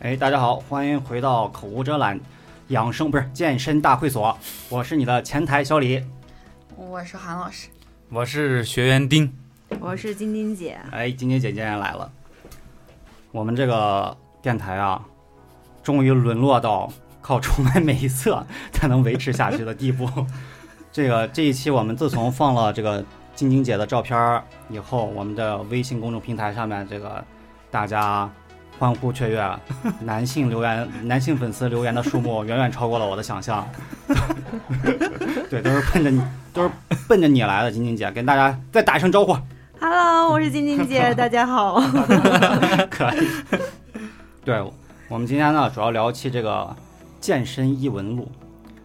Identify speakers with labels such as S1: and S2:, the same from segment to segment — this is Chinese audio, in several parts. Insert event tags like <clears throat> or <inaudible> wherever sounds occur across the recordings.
S1: 哎，大家好，欢迎回到口无遮拦养生不是健身大会所，我是你的前台小李。
S2: 我是韩老师，
S3: 我是学员丁，
S4: 我是晶晶姐，
S1: 哎，晶晶姐姐也来了。我们这个电台啊，终于沦落到靠出卖美色才能维持下去的地步。这个这一期我们自从放了这个晶晶姐的照片儿以后，我们的微信公众平台上面这个大家欢呼雀跃，男性留言、男性粉丝留言的数目远远超过了我的想象。对，都是奔着你，都是奔着你来的，晶晶姐，跟大家再打一声招呼。
S4: Hello，我是晶晶姐，大家好。
S1: 可以。对，我们今天呢，主要聊一期这个健身异闻录，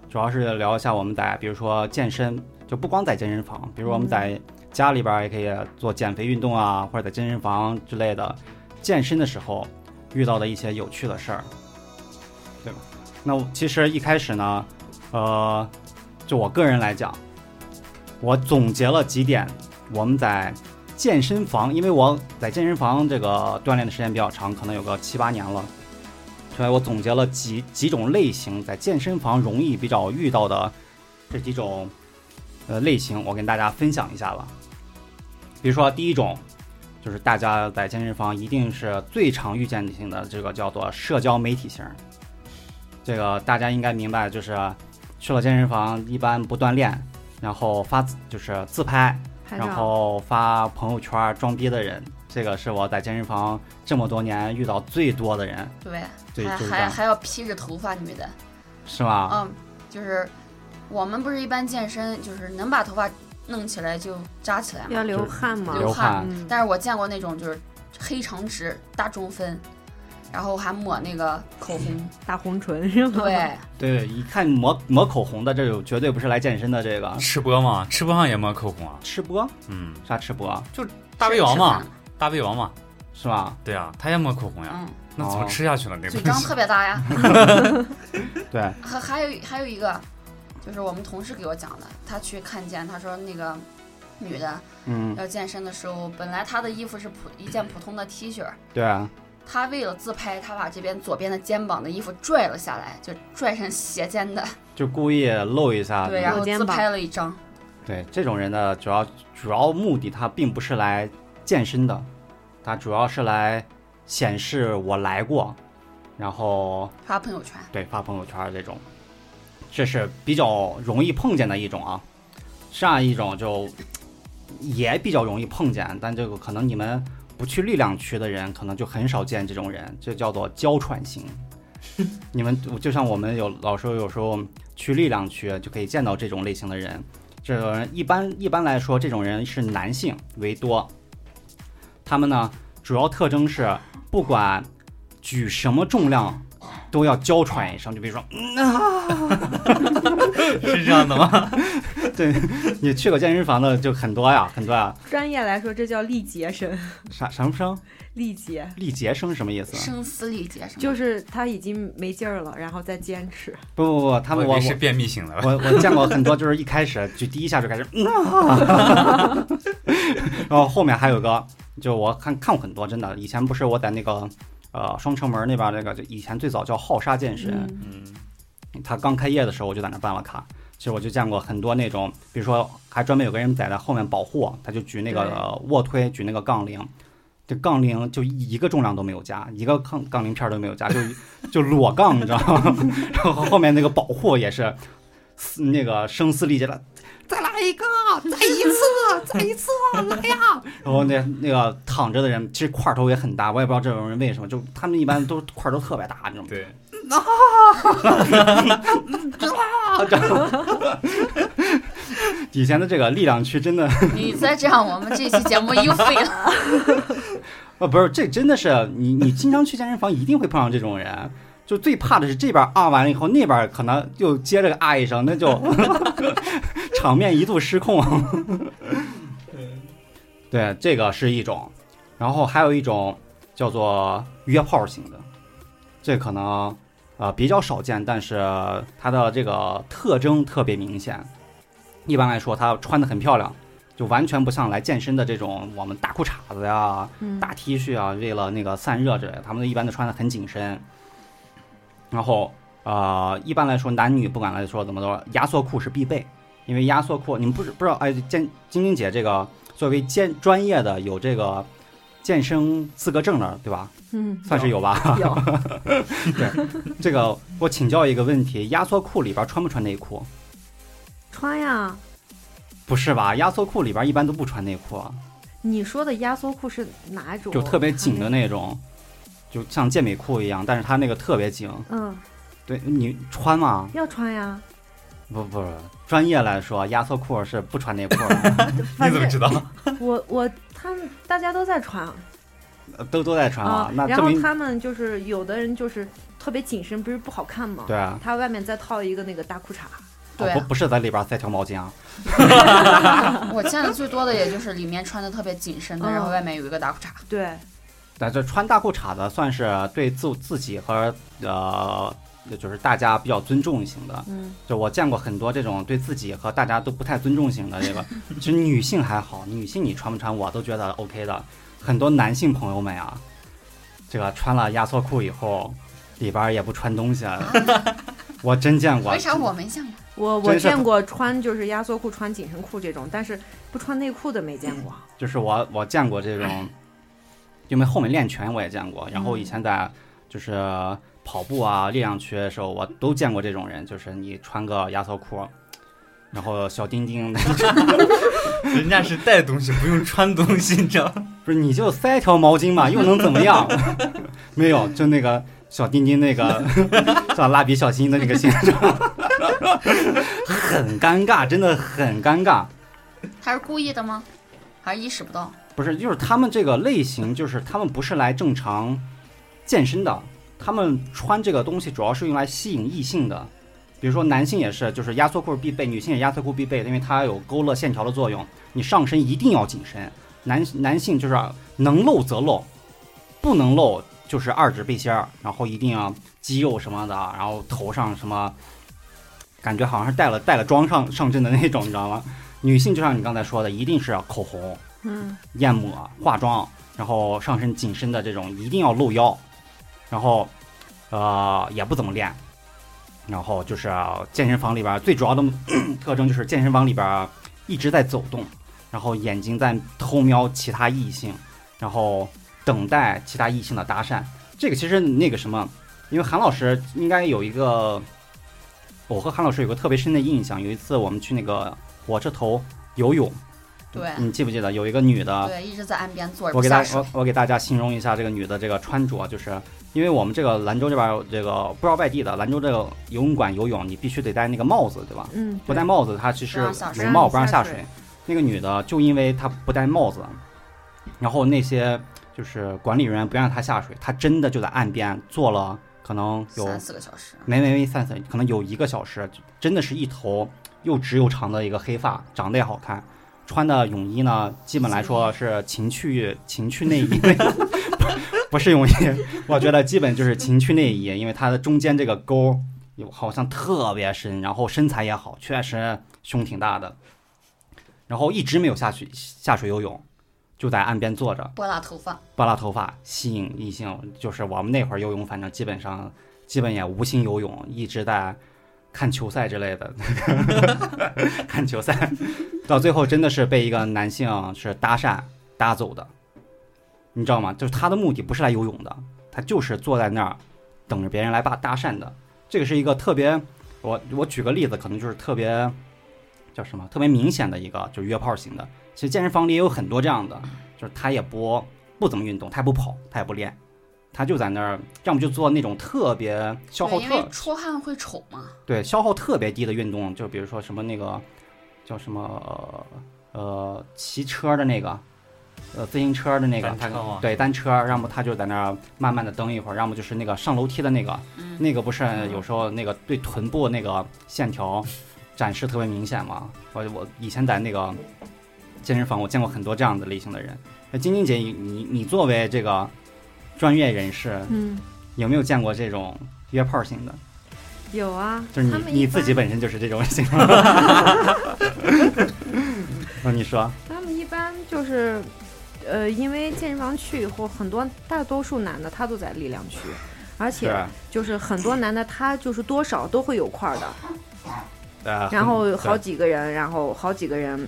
S1: 主要是聊一下我们在，比如说健身，就不光在健身房，比如我们在家里边儿也可以做减肥运动啊，或者在健身房之类的健身的时候遇到的一些有趣的事儿，对吧？那我其实一开始呢，呃，就我个人来讲，我总结了几点我们在健身房，因为我在健身房这个锻炼的时间比较长，可能有个七八年了，所以我总结了几几种类型在健身房容易比较遇到的这几种呃类型，我跟大家分享一下吧。比如说第一种，就是大家在健身房一定是最常遇见性的这个叫做社交媒体型，这个大家应该明白，就是去了健身房一般不锻炼，然后发自就是自拍，
S4: 拍
S1: 然
S4: 照，
S1: 后发朋友圈儿装逼的人，这个是我在健身房这么多年遇到最多的人，
S2: 对，
S1: 对，
S2: 还
S1: 就是这
S2: 还
S1: 样，
S2: 还要披着头发，女的，
S1: 是吗？
S2: 嗯，就是我们不是一般健身，就是能把头发弄起来就扎起来嘛，
S4: 要流汗吗？
S1: 流汗，
S4: 嗯，
S2: 但是我见过那种就是黑长直大中分，然后还抹那个口红，
S4: <laughs> 大红唇是吗？
S2: 对，
S1: 对，一看抹抹口红的，这种绝对不是来健身的。这个
S3: 吃播嘛，吃播上也抹口红啊，
S1: 吃播
S3: 嗯，
S1: 啥吃播
S3: 大胃
S2: 是
S3: 王，嘛
S2: 是，
S3: 大胃王嘛，
S1: 是吧？
S3: 对啊，他也抹口红呀，
S2: 嗯，
S3: 那怎么吃下去了那
S2: 嘴
S3: 东
S2: 张
S3: 西？
S2: 特别大呀。
S1: 对，
S2: 还还有还有一个，就是我们同事给我讲的，他去看见，他说那个女的
S1: 嗯，
S2: 要健身的时候，本来她的衣服是普一件普通的 T 恤，
S1: 对啊，
S2: 她为了自拍，她把这边左边的肩膀的衣服拽了下来，就拽成斜肩的，
S1: 就故意露一下。
S2: <laughs> 对，
S1: 对
S2: 然
S4: 露
S2: 后
S4: 肩
S2: 自
S4: 膀
S2: 拍了一张，
S1: 对，这种人的主要主要目的，他并不是来健身的，他主要是来显示我来过，然后
S2: 发朋友圈。
S1: 对，发朋友圈儿这种，这是比较容易碰见的一种啊。上一种就也比较容易碰见，但这个可能你们不去力量区的人，可能就很少见这种人，这叫做娇喘型。你们就像我们有老师有时候去力量区就可以见到这种类型的人，这种人一般一般来说，这种人是男性为多。他们呢，主要特征是不管举什么重量都要娇喘一声，就 <coughs> 比如说
S3: <laughs> 是这样的吗？
S1: 你去过健身房的就很多呀，很多呀。
S4: <laughs> 专业来说这叫力竭声，
S1: 啥什么声？
S4: 力竭
S1: 力竭声什么意思？
S2: 声嘶力竭什么的？
S4: 就是他已经没劲儿了，然后再坚持。
S1: 不不不，他们
S3: 我以
S1: 我
S3: 为是便秘型的吧，
S1: 我我我见过很多，就是一开始举第一下就开始，嗯 <laughs> 啊然后后面还有个，就我看看过很多，真的，以前不是我在那个呃双城门那边那个，就以前最早叫浩沙健身，
S4: 嗯
S3: 嗯，
S1: 他刚开业的时候，我就在那办了卡。其实我就见过很多那种，比如说还专门有个人在那后面保护，他就举那个
S4: 对
S1: 呃卧推，举那个杠铃，这杠铃就一个重量都没有加，一个杠杠铃片儿都没有加，就就裸杠，你知道吗？ <laughs> 然后后面那个保护也是嘶那个声嘶力竭的，再来一个，再一次，再一次，来呀！然后那那个躺着的人其实块头也很大，我也不知道这种人为什么，就他们一般都块头特别大，你知道吗？
S3: 对，
S1: <laughs> 以前的这个力量区真的
S2: 你再这样，我们这期节目又废了。 <laughs>
S1: 啊，不是，这真的是你，你经常去健身房一定会碰上这种人，就最怕的是这边啊完了以后，那边可能又接着啊一声，那就场面一度失控。 <laughs> 对，这个是一种，然后还有一种叫做约炮型的，这可能呃比较少见，但是它的这个特征特别明显。一般来说，她穿的很漂亮，就完全不像来健身的这种我们大裤衩子呀、
S4: 嗯
S1: 大 T 恤啊，为了那个散热之类的，他们一般都穿的很紧身，然后呃，一般来说男女不管来说怎么说，压缩裤是必备，因为压缩裤你们不是不知道哎，健晶晶姐这个作为健专业的有这个健身资格证的对吧？
S4: 嗯，
S1: 算是有吧。
S4: <laughs> 有，
S1: <laughs> 这个我请教一个问题：压缩裤里边穿不穿内裤？
S4: 穿呀。
S1: 不是吧？压缩裤里边一般都不穿内裤啊，
S4: 你说的压缩裤是哪种？
S1: 就特别紧的那种，就像健美裤一样，但是它那个特别紧。
S4: 嗯，
S1: 对你穿吗？
S4: 要穿呀。
S1: 不不，专业来说，压缩裤是不穿内裤的，
S2: <laughs>
S3: 你
S4: 反
S3: 怎么
S4: 正
S3: 知道？
S4: 我我他们大家都在穿
S1: 呃都都在穿
S4: 啊
S1: 啊。，那
S4: 然
S1: 证
S4: 后
S1: 明
S4: 他们就是有的人就是特别紧身，不是不好看吗？
S1: 对啊，
S4: 他外面再套一个那个大裤衩，
S2: 对啊
S1: 哦不不是在里边塞条毛巾啊。
S2: 我见的最多的也就是里面穿的特别紧身的，
S4: 嗯
S2: 然后外面有一个大裤
S1: <laughs>
S2: 衩。
S4: 对，
S1: 那这穿大裤衩的算是对自自己和呃，就是大家比较尊重型的。
S4: 嗯，
S1: 就我见过很多这种对自己和大家都不太尊重型的这个，其实女性还好，女性你穿不穿我都觉得 OK 的。很多男性朋友们啊，这个穿了压缩裤以后，里边儿也不穿东西，我真见过。
S2: 为啥我没见过？
S4: 我我
S1: 真是
S4: 见过穿就是压缩裤穿紧身裤这种，但是不穿内裤的没见过。
S1: 就是我我见过这种，因为后面练拳我也见过，然后以前在就是跑步啊、力量区的时候，我都见过这种人，就是你穿个压缩裤，然后小丁丁，
S3: 人家是带东西，不用穿东西，你知道吗？
S1: <laughs> 不是你就塞条毛巾嘛，又能怎么样？ <laughs> 没有，就那个小丁丁那个 <laughs> 像蜡笔小新的那个形状， <laughs> 很尴尬，真的很尴尬。
S2: 还是故意的吗？还是意识不到？
S1: 不是，就是他们这个类型，就是他们不是来正常健身的，他们穿这个东西主要是用来吸引异性的。比如说男性也是，就是压缩裤必备，女性也压缩裤必备，因为它有勾勒线条的作用。你上身一定要紧身，男男性就是啊能露则露，不能露就是二指背心儿，然后一定要肌肉什么的，然后头上什么，感觉好像是带了带了妆上上阵的那种，你知道吗？女性就像你刚才说的，一定是口红，
S4: 嗯，
S1: 艳抹、化妆，然后上身紧身的这种一定要露腰，然后呃也不怎么练，然后就是啊健身房里边最主要的 <clears throat> 特征就是健身房里边一直在走动，然后眼睛在偷瞄其他异性，然后等待其他异性的搭讪。这个其实那个什么，因为韩老师应该有一个，我和韩老师有个特别深的印象。有一次我们去那个火车头游泳，
S2: 对
S1: 你记不记得有一个女的？
S2: 对，一直在岸边坐
S1: 嗯啊我
S2: 着不
S1: 给
S2: 下
S1: 大
S2: 水
S1: 我。我给大家哦形容一下这个女的这个穿着，就是因为我们这个兰州这边有这个不知道外地的兰州这个游泳馆游泳，你必须得戴那个帽子，对吧？
S4: 嗯，
S1: 不戴帽子它其实
S2: 不让下水
S1: 泳帽不让
S4: 不让
S1: 下
S4: 下
S1: 水
S4: 水。
S1: 那个女的就因为她不戴帽子，然后那些就是管理人员不让她下水，她真的就在岸边坐了可能有
S2: 三四个小时，
S1: 没没没三岁，可能有一个小时，真的是一头又直又长的一个黑发，长得也好看，穿的泳衣呢，基本来说是情趣情趣内衣， <laughs> 不是泳衣，我觉得基本就是情趣内衣，因为它的中间这个沟儿有好像特别深，然后身材也好，确实胸挺大的，然后一直没有下去下水游泳，就在岸边坐着。
S2: 拨拉头发，
S1: 拨拉头发吸引异性，就是我们那会儿游泳，反正基本上基本也无心游泳，一直在看球赛之类的，看球赛，到最后真的是被一个男性是搭讪搭走的，你知道吗？就是他的目的不是来游泳的，他就是坐在那儿等着别人来把搭讪的。这个是一个特别，我我举个例子，可能就是特别叫什么，特别明显的一个就是约炮型的。其实健身房里也有很多这样的，就是他也不。不怎么运动，他也不跑，他也不练，他就在那儿，要么就做那种特别消耗
S2: 对，因为
S1: 特
S2: 出汗会丑嘛。
S1: 对消耗特别低的运动，就比如说什么那个叫什么呃呃骑车的那个，呃自行车的那个，
S3: 单
S1: 他
S3: 车吗
S1: 对单车，要么他就在那儿慢慢的蹬一会儿，要么就是那个上楼梯的那个，
S2: 嗯，
S1: 那个不是有时候那个对臀部那个线条展示特别明显吗？我我以前在那个健身房，我见过很多这样的类型的人。那晶晶姐，你你你作为这个专业人士，
S4: 嗯，
S1: 有没有见过这种约炮型的？
S4: 有啊，
S1: 就是
S4: 他
S1: 你
S4: 们一
S1: 你自己
S4: 般
S1: 本身就是这种
S4: <laughs>
S1: 型 <laughs> 吗？那嗯你说，
S4: 他们一般就是，呃，因为健身房去以后，很多大多数男的他都在力量区，然而
S1: 对
S4: 且，就是很多男的他就是多少都会有块儿的，
S1: 呃，
S4: 然后
S1: 很
S4: 好
S1: 对
S4: 几个人，然后好几个人，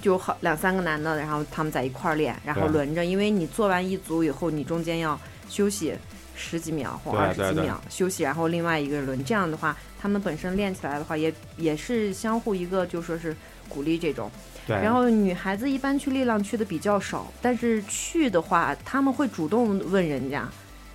S4: 就好两三个男的，然后他们在一块儿练，然后
S1: 对
S4: 轮着，因为你做完一组以后，你中间要休息十几秒或
S1: 对啊
S4: 二十
S1: 对
S4: 几
S1: 对
S4: 秒休息，然后另外一个人轮，这样的话，他们本身练起来的话，也也是相互一个就说是鼓励这种。
S1: 对，
S4: 然后女孩子一般去力量去的比较少，但是去的话，他们会主动问人家。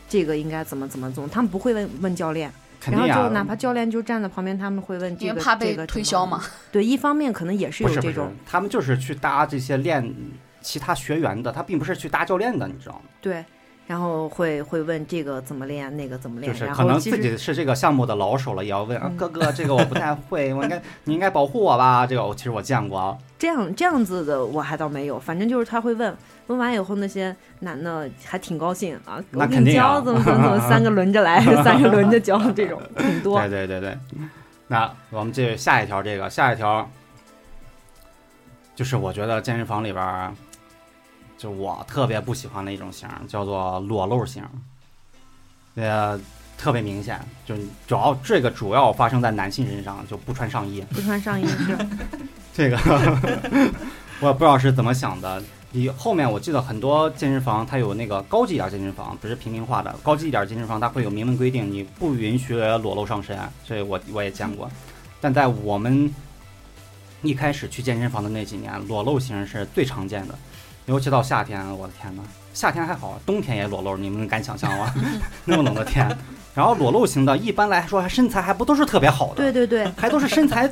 S4: 这个应该怎么怎么做？他们不会问问教练，
S1: 肯
S4: 然
S1: 定啊
S4: 后
S1: 呀
S4: 就哪怕教练就站在旁边，他们会问这
S2: 因
S4: 个
S2: 为怕
S4: 这
S2: 被
S4: 个
S2: 推
S4: 怎么
S2: 销嘛。
S4: 对，一方面可能也是
S1: 不
S4: 有
S1: 是不
S4: 这
S1: 是
S4: 种，
S1: 他们就是去搭这些练其他学员的，他并不是去搭教练的，你知道吗？
S4: 对，然后会会问这个怎么练，那个怎么练，
S1: 就是
S4: 然
S1: 可
S4: 后
S1: 能
S4: 其
S1: 自
S4: 实
S1: 己是这个项目的老手了，也要问啊
S4: 嗯
S1: 哥哥，这个我不太会，我应该你应该保护我吧？这个我其实我见过啊，
S4: 这样这样子的我还倒没有，反正就是他会问，问完以后那些男的还挺高兴啊，
S1: 那
S4: 我给
S1: 肯
S4: 你
S1: 定
S4: 教
S1: 啊
S4: 怎么怎么怎
S1: <laughs>
S4: 么，三个轮着来，三个轮着教这种挺多
S1: 对，对对对。那我们这下一条，这个下一条就是我觉得健身房里边儿，就我特别不喜欢的一种型儿，叫做裸露型，呃，特别明显，就主要这个主要发生在男性身上，就不穿上衣。
S4: 不穿上衣是，
S1: 这个 <laughs> 我也不知道是怎么想的。你后面我记得很多健身房，它有那个高级一点健身房，不是平民化的，高级一点健身房它会有明文规定，你不允许裸露上身，这我我也见过。但在我们一开始去健身房的那几年，裸露型是最常见的，尤其到夏天，我的天呐，夏天还好，啊冬天也裸露，你们敢想象吗？那么冷的天，然后裸露型的，一般来说还身材还不都是特别好的，
S4: 对对对，
S1: 还都是身材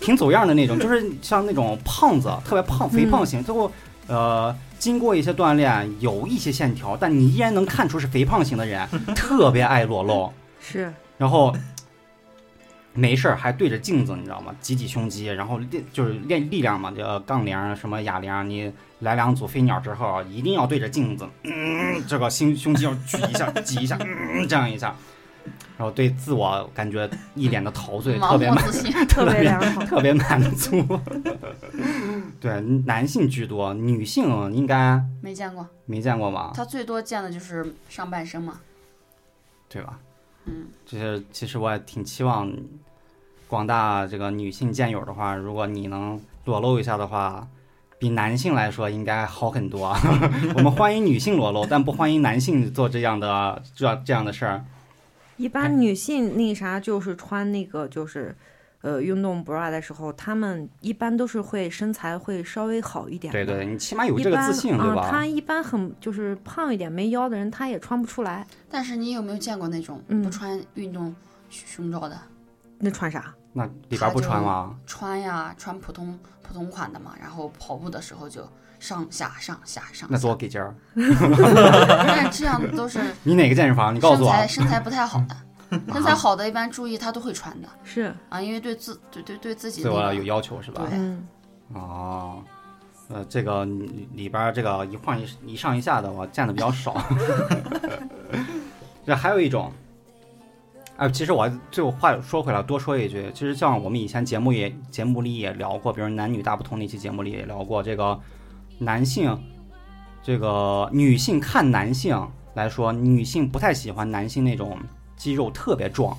S1: 挺走样的那种，就是像那种胖子，特别胖、肥胖型，最后呃经过一些锻炼，有一些线条，但你依然能看出是肥胖型的人，特别爱裸露，
S4: 是
S1: 然后。没事儿，还对着镜子，你知道吗？挤挤胸肌，然后练就是练力量嘛，这杠铃啊儿什么哑铃儿，你来两组飞鸟之后，一定要对着镜子，嗯，这个胸胸肌要举一下，挤一下，嗯，这样一下，然后对自我感觉一脸的陶
S2: <laughs>
S1: 醉，特
S2: 盲
S1: 别
S2: 目
S1: <laughs>
S2: 自信，
S4: 特别良
S1: <laughs>
S4: 好，
S1: 特别满足。对，男性居多，女性应该
S2: 没见过。
S1: 没见过吧？
S2: 他最多见的就是上半身嘛，
S1: 对吧？
S2: 嗯，
S1: 就是其实我也挺期望广大这个女性健友的话，如果你能裸露一下的话，比男性来说应该好很多。 <laughs> 我们欢迎女性裸露，但不欢迎男性做这样的这这样的事儿。
S4: 一
S1: 哎
S4: 般女性那啥就是穿那个就是，呃，运动 bra 的时候，她们一般都是会身材会稍微好一点的。
S1: 对对，你起码有
S4: 一
S1: 这个
S4: 般
S1: 自信，
S4: 啊
S1: 对吧？
S4: 她一般很就是胖一点没腰的人，她也穿不出来。
S2: 但是你有没有见过那种
S4: 嗯
S2: 不穿运动胸罩的？
S4: 那穿啥？
S1: 那里边不穿了，
S2: 穿呀，穿普通普通款的嘛，然后跑步的时候就上下上下上
S1: <laughs> 那
S2: 下，
S1: 多给劲儿！
S2: 但是这样都是
S1: 你哪个健身 <laughs> 房？你告诉
S2: 身
S1: 我。啊
S2: 材身材不太好
S1: <laughs>
S2: 的，身材好的一般注意他都会穿的
S4: 是，
S2: 啊，因为对自对对对自己
S1: 对我
S2: 那
S1: 有
S2: 个
S1: 要求是吧？
S2: 对
S4: 嗯，
S1: 哦，呃，这个里里边儿这个一换一一上一下的，我见的比较少。这还有一种，哎，其实我最后话说回来，多说一句，其实像我们以前节目也节目里也聊过，比如男女大不同那期节目里也聊过，这个男性，这个女性看男性来说，女性不太喜欢男性那种肌肉特别壮，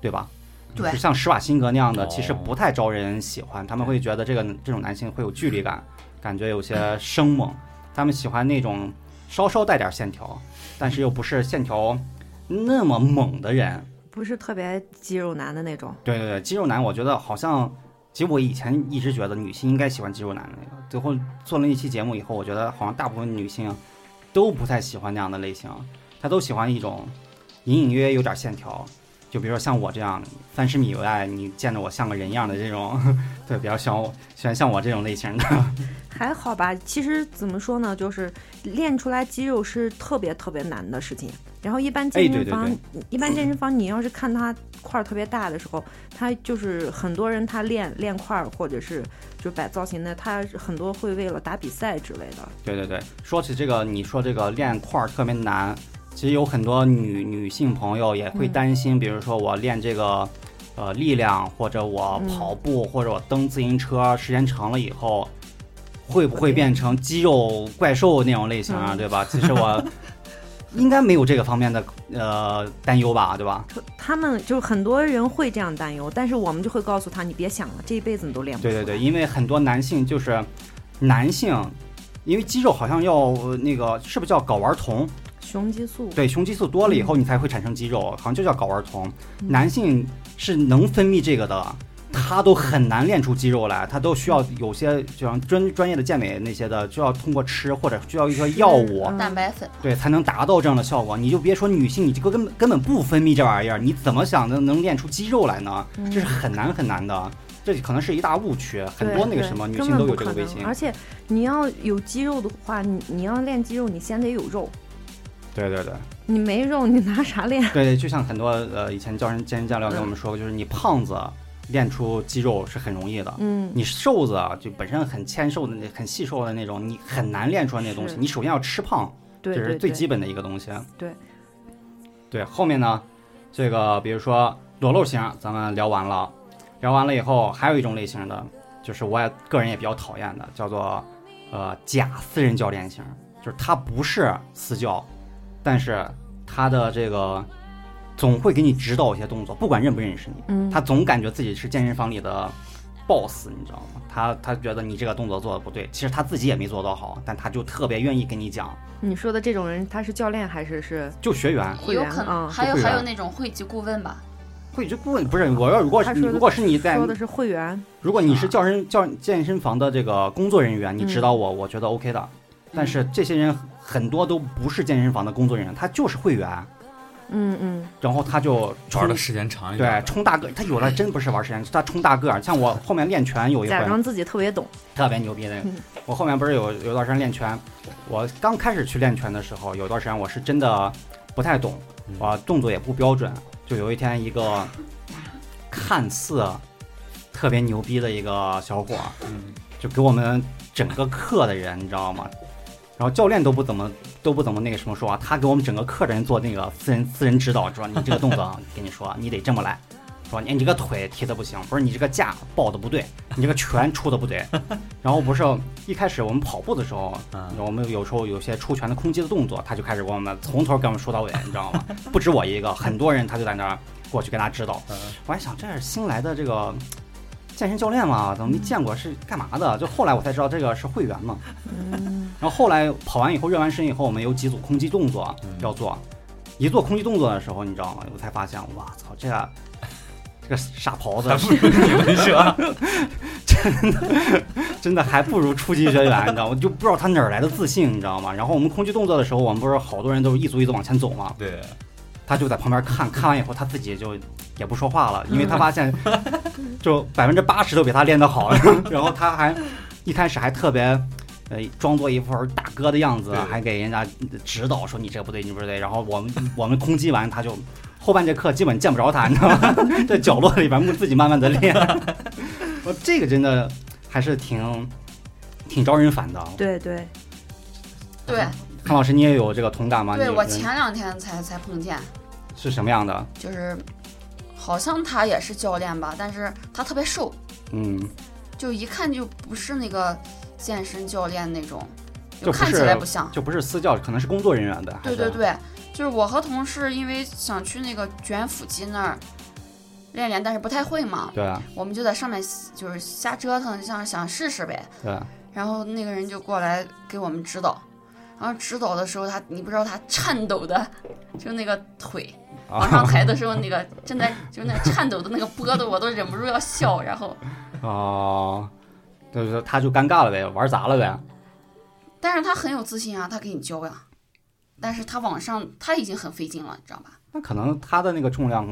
S1: 对吧？
S2: 对
S1: 就像施瓦辛格那样的，
S3: 哦
S1: 其实不太招人喜欢。他们会觉得这个这种男性会有距离感，感觉有些生猛。他们喜欢那种稍稍带点线条，但是又不是线条那么猛的人。
S4: 不是特别肌肉男的那种。
S1: 对对对，肌肉男，我觉得好像，其实我以前一直觉得女性应该喜欢肌肉男的那个，最后做了那期节目以后，我觉得好像大部分女性都不太喜欢那样的类型，她都喜欢一种隐隐约约有点线条，就比如说像我这样三十米以外你见着我像个人样的这种， <laughs> 对，比较喜欢我喜欢像我这种类型的，
S4: 还好吧，其实怎么说呢，就是练出来肌肉是特别特别难的事情。然后一般健
S1: 哎对
S4: 身
S1: 对
S4: 房，一般健身房，你要是看他块儿特别大的时候，他就是很多人他练练块儿或者是就摆造型的，他很多会为了打比赛之类的。
S1: 对对对，说起这个，你说这个练块儿特别难，其实有很多女女性朋友也会
S4: 嗯
S1: 担心，比如说我练这个呃力量，或者我
S4: 嗯
S1: 跑步，或者我蹬自行车，时间长了以后，会不会变成肌肉怪兽那种类型啊？
S4: 嗯 <laughs>
S1: 对吧？其实我应该没有这个方面的呃担忧吧，对吧？
S4: 他们就很多人会这样担忧，但是我们就会告诉他，你别想了，这一辈子你都练不出
S1: 对
S4: 来。
S1: 对对，因为很多男性就是男性，因为肌肉好像要呃那个是不是叫睾丸酮？
S4: 雄激素
S1: 对，雄激素多了以后你才会产生肌肉，好像就叫睾丸酮。
S4: 嗯
S1: 男性是能分泌这个的。他都很难练出肌肉来，他都需要有些就像专专业的健美那些的，就要通过吃或者需要一些药物，
S4: 嗯
S2: 蛋白粉，
S1: 对，才能达到这样的效果。你就别说女性，你这个根本根本不分泌这玩意儿，你怎么想的能练出肌肉来呢？
S4: 嗯
S1: 这是很难很难的，这可能是一大误区。很
S4: 对
S1: 多那个
S4: 对
S1: 什么女
S4: 根
S1: 性都
S4: 本不
S1: 有这个
S4: 可
S1: 危
S4: 能
S1: 机。
S4: 而且你要有肌肉的话，你你要练肌肉，你先得有肉，
S1: 对对对
S4: 你没肉你拿啥练？
S1: <laughs> 对，就像很多呃以前教人健身教练跟
S4: 嗯
S1: 我们说过，就是你胖子练出肌肉是很容易的。
S4: 嗯，
S1: 你瘦子啊，就本身很纤瘦的、那很细瘦的那种，你很难练出来那东西。
S4: 是
S1: 你首先要吃胖，
S4: 对
S1: 这
S4: 对
S1: 是最
S4: 对，
S1: 基本的一个东西。啊
S4: 对，
S1: 对，后面呢，这个比如说裸露型，咱们聊完了，聊完了以后，还有一种类型的，就是我也个人也比较讨厌的，叫做呃假私人教练型，就是他不是私教，但是他的这个总会给你指导一些动作，不管认不认识你，
S4: 嗯，
S1: 他总感觉自己是健身房里的 boss，你知道吗？他他觉得你这个动作做的不对，其实他自己也没做到好，但他就特别愿意跟你讲，
S4: 你说的这种人，他是教练还是是？
S1: 就学员。
S4: 会
S2: 有
S4: 员
S2: 可能
S4: 嗯
S2: 还有
S1: 会员啊
S2: 还有那种会籍顾问吧，
S1: 会籍顾问不是我要，如果是
S4: 他说的
S1: 如果是你在
S4: 说，的是啊会员，
S1: 如果你是教身教健身房的这个工作人员，你
S4: 嗯
S1: 指导我，我觉得 OK 的。但是这些人很多都不是健身房的工作人员，他就是会员，
S4: 嗯嗯，
S1: 然后他就
S3: 玩的
S1: 冲
S3: 时间长一
S1: 对
S3: 点，，
S1: 冲大个，他有的真不是玩时间，他冲大个儿。像我后面练拳有一回
S4: 假，装自己特别懂，
S1: 特别牛逼的
S4: 嗯。
S1: 我后面不是有有段时间练拳，我刚开始去练拳的时候，有段时间我是真的不太懂，
S3: 嗯
S1: 我动作也不标准。就有一天，一个看似特别牛逼的一个小伙儿，
S3: 嗯
S1: 就给我们整个课的人，你知道吗？然后教练都不怎么都不怎么那个什么说啊，他给我们整个课的人做那个私人私人指导，说你这个动作啊，跟你说你得这么来，说你这个腿踢的不行，不是你这个架抱的不对，你这个拳出的不
S3: <laughs>
S1: 对。然后不是一开始我们跑步的时候，
S3: 嗯
S1: 我们有时候有些出拳的空击的动作，他就开始给我们从头给我们说到尾，你知道吗？不止我一个，很多人他就在那儿过去跟他指导。
S3: 嗯
S1: 我还想这是新来的这个呃健身教练嘛，怎么没见过是干嘛的？就后来我才知道这个是会员嘛。
S4: 嗯，
S1: 然后后来跑完以后热完身以后，我们有几组空击动作
S3: 嗯
S1: 要做。一做空击动作的时候，你知道吗？我才发现，哇操，这个这个傻狍
S3: 还
S1: 子
S3: 不如你们是吧？
S1: 真的还不如初级学员，你知道吗？我就不知道他哪儿来的自信，你知道吗？然后我们空击动作的时候，我们不是好多人都是一组一组往前走嘛，
S3: 对，
S1: 他就在旁边看看完以后，他自己就也不说话了，因为他发现就百分之八十都比他练得好， <laughs> 然后他还一开始还特别呃装作一副大哥的样子啊
S3: 对，
S1: 还给人家指导说你这个不对，你不对。然后我们我们空击完，他就后半节课基本见不着他，你知道吗？在角落里边自己慢慢的练。我这个真的还是挺挺招人烦的。啊
S4: 对对，
S2: 对
S1: 康老师，你也啊有这个同感吗？
S2: 对，
S1: 你
S2: 我
S1: 你
S2: 前两天才才碰见，
S1: 是什么样的？
S2: 就是好像他也是教练吧，但是他特别瘦，
S1: 嗯，
S2: 就一看就不是那个健身教练那种，
S1: 就
S2: 就
S1: 不
S2: 看起
S1: 是
S2: 来不像。
S1: 就不是私教，可能是工作人员的。还
S2: 对
S1: 是
S2: 对对，就是我和同事因为想去那个卷腹肌那儿练练，但是不太会嘛，
S1: 对啊
S2: 我们就在上面就是瞎折腾，想想试试呗。
S1: 对啊，
S2: 然后那个人就过来给我们指导，然后指导的时候他，你不知道他颤抖的，就那个腿
S1: 啊 <laughs>
S2: 往上抬的时候，那个正在就那颤抖的那个波动，我都忍不住要笑。然后，
S1: 哦，就是说他就尴尬了呗，玩砸了呗。
S2: 但是他很有自信啊，他给你教呀、但是他往上他已经很费劲了，你知道吧？
S1: 那可能他的那个重量，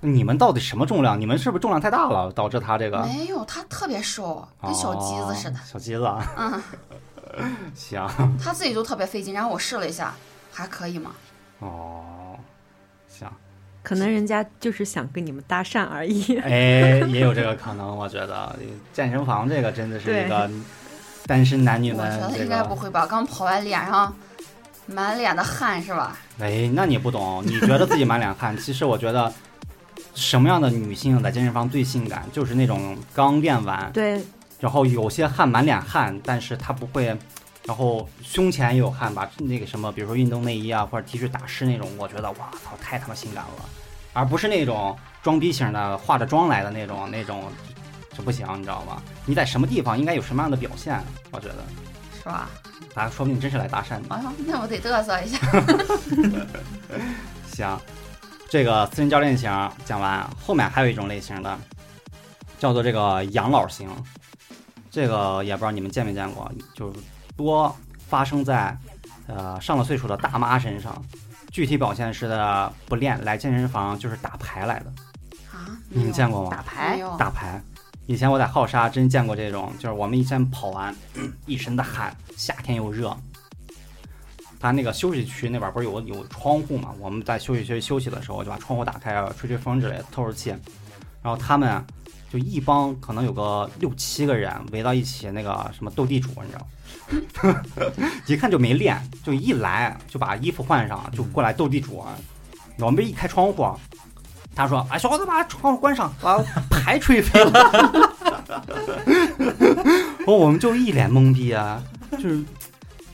S1: 你们到底什么重量？你们是不是重量太大了，导致他这个
S2: 没有，他特别瘦，跟小鸡子似的
S1: 哦。小鸡子啊，
S2: 嗯，
S1: <laughs> 行
S2: 他自己都特别费劲。然后我试了一下，还可以嘛。
S1: 哦，行，
S4: 可能人家就是想跟你们搭讪而已。 <laughs>
S1: 哎，也有这个可能，我觉得健身房这个真的是一个单身男女
S2: 我
S1: 们
S2: 觉得
S1: 这
S2: 应该不
S1: 个，
S2: 会吧？刚跑完脸上满脸的汗是吧？
S1: 哎，那你不懂，你觉得自己满脸汗，其实我觉得。什么样的女性在健身房最性感？就是那种刚练完，
S4: 对，
S1: 然后有些汗满脸汗，但是他不会然后胸前也有汗，把那个什么，比如说运动内衣啊或者 T 恤打湿那种，我觉得哇操，太他妈性感了，而不是那种装逼型的化着妆来的那种那种，这不行，你知道吗？你在什么地方应该有什么样的表现？我觉得，
S2: 是吧？
S1: 啊，说不定真是来搭讪的。
S2: 哎呀，那我得嘚瑟一下。
S1: 行，这个私人教练型讲完，后面还有一种类型的，叫做这个养老型。这个也不知道你们见没见过，就是多发生在呃上了岁数的大妈身上。具体表现是不练，来健身房就是打牌来的。
S2: 啊，
S1: 你们见过吗？
S4: 打牌
S2: 没，有
S1: 打牌。以前我在浩沙真见过这种，就是我们一天跑完，一身的汗，夏天又热。他那个休息区那边不是有个有窗户嘛？我们在休息区休息的时候，就把窗户打开，吹吹风之类的，透透气。然后他们就一帮可能有个六七个人围到一起，那个什么斗地主，你知道吗？一看就没练，就一来就把衣服换上，就过来斗地主。啊我们一开窗户，啊他说：“哎，小伙子，把窗户关上，把牌吹飞
S3: <laughs>
S1: 了。”然后我们就一脸懵逼啊，就是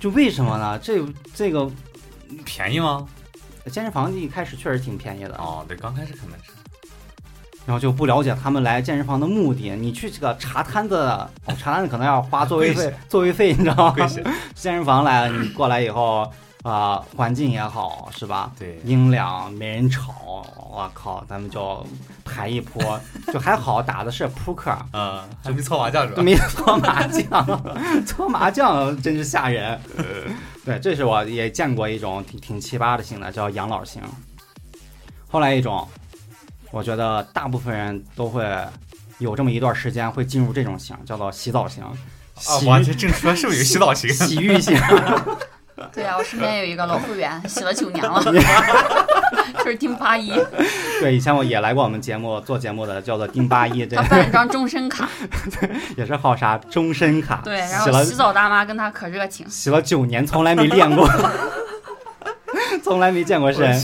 S1: 就为什么呢？这这个
S3: 便宜吗？
S1: 健身房一开始确实挺便宜的啊，
S3: 哦，对，刚开始可能是。
S1: 然后就不了解他们来健身房的目的。你去这个茶摊子，哦、茶摊子可能要花座位
S3: 贵
S1: 费， <laughs> 座位费你知道 <laughs>
S3: 贵
S1: 吗？
S3: 些，
S1: 健身房来了，你过来以后啊、环境也好是吧？
S3: 对，
S1: 阴凉，没人吵，我靠，咱们就排一波，就还好打的是扑克，
S3: 啊，还没搓麻将是吧？
S1: 没搓麻将，搓麻将真是吓人。
S3: 呃
S1: 对，这是我也见过一种挺挺奇葩的型的，叫养老型。后来一种，我觉得大部分人都会有这么一段时间会进入这种型，叫做洗澡型，
S3: 啊，
S1: 洗
S3: 我这正说是不是有洗澡型？
S1: 洗浴型。
S2: 对啊，我身边有一个老会员，洗了九年
S1: <laughs>
S2: 了，就是丁八一，
S1: 对，以前我也来过我们节目做节目的，叫做丁八一，这
S2: <laughs> 他办一张终身卡，
S1: 也是号啥终身卡，
S2: <laughs> 对，然
S1: 洗
S2: 后
S1: 了
S2: 洗澡大妈跟他可热情，
S1: 洗了九年，从来没练过， <laughs> 从来没见过身，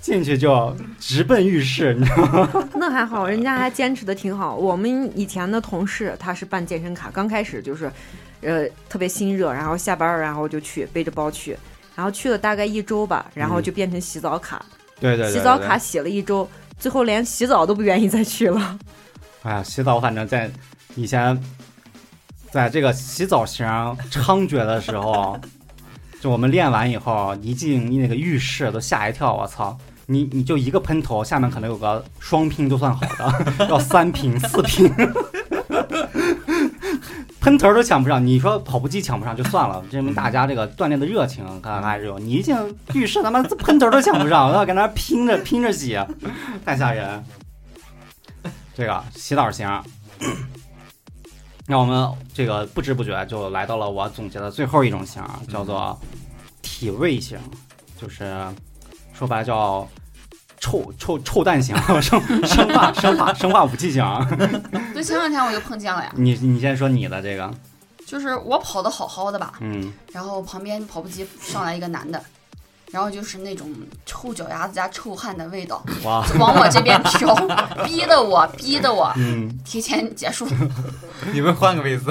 S1: 进去就直奔浴室，你知道吗？
S4: 那还好，人家还坚持的挺好。我们以前的同事他是办健身卡，刚开始就是，呃，特别心热，然后下班儿然后就去背着包去，然后去了大概一周吧，然后就变成洗澡卡，
S1: 对嗯对对，
S4: 洗澡卡。洗了一周，最后连洗澡都不愿意再去
S1: <laughs>
S4: 了。
S1: 哎呀，洗澡反正在以前，在这个洗澡型猖獗的时候，就我们练完以后，一进那个浴室都吓一跳，我操！你你就一个喷头，下面可能有个双拼就算好的，要三拼四拼，喷头都抢不上。你说跑步机抢不上就算了，证明大家这个锻炼的热情看来还是有。你一进浴室，他妈这喷头都抢不上，我要跟那儿拼着拼着洗，太吓人。这个洗澡型，让我们这个不知不觉就来到了我总结的最后一种型，叫做体味型，就是说白了叫臭臭臭蛋型，生生化生化生化武器型。
S2: <laughs>
S1: <laughs>
S2: 就前两天我就碰见了呀，
S1: 你你先说你的这个，
S2: 就是我跑的好好的吧，
S1: 嗯，
S2: 然后旁边跑步机上来一个男的，然后就是那种臭脚丫子加臭汗的味道
S1: 哇，
S2: 就往我这边飘， <laughs> 逼得我逼得我
S1: 嗯，
S2: 提前结束，
S3: <laughs> 你们换个位置，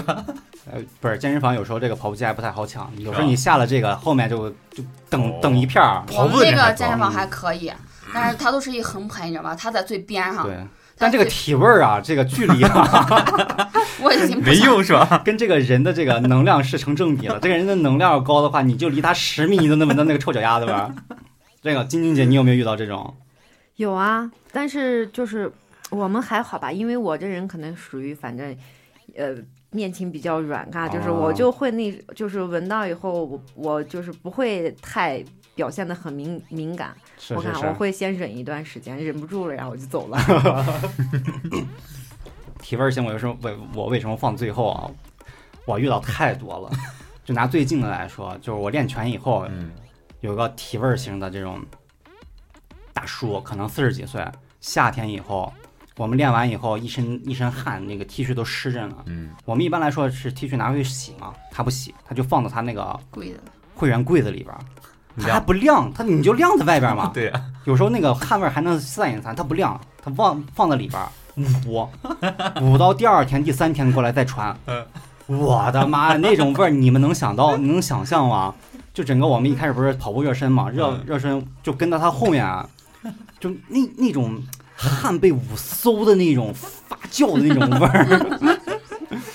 S1: 呃，不是健身房有时候这个跑步机还不太好抢，有时候
S3: 是吧
S1: 你下了这个后面就就等
S3: 哦
S1: 等一片儿，
S2: 我
S3: 跑
S2: 们
S3: 步的
S2: 这
S3: 人
S2: 个
S3: 还
S2: 健身
S3: 多。
S2: 房还可以，但是它都是一横排，你知道吗？它在最边上，
S1: 对。
S2: 它
S1: 但这个
S2: 最
S1: 体味儿啊，这个距离
S2: <laughs>
S1: 啊，
S2: 我已经不
S3: 没
S2: 想
S3: 用是吧？
S1: 跟这个人的这个能量是成正比的。这个人的能量高的话，你就离他十米，你都能闻到那个臭脚丫子味儿。这个晶晶姐，你有没有遇到这种？
S4: 有啊，但是就是我们还好吧，因为我这人可能属于反正，呃，面筋比较软嘎，就是我
S1: 哦
S4: 就会那，就是闻到以后，我我就是不会太表现的很敏敏感。
S1: 是
S4: 我
S1: 是
S4: 看我
S1: 是，
S4: 会先忍一段时间，忍不住了，然后我就走了。 <laughs>
S1: 体味儿型，我为什么为我为什么放最后啊？我遇到太多了。就拿最近的来说，就是我练拳以后，
S3: 嗯，
S1: 有个体味儿型的这种大叔，可能四十几岁，夏天以后，我们练完以后一身一身汗，那个 T 恤都湿着呢。
S3: 嗯，
S1: 我们一般来说是 T 恤拿回去洗嘛，他不洗，他就放到他那个
S2: 跪的。
S1: 会员柜子里边儿，
S3: 你
S1: 它还不晾，它你就晾在外边儿嘛。
S3: 对啊呀，
S1: 有时候那个汗味儿还能散一散，它不晾，它放放在里边儿捂，捂到第二天、第三天过来再穿
S3: 嗯，
S1: 我的妈，那种味儿你们能想到，你能想象吗？就整个我们一开始不是跑步热身嘛，热
S3: 嗯
S1: 热身就跟到他后面啊，就那那种汗被捂馊的那种发酵的那种味儿。
S3: <laughs>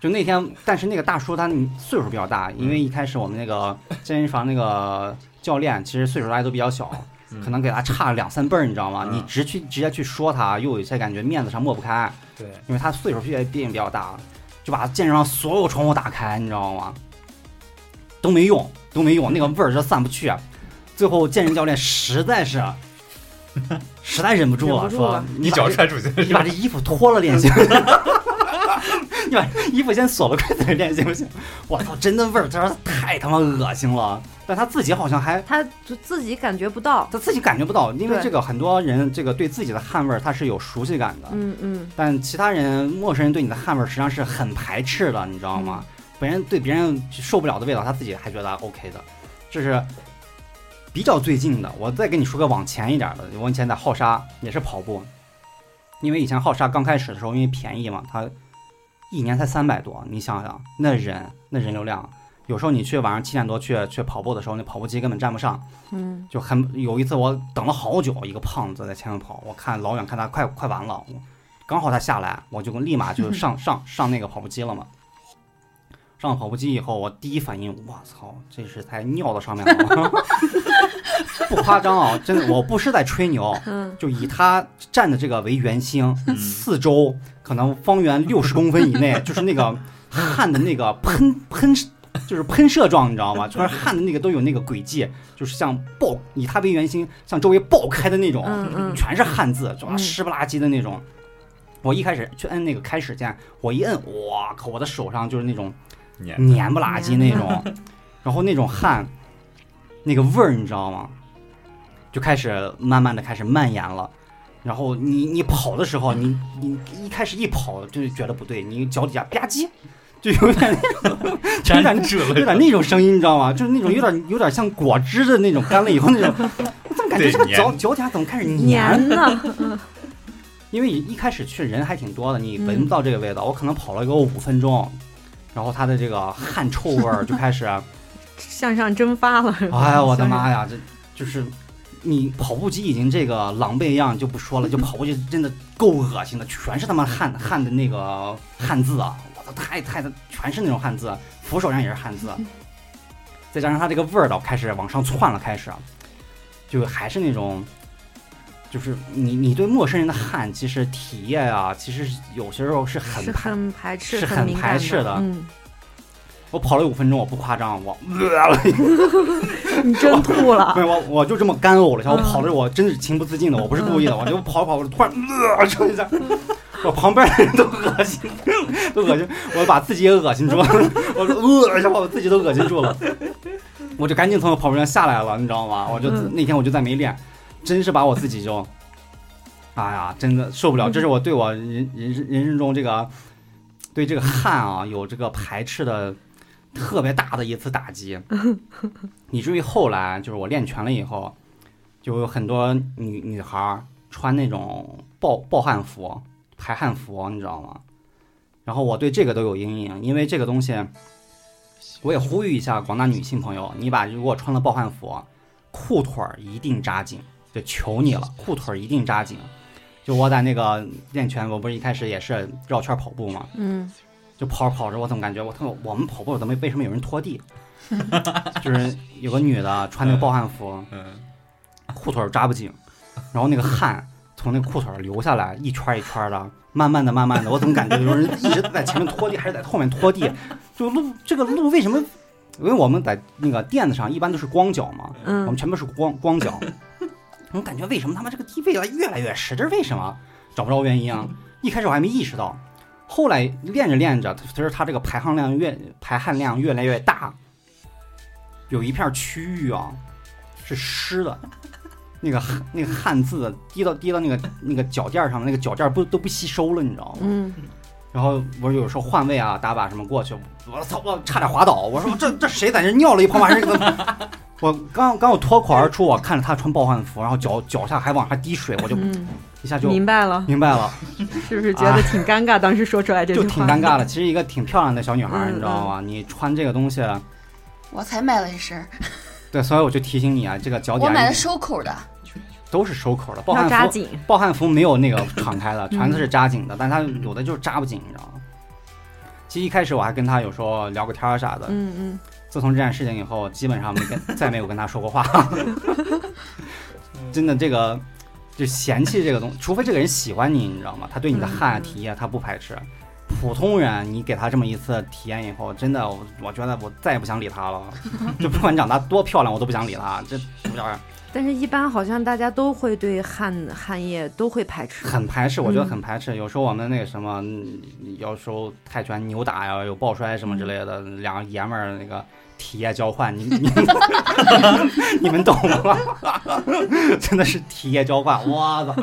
S1: 就那天，但是那个大叔他岁数比较大，因为一开始我们那个健身房那个教练其实岁数大家都比较小，
S3: 嗯
S1: 可能给他差两三辈儿，你知道吗？
S3: 嗯
S1: 你直去直接去说他，又有一些感觉面子上抹不开，
S3: 嗯对，
S1: 因为他岁数毕竟毕竟比较大，就把健身房所有窗户打开，你知道吗？都没用，都没用，那个味儿就散不去。啊最后健身教练实在
S3: <laughs>
S1: 是，实在忍不住了，
S4: 忍不住
S1: 说
S4: 了：“
S1: 你把
S3: 脚
S1: 这
S3: 踹出去
S1: 你把这衣服脱了练行不行？ <laughs> 你把衣服先锁了，快点练行不行？我操，真的味儿，真是太他妈恶心了。但他自己好像还
S4: 他就自己感觉不到。
S1: 他自己感觉不到，因为
S4: 对
S1: 这个很多人这个对自己的汗味儿他是有熟悉感的，
S4: 嗯嗯，
S1: 但其他人陌生人对你的汗味儿实际上是很排斥的，你知道吗？别人对别人受不了的味道，他自己还觉得 OK 的，这是比较最近的。我再跟你说个往前一点的，我以前在浩沙也是跑步，因为以前浩沙刚开始的时候，因为便宜嘛，它一年才三百多，你想想那人那人流量，有时候你去晚上七点多去去跑步的时候，那跑步机根本站不上，
S4: 嗯，
S1: 就很有一次我等了好久，一个胖子在前面跑，我看老远看他快快完了，我刚好他下来，我就立马
S4: 嗯
S1: 就上上上那个跑步机了嘛。上了跑步机以后，我第一反应，我操，这是才尿到上面了吗， <laughs> 不夸张啊，真的，我不是在吹牛，
S4: 嗯
S1: 就以他站的这个为圆心，
S3: 嗯
S1: 四周可能方圆六十公分以
S4: <laughs>
S1: 内，就是那个汗的那个喷喷，就是喷射状，你知道吗？就是汗的那个都有那个轨迹，就是像爆以它为圆心，向周围爆开的那种，
S4: 嗯嗯
S1: 全是汗渍，就
S4: 嗯
S1: 湿不拉几的那种。我一开始去摁那个开始键，我一摁，哇靠，我的手上就是那种
S3: 年
S1: 黏不拉几 <laughs> 那
S4: 黏
S1: 种，然后那种汗，那个味儿你知道吗？就开始慢慢的开始蔓延了。然后你你跑的时候，你你一开始一跑就觉得不对，你脚底下吧唧，就有点就有
S3: 粘
S1: 点
S3: 住
S1: 有
S3: 了，
S1: 点那种声音，你知道吗？就是那种有点有点像果汁的那种干了以后那种，我怎么感觉
S3: 对
S1: 这个脚
S3: 黏
S1: 脚底下怎么开始黏
S4: 黏啊呢？
S1: 因为一开始去人还挺多的，你闻
S4: 嗯
S1: 不到这个味道。我可能跑了有五分钟，然后它的这个汗臭味儿就开始，啊
S4: 向上蒸发了。 <laughs>
S1: 哎呀，我的妈呀，这就是你跑步机已经这个狼狈样就不说
S4: <laughs>
S1: 了，就跑步机真的够恶心的，全是他妈汗
S4: 嗯
S1: 汗的那个汗渍啊！我操，太太全是那种汗渍，扶手上也是汗
S4: <laughs>
S1: 渍，再加上它这个味儿道开始往上窜了，开始啊就还是那种。就是你，你对陌生人的汗，其实体液啊，其实有些时候是很
S4: 是
S1: 排
S4: 很排斥，
S1: 是很
S4: 很敏感
S1: 排斥的
S4: 嗯，
S1: 我跑了五分钟，我不夸张，我
S4: 你真吐了
S1: <laughs> 没。有，我我就这么干呕了一下，我
S4: 嗯
S1: 跑着我真是情不自禁的，我不是故意的，我就跑着跑着，我突然呃冲一下，我旁边的人都恶心， <laughs> 都恶心，我把自己也恶心住了，我说呃一下把我自己都恶心住了，我就赶紧从跑步上下来了，你知道吗？我就
S4: 嗯
S1: 那天我就再没练，真是把我自己就，哎呀，真的受不了，
S4: 嗯
S1: 这是我对我人人生人生中这个对这个汗啊有这个排斥的特别大的一次打
S4: <laughs>
S1: 击，以至于后来就是我练拳了以后，就有很多女女孩儿穿那种暴暴汗服、排汗服，你知道吗？然后我对这个都有阴影，因为这个东西，我也呼吁一下广大女性朋友，你把如果穿了暴汗服，裤腿儿一定扎紧，就求你了，裤腿儿一定扎紧。就我在那个练拳，我不是一开始也是绕圈儿跑步嘛，
S4: 嗯，
S1: 就跑着跑着，我怎么感觉我特我们跑步怎么为什么有人拖地？ <laughs> 就是有个女的穿那个暴汗服，
S3: 嗯，
S1: 裤腿儿扎不紧，然后那个汗从那裤腿儿流下来，一圈儿一圈儿的，慢慢的、慢慢的，我怎么感觉有人一直在前面拖地，还是在后面拖地？就路这个路为什么？因为我们在那个垫子上一般都是光脚嘛，我们
S4: 嗯，
S1: 全部是光光脚，我感觉为什么他妈这个地位越来越实，这是为什么？找不着原因啊！一开始我还没意识到，后来练着练着，随着它这个排汗量越排汗量越来越大，有一片区域啊是湿的，那个汗那个汗渍啊滴到滴到那个那个脚垫儿上面，那个脚垫儿不都不吸收了，你知道吗？
S4: 嗯，
S1: 然后我有时候换
S4: <laughs>
S1: 位啊、打靶什么过去，我操，我差点滑倒。我说这这谁在这尿了一泡，还是怎么？我刚刚我脱口而出，我看着他穿暴汗服，然后脚脚下还往下滴水，我就
S4: 嗯，
S1: 一下就
S4: 明
S1: <laughs>
S4: 白了，
S1: 明白了，
S4: 是不是觉得挺尴尬？当时说出来这句
S1: 就
S4: 话
S1: 挺尴尬的。其实一个挺漂亮的小女孩儿，
S4: 嗯
S1: 你知道吗？你穿这个东西，啊
S2: 我才买了一身儿，
S1: 对，所以我就提醒你啊，这个脚底
S2: 我买
S1: 啊
S2: 的收口的，
S1: 都是收口的，暴
S4: 要
S1: 汗
S4: 扎
S1: 服
S4: 紧，
S1: 暴汗服没有那个敞开的， <laughs> 全都是扎紧的，但它有的就是扎不紧，你知道吗？其实一开始我还跟他有时候聊个天儿啥的，
S4: 嗯嗯，
S1: 自从这件事情以后，基本上没跟再没有跟他说过话。真的，这个就嫌弃这个东，除非这个人喜欢你，你知道吗？他对你的
S4: 嗯
S1: 汗
S4: 嗯
S1: 体验他不排斥。普通人，你给他这么一次体验以后，真的，我我觉得我再也不想理他了。 <laughs> 就不管长得多漂亮，我都不想理他。这主角
S4: 但是一般好像大家都会对汗汗液都会排斥，
S1: 很排斥，我觉得很排斥。有时候我们那个什么，嗯有时候泰拳扭打呀，有抱摔什么之类的，两个爷们儿那个体液交换，你 <laughs> 你你们懂吗？ <laughs> 真的是体液交换，我操！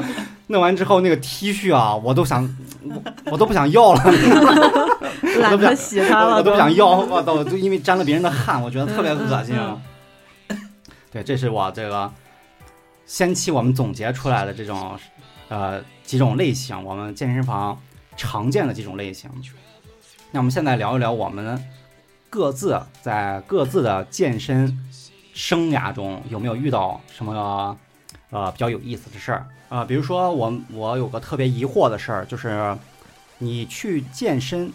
S1: 弄完之后那个 T 恤啊，我都想，我我都不想要了，
S4: 懒得洗它
S1: <laughs> 我
S4: 了，
S1: 我都不想要，我操！就因为沾了别人的汗，我觉得特别恶心。啊
S4: 嗯
S1: <laughs> 对，这是我这个先期我们总结出来的这种呃几种类型，我们健身房常见的几种类型。那我们现在聊一聊我们各自在各自的健身生涯中有没有遇到什么呃比较有意思的事儿啊、呃比如说我我有个特别疑惑的事儿，就是你去健身，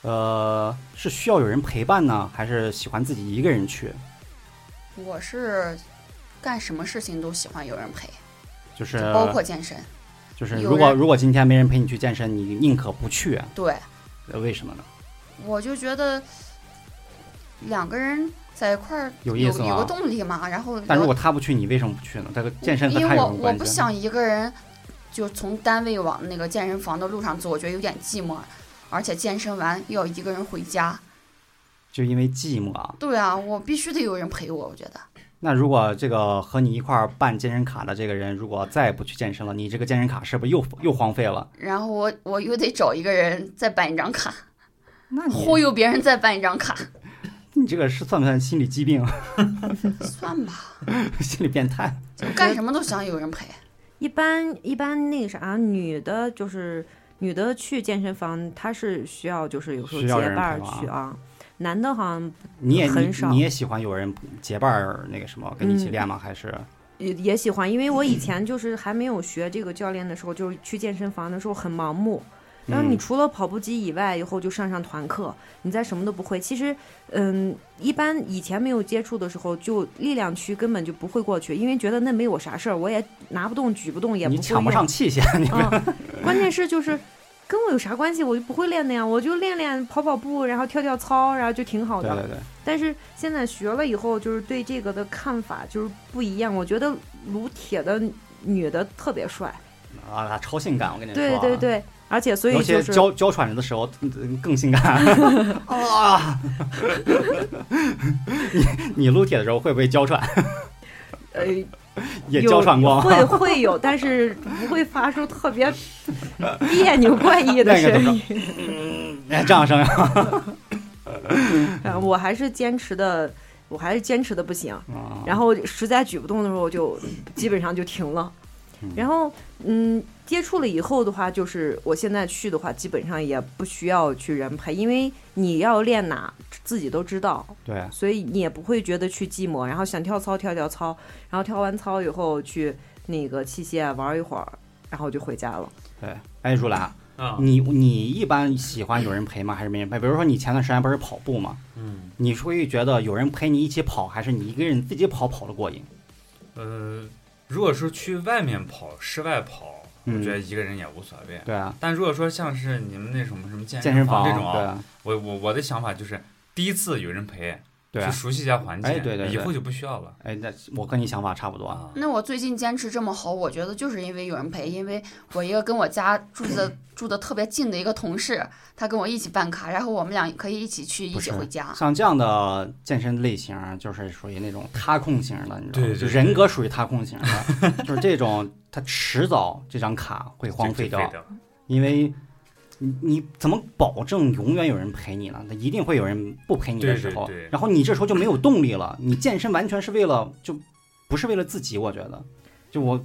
S1: 呃，是需要有人陪伴呢，还是喜欢自己一个人去？
S2: 我是干什么事情都喜欢有人陪，
S1: 就是
S2: 就
S3: 呃
S2: 包括健身。
S1: 就是
S2: 有
S1: 如果
S2: 人
S1: 如果今天没人陪你去健身，你宁可不去，
S2: 对，
S1: 呃为什么呢？
S2: 我就觉得两个人在一块儿
S1: 有意
S2: 有
S1: 思吗
S2: 有个动力嘛，然后
S1: 但如
S2: 聊
S1: 果他不去，你为什么不去呢？他跟健身和
S2: 因
S1: 他
S2: 为
S1: 有
S2: 我
S1: 什么
S2: 我
S1: 关
S2: 不
S1: 系？
S2: 想一个人就从单位往那个健身房的路上走，我觉得有点寂寞，而且健身完又要一个人回家。
S1: 就因为寂寞啊。
S2: 对啊，我必须得有人陪我，我觉得
S1: 那如果这个和你一块儿办健身卡的这个人，如果再也不去健身了，你这个健身卡是不是又又荒废了？
S2: 然后我我又得找一个人再办一张卡，
S1: 那
S2: 忽
S1: 你
S2: 悠别人再办一张卡，
S1: 你这个是算不算心理疾病？
S2: <laughs>
S1: <laughs>
S2: 算吧，
S1: 心理变态？
S2: 就干什么都想有人陪。
S4: 一般一般那个啥，女的就是女的去健身房，她是需要就是有时候
S1: 需要人
S4: 结伴儿
S1: 陪吗
S4: 去啊。男的好像
S1: 你也你
S4: 很少
S1: 你也喜欢有人结伴儿那个什么跟你一起
S4: 嗯
S1: 练吗？还是
S4: 也也喜欢，因为我以前就是还没有学这个教练的时候，就是去健身房的时候很盲目。然后你
S1: 嗯
S4: 除了跑步机以外，以后就上上团课，你再什么都不会。其实，嗯，一般以前没有接触的时候，就力量区根本就不会过去，因为觉得那没有啥事儿，我也拿不动、举不动，也不
S1: 你
S4: 会
S1: 抢不
S4: 用
S1: 上器械？ <laughs>
S4: <laughs>
S1: 你
S4: 啊，关
S1: <laughs>
S4: 键是就是跟我有啥关系？我就不会练那样，我就练练跑跑步，然后跳跳操，然后就挺好
S1: 对
S4: 的。
S1: 对对，
S4: 但是现在学了以后，就是对这个的看法就是不一样。我觉得撸铁的女的特别帅，
S1: 啊，超性感！我跟你说啊，
S4: 对对对，而且所以
S1: 尤其
S4: 就是是
S1: 娇娇喘着的时候嗯更
S4: <laughs>
S1: 性感啊！ <laughs> 你你撸铁的时候会不会娇喘？
S4: <laughs> 呃
S1: <laughs> 也
S4: 有
S1: 娇喘过吗？ <laughs>
S4: 会会有，但是不会发出特别 <laughs> 别扭怪异的
S1: 那个怎
S4: 声
S1: 么
S4: 音。
S1: 哎，这样声
S3: <laughs>
S1: 音嗯
S4: 啊我还是坚持的，我还是坚持的不行。
S1: 啊，
S4: 然后实在举不动的时候，
S1: <laughs>
S4: 就基本上就停了
S1: 嗯。
S4: 然后，嗯，接触了以后的话，就是我现在去的话，基本上也不需要去人陪，因为你要练哪自己都知道，
S1: 对，
S4: 所以你也不会觉得去寂寞。然后想跳操跳跳操，然后跳完操以后去那个器械玩一会儿，然后就回家了。
S1: 对。哎，如兰，
S3: 啊，
S1: 你你一般喜欢有人陪吗？还是没人陪？比如说你前段时间不是跑步吗？
S3: 嗯，
S1: 你会觉得有人陪你一起跑，还是你一个人自己跑跑得过瘾？
S3: 呃，如果说去外面跑，室外跑，我
S1: 嗯
S3: 觉得一个人也无所谓。
S1: 对啊，
S3: 但如果说像是你们那什么什么健
S1: 健身
S3: 房
S1: 房
S3: 这种
S1: 对
S3: 啊，
S1: 啊
S3: 我我我的想法就是，第一次有人陪，
S1: 对
S3: 去
S1: 啊。
S3: 熟悉一下环境，
S1: 哎对对对
S3: 以后就不需要了。
S1: 哎，那我跟你想法差不多啊。
S3: 啊，
S2: 那我最近坚持这么好，我觉得就是因为有人陪，因为我一个跟我家住
S1: <clears throat>
S2: 的住的特别近的一个同事，他跟我一起办卡，然后我们俩可以一起去，一
S1: 不
S2: 起
S1: 是
S2: 回家。
S1: 像这样的健身类型儿，就是属于那种他控型的，你知道吗？
S3: 对对
S1: 就
S3: 对
S1: 人格属于他控型 <laughs> 的，就是这种，他迟早这张卡会荒
S3: 就
S1: 废
S3: 就
S1: 掉
S3: 废，掉。
S1: 因为你你怎么保证永远有人陪你呢？那一定会有人不陪你的时候，
S3: 对对对
S1: 然后你这时候就没有动力了。你健身完全是为了，就不是为了自己，我觉得，就我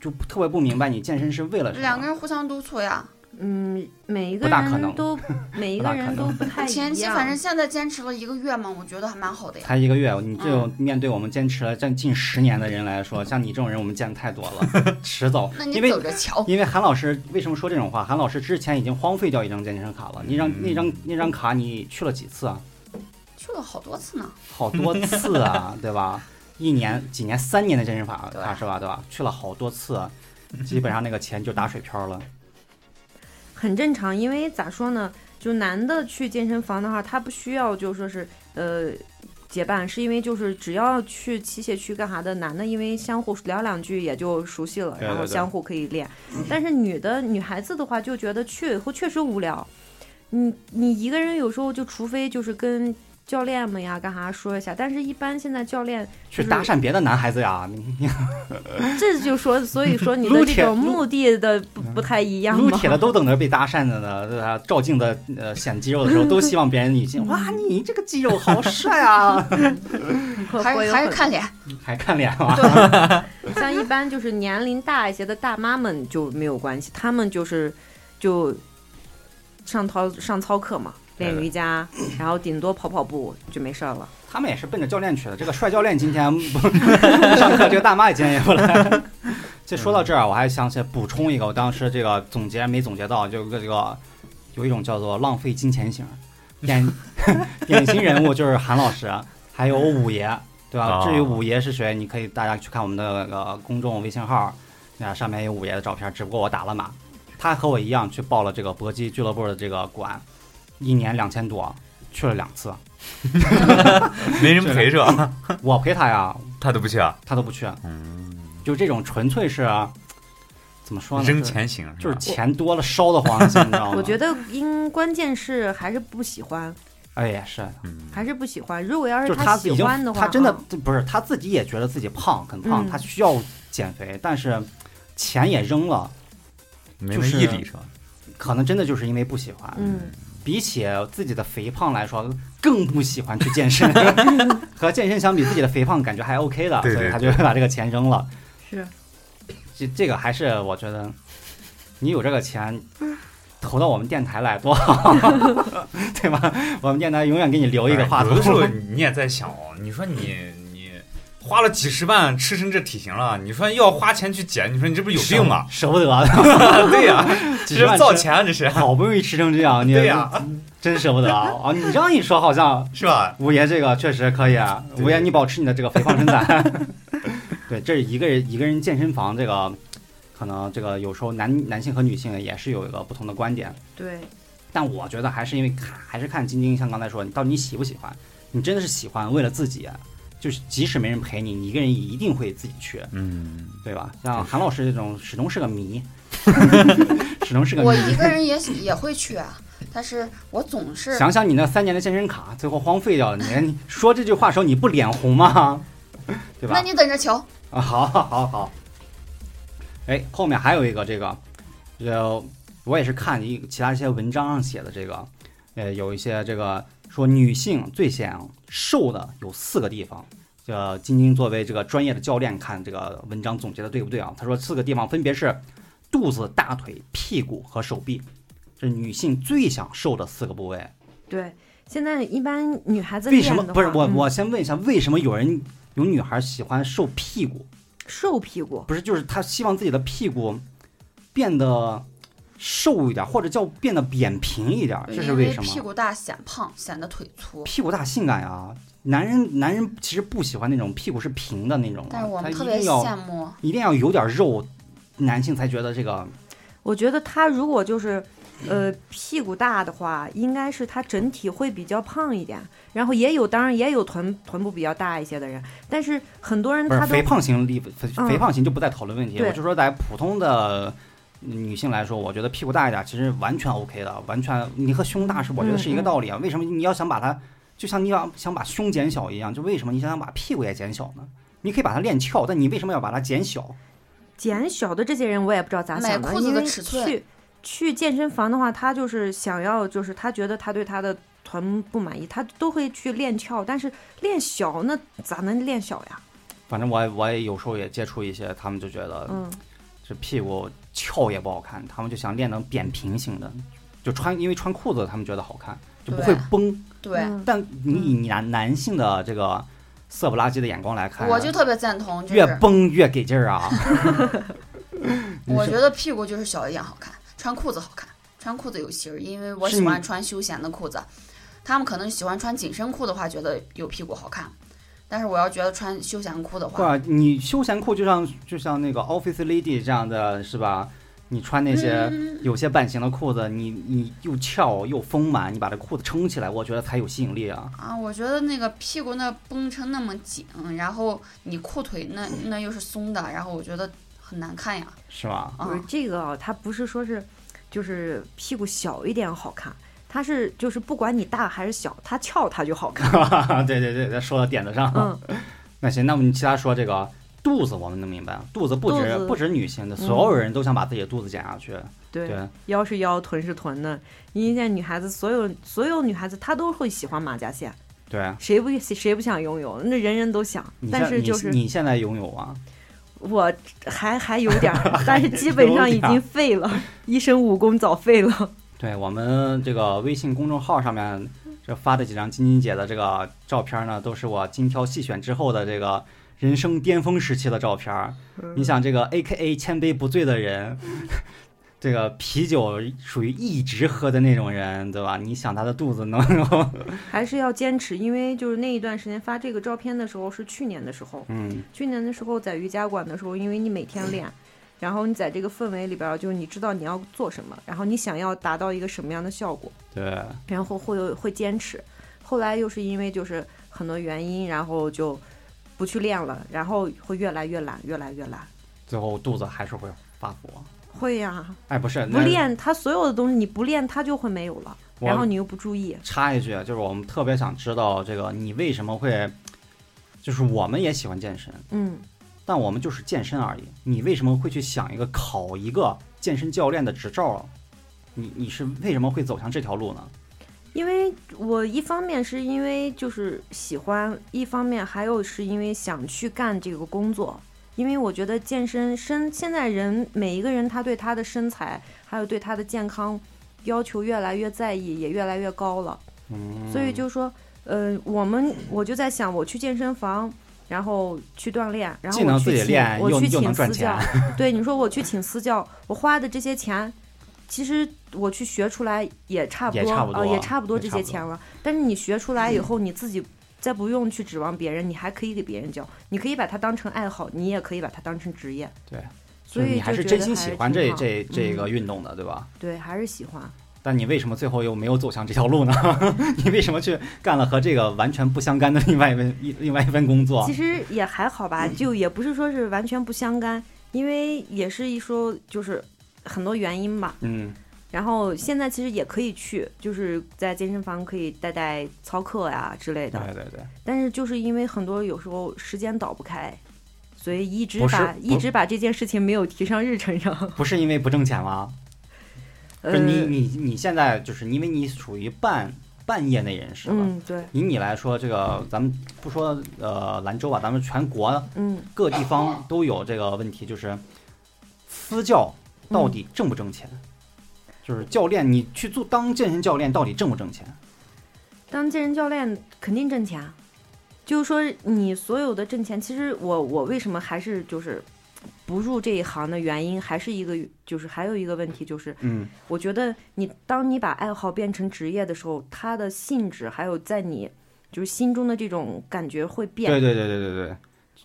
S1: 就特别不明白你健身是为了什么。
S2: 两个人互相督促呀。
S4: 嗯，每一个
S1: 不大可
S4: 人
S1: 能 <laughs>
S4: 都每一
S1: 不
S4: 个
S1: 大可
S4: 人都
S1: 能
S4: 不太一样。
S2: 前期反正现在坚持了一个月嘛，我觉得还蛮好的呀。
S1: 才一个月，你这种
S2: 嗯
S1: 面对我们坚持了将近十年的人来说，像你这种人，我们见得太多了，迟早
S2: 那，
S1: 因
S2: 你
S1: 为
S2: 走着瞧，
S1: 因为韩老师为什么说这种话？韩老师之前已经荒废掉一张健身卡了。那张
S3: 嗯
S1: 那张那张卡你去了几次啊？
S2: 去了好多次呢。
S1: 好多次啊，对吧？一年、几年、三年的健身卡
S2: 对
S1: 卡是吧？对吧？去了好多次，啊基本上那个钱就打水漂了。
S4: 很正常，因为咋说呢，就男的去健身房的话，他不需要就说是呃结伴，是因为就是只要去器械区干啥的，男的因为相互聊两句也就熟悉了，
S1: 对对
S4: 然后相互可以练。
S2: 嗯
S4: 但是女的女孩子的话，就觉得去以后确实无聊，你你一个人有时候就除非就是跟。教练们呀，干啥说一下？但是，一般现在教练
S1: 去
S2: 嗯
S4: 就是
S1: 搭讪别的男孩子呀，你你
S4: 这就说，所以说你
S1: 撸
S4: 的这
S1: 铁
S4: 种
S1: 撸
S4: 目的的不不太一样
S1: 撸
S4: 嘛。
S1: 铁的都等着被搭讪的呢，对吧？照镜子呃显肌肉的时候，都希望别人一进，哇，你这个肌肉好帅啊，
S4: 会
S2: 还
S4: 会
S2: 是
S4: 有
S2: 还是
S4: 很
S2: 看脸，
S1: 还看脸吗？ <laughs>
S4: 像一般就是年龄大一些的大妈们就没有关系，她们就是就上操上操课嘛，
S1: 对
S4: 练
S1: 的
S4: 瑜伽，然后顶多跑跑步就没事儿了。
S1: 他们也是奔着教练去的。这个帅教练今天不 <laughs> 上课，这个大妈也今天也不来。 <laughs> 这说到这儿，我还想起来补充一个，我当时这个总结没总结到，就这个有一种叫做浪费金钱型，典典型人物就是韩老师，还有五爷，对吧？
S3: 哦
S1: 至于五爷是谁，你可以大家去看我们的那个公众微信号，那上面有五爷的照片，只不过我打了码。他和我一样去报了这个搏击俱乐部的这个馆，一年两千多，去了两次。
S3: 没人陪是吧？ <laughs>
S1: 我陪他呀，
S3: 他都不去啊？
S1: 他都不去。
S3: 嗯
S1: 就这种纯粹是啊怎么说呢？
S3: 扔，钱行
S1: 就是
S3: 吧
S1: 钱多了烧得慌，你知道吗？
S4: <laughs> 我觉
S1: 得，
S4: 得应关键是还是不喜欢，
S1: 哎呀，是，
S3: 嗯
S4: 还是不喜欢。如果要
S1: 就是是他
S4: 喜
S1: 已经
S4: 欢的，话，
S1: 他真的
S4: 啊
S1: 不是他自己也觉得自己胖，很胖，
S4: 嗯
S1: 他需要减肥，但是钱也扔了，
S3: 没
S1: 就
S3: 那
S1: 是
S3: 毅力是吧？
S1: 可能真的就是因为不喜欢。
S4: 嗯，
S1: 比起自己的肥胖来说，更不喜欢去健
S3: <laughs>
S1: 身。和健身相比，自己的肥胖感觉还 OK 的，
S3: 对对
S1: 所以他就会把这个钱扔了。
S4: 是
S1: 这这个还是我觉得，你有这个钱投到我们电台来多好， <laughs> 对吧？我们电台永远给你留一个话
S3: 哎有的时
S1: 筒 <laughs>
S3: 候。你也在想哦，你说你你花了几十万吃成这体型了，你说要花钱去减，你说你这不是有病啊吗？
S1: 舍不得，
S3: <laughs> 对
S1: <laughs>
S3: 呀，这
S1: 啊几十
S3: 是
S1: 万
S3: 造
S1: 吃，
S3: 钱，这是
S1: 好不容易吃成这样，你
S3: 对呀，
S1: 真舍不得啊！啊你这样一说，好像
S3: 是吧？
S1: 五爷这个确实可以啊。
S3: 对
S1: 五爷，你保持你的这个肥胖身材。 <laughs> 对，这是一个人一个人健身房这个，可能这个有时候男男性和女性也是有一个不同的观点。
S4: 对，
S1: 但我觉得还是因为看，还是看晶晶，像刚才说，你到底你喜不喜欢？你真的是喜欢，为了自己，啊就是即使没人陪你，你一个人也一定会自己去，
S3: 嗯，
S1: 对吧？像韩老师这种始终是个谜，始终是个
S2: 我
S1: 谜。 <laughs>
S2: 一个人也喜也会去啊，但是我总是
S1: 想想你那三年的健身卡，最后荒废掉了，你你说这句话的时候你不脸红吗？ <laughs> 对吧
S2: 那？你等着瞧，
S1: 啊，好好好。哎，后面还有一个这个，呃，我也是看一其他一些文章上写的这个，呃，有一些这个说女性最想瘦的有四个地方。这晶晶作为这个专业的教练，看这个文章总结的对不对啊？他说四个地方分别是肚子、大腿、屁股和手臂，这女性最想瘦的四个部位。
S4: 对。现在一般女孩子
S1: 为什
S4: 练
S1: 么
S4: 的话，
S1: 不是我？
S4: 嗯
S1: 我先问一下，为什么有人有女孩喜欢瘦屁股？
S4: 瘦屁股，
S1: 不是，就是他希望自己的屁股变得瘦一点，或者叫变得扁平一点，啊这是
S2: 因为
S1: 什
S2: 屁
S1: 么？啊
S2: 股大显胖，显得腿粗。
S1: 屁股大性感呀，男人男人其实不喜欢那种屁股是平的那种的，
S2: 但是
S1: 他
S2: 我们
S1: 一
S2: 特别
S1: 定
S2: 羡
S1: 要
S2: 慕，
S1: 一定要有点肉，男性才觉得这个
S4: 我觉得她如果就是，呃，屁股大的话，应该是她整体会比较胖一点。然后也有，当然也有臀臀部比较大一些的人，但是很多人
S1: 不是
S4: 她都
S1: 肥胖型例肥
S4: 嗯
S1: 肥胖型就不再讨论问题，
S4: 对
S1: 我就说在普通的。女性来说，我觉得屁股大一点其实完全 OK 的，完全你和胸大是我觉得是一个道理
S4: 嗯
S1: 啊。为什么你要想把它，就像你要想把胸减小一样，就为什么你想想把屁股也减小呢？你可以把它练翘，但你为什么要把它减小？
S4: 减小的这些人，我也不知道咋
S2: 买
S4: 想的，
S2: 裤子
S4: 因
S2: 的
S4: 为
S2: 尺寸
S4: 去去健身房的话，他就是想要，就是他觉得他对他的臀不满意，他都会去练翘，但是练小那咋能练小呀？
S1: 反正我也我也有时候也接触一些，他们就觉得
S4: 嗯，
S1: 这屁股翘也不好看，他们就想练成扁平型的，就穿因为穿裤子他们觉得好看，就不会
S2: 对
S1: 崩。
S2: 对，
S4: 嗯
S1: 但你以男男性的这个色不拉几的眼光来看，啊
S2: 我就特别赞同，就
S1: 越
S2: 是
S1: 崩越给劲儿啊！
S2: 我觉得屁股就是小一点好看，穿裤子好看，穿裤子有型儿，因为我
S1: 是
S2: 喜
S1: 你
S2: 欢穿休闲的裤子。他们可能喜欢穿紧身裤的话，觉得有屁股好看，但是我要觉得穿休闲裤的
S1: 对
S2: 话，
S1: 啊，你休闲裤就像就像那个 office lady 这样的是吧？你穿那些有些版型的裤子，你你又翘又丰满，你把这裤子撑起来，我觉得才有吸引力啊。
S2: 啊，我觉得那个屁股那绷成那么紧，然后你裤腿那那又是松的，然后我觉得很难看呀。
S1: 是吧？ <laughs>
S2: 啊
S4: 不是，这个啊，它不是说是就是屁股小一点好看，它是就是不管你大还是小，它翘它就好看。
S1: 对对对，说到点子上。
S4: 嗯，
S1: 那行，那么你其他说这个肚子，我们能明白，啊肚子不止
S4: 肚子
S1: 不止女性的，所有人都想把自己的肚子减下去。
S4: <laughs> 对，
S1: 对，
S4: 腰是腰，臀是臀的。你见女孩子，所有所有女孩子她都会喜欢马甲线，
S1: 对，
S4: 谁不谁不想拥有？那人人都想
S1: 你，
S4: 但
S1: 现
S4: 是就是
S1: 你你现在拥有啊，
S4: 我还还有点儿，但是基本上已
S1: 有点
S4: 经废了，一身武功早废了。 <laughs>
S1: 对我们这个微信公众号上面这发的几张晶晶姐的这个照片呢，都是我精挑细选之后的这个人生巅峰时期的照片儿。
S4: 嗯
S1: 你想，这个 A K A 千杯不醉的人， <laughs> 这个啤酒属于一直喝的那种人，对吧？你想他的肚
S4: <laughs>
S1: 子能有，
S4: 还是要坚持，因为就是那一段时间发这个照片的时候是去年的时候，
S1: 嗯，
S4: 去年的时候在瑜伽馆的时候，因为你每天练，然后你在这个氛围里边儿，就是你知道你要做什么，然后你想要达到一个什么样的效果，
S1: 对。
S4: 然后会有会坚持。后来又是因为就是很多原因，然后就不去练了，然后会越来越懒，越来越懒。
S1: 最后肚子还是会发福。
S4: 会呀、
S1: 哎，不是，
S4: 不
S1: 那
S4: 练它所有的东西，你不练它就会没有了，
S1: 我
S4: 然后你又不注意，
S1: 插一句，啊就是我们特别想知道这个你为什么会，就是我们也喜欢健身，
S4: 嗯，
S1: 但我们就是健身而已。你为什么会去想一个考一个健身教练的执照？啊你你是为什么会走向这条路呢？
S4: 因为我一方面是因为就是喜欢，一方面还有是因为想去干这个工作。因为我觉得健身身现在人每一个人他对他的身材还有对他的健康要求越来越在意，也越来越高了。
S1: 嗯，
S4: 所以就说，呃，我们我就在想，我去健身房，然后去锻炼，然后
S1: 既能
S4: 我
S1: 自
S4: 去
S1: 己
S4: 请
S1: 练
S4: 我
S1: 又
S4: 去
S1: 又能
S4: 请
S1: 赚
S4: 私教，对你说我去请私教，我花的这些钱，其实我去学出来也差不
S1: 也
S4: 多
S1: 差不
S4: 啊、
S1: 多嗯
S4: 也差不多
S1: 也
S4: 这
S1: 差
S4: 些
S1: 不
S4: 钱了。但是你学出来以后，你自己。再不用去指望别人，你还可以给别人教，你可以把它当成爱好，你也可以把它当成职业。
S1: 对，
S4: 所以
S1: 你还
S4: 就是
S1: 真
S4: 觉得
S1: 心
S4: 还
S1: 喜
S4: 是
S1: 欢
S4: 挺
S1: 这
S4: 好
S1: 这这
S4: 嗯
S1: 个运动的，对吧？
S4: 对，还是喜欢。
S1: 但你为什么最后又没有走向这条路呢？ <laughs> 你为什么去干了和这个完全不相干的另外一份一另外一份工作
S4: 其？实也还好吧，就也不是说是完全不相干，因为也是一说就是很多原因吧。
S1: 嗯，
S4: 然后现在其实也可以去，就是在健身房可以带带操课呀之类
S1: 对
S4: 的。
S1: 对对。
S4: 但是就是因为很多有时候时间倒不开，所以一直
S1: 不是
S4: 把
S1: 不
S4: 一直把这件事情没有提上日程上。
S1: 不是因为不挣钱吗？不
S4: 呃
S1: 是，你你你现在就是因为你属于半半业内人士了。
S4: 嗯，对，
S1: 以你来说，这个咱们不说呃兰州吧，咱们全国
S4: 嗯
S1: 各地方都有这个问题，就是私教到底挣不挣钱？就是教练，你去做当健身教练到底挣不挣钱？
S4: 当健身教练肯定挣钱啊，就是说你所有的挣钱，其实我我为什么还是就是不入这一行的原因，还是一个就是还有一个问题就是，
S1: 嗯，
S4: 我觉得你当你把爱好变成职业的时候，它的性质还有在你就是心中的这种感觉会变。
S1: 对对对对对对。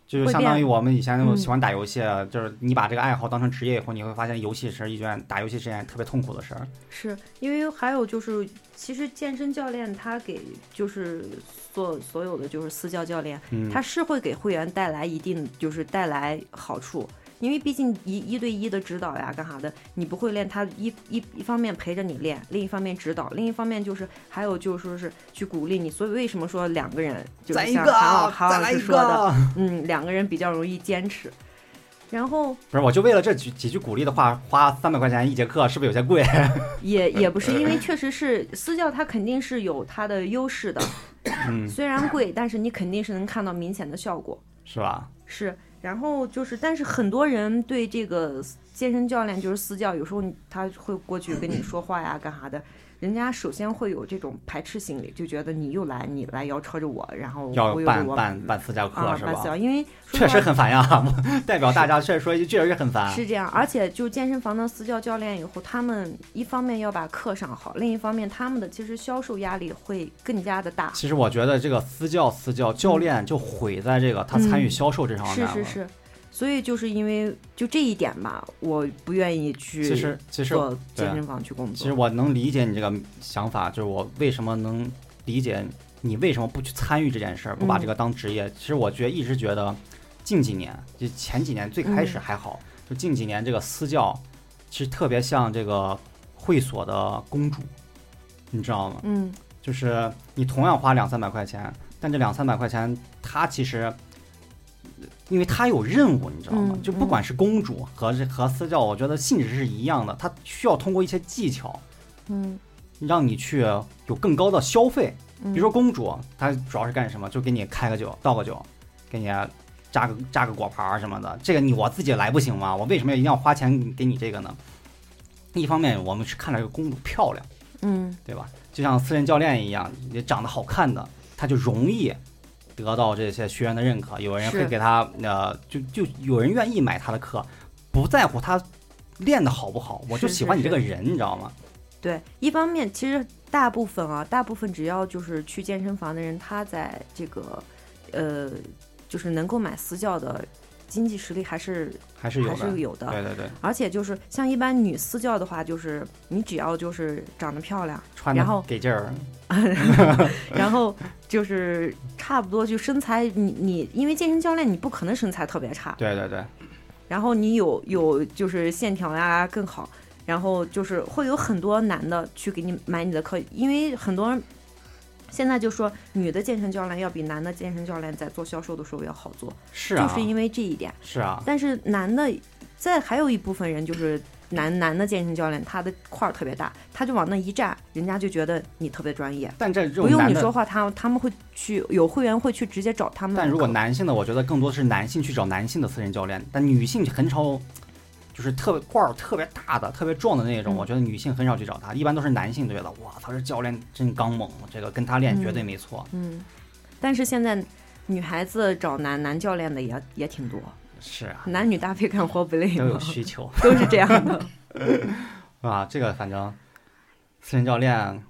S1: 就是
S4: 会
S1: 相当于
S4: 变
S1: 我们以前那种
S4: 嗯
S1: 喜欢打游戏，啊就是你把这个爱好当成职业以后，你会发现游戏是一件打游戏是一件特别痛苦的事儿。
S4: 是因为还有就是，其实健身教练他给就是所所有的就是私教教练，
S1: 嗯
S4: 他是会给会员带来一定就是带来好处，因为毕竟一一对一的指导呀，干啥的，你不会练，他一一一方面陪着你练，另一方面指导，另一方面就是还有就是说是去鼓励你，所以为什么说两
S1: 啊
S4: 个人就是像韩老韩老师说的，嗯，两个人比较容易坚持。然后
S1: <laughs> 不是，我就为了这几几句鼓励的话，花三百块钱一节课，是不是有些贵？ <laughs>
S4: 也
S1: 嗯
S4: 也不是，因为确实是私教，它肯定是有它的优势的，
S1: 嗯，
S4: <clears throat> 虽然贵，但是你肯定是能看到明显的效果。
S1: 是吧？
S4: 是，然后就是，但是很多人对这个健身教练就是私教，有时候你他会过去跟你说话呀，干啥的。人家首先会有这种排斥心理，就觉得你又来，你来摇车着我，然后
S1: 要
S4: 忽悠着
S1: 办
S4: 我
S1: 办办私教课
S4: 啊，
S1: 是
S4: 办
S1: 吧？
S4: 私教，因为说
S1: 确
S4: 实
S1: 实很
S4: <laughs>
S1: 烦呀，代表大家确实说一句，确实很烦。
S4: 是这样，而且就健身房的私教教练以后，他们一方面要把课上好，另一方面他们的其实销售压力会更加的大。
S1: 其实我觉得这个私教、私教教练就毁在这个他参与销售这上面
S4: 是
S1: 了。
S4: 嗯是是，所以就是因为就这一点吧，我不愿意去
S1: 其实其实
S4: 做
S1: 对
S4: 健身房去工
S1: 其实
S4: 作。
S1: 我能理解你这个想法，就是我为什么能理解你为什么不去参与这件事儿，不把
S4: 嗯
S1: 这个当职业。其实我觉得一直觉得，近几年就前几年最开始还
S4: 嗯
S1: 好，就近几年这个私教，其实特别像这个会所的公主，你知道吗？
S4: 嗯，
S1: 就是你同样花两三百块钱，但这两三百块钱，它其实，因为它有任务，你知道吗？
S4: 嗯
S1: 就不管是公主和这和私教，我觉得性质是一样的，它需要通过一些技巧，
S4: 嗯，
S1: 让你去有更高的消费。
S4: 比
S1: 比如说公主，她主要是干什么？就给你开个酒，倒个酒，给你扎个扎个果盘儿什么的。这个你我自己来不行吗？我为什么一定要花钱给你这个呢？一方面，我们是看了这个公主漂亮。
S4: 嗯
S1: 对吧？就像私人教练一样，也长得好看的，他就容易得到这些学员的认可。有人
S4: 是
S1: 会给他呃，就就有人愿意买他的课，不在乎他练的好不好，我就是喜
S4: 是
S1: 欢你这个人，你知道吗？
S4: 对，一方面其实大部分啊，大部分只要就是去健身房的人，他在这个呃，就是能够买私教的经济实力还是
S1: 还是有
S4: 还
S1: 的，
S4: 是有的。
S1: 对对对，
S4: 而且就是像一般女私教的话，就是你只要就是长得漂亮，
S1: 穿
S4: 然后嗯
S1: 的给劲儿，
S4: 然后就是差不多就身材，你你因为健身教练你不可能身材特别差，
S1: 对对对，
S4: 然后你有有就是线条呀、更好，然后就是会有很多男的去给你买你的课，因为很多人现在就说女的健身教练要比男的健身教练在做销售的时候要好做，
S1: 是啊，
S4: 就是因为这一点。
S1: 是啊，
S4: 但是男的，再还有一部分人就是男男的健身教练，他的块儿特别大，他就往那一站，人家就觉得你特别专业，
S1: 但这这
S4: 不
S1: 种
S4: 用
S1: 男
S4: 你
S1: 的
S4: 说话，他他们会去有会员会去直接找他们的课。
S1: 但如果男性的，我觉得更多是男性去找男性的私人教练，但女性很少，就是特别块儿特别大的、特别壮的那种，
S4: 嗯
S1: 我觉得女性很少去找他，一般都是男性觉得哇，他这教练真刚猛，这个跟他练绝对没错。
S4: 嗯，但是现在女孩子找男男教练的也也挺多，
S1: 是啊，
S4: 男女搭配干活不累
S1: 都
S4: 吗
S1: 有？需求
S4: 都是这样
S1: <laughs>
S4: 的。
S1: 啊，这个反正私人教练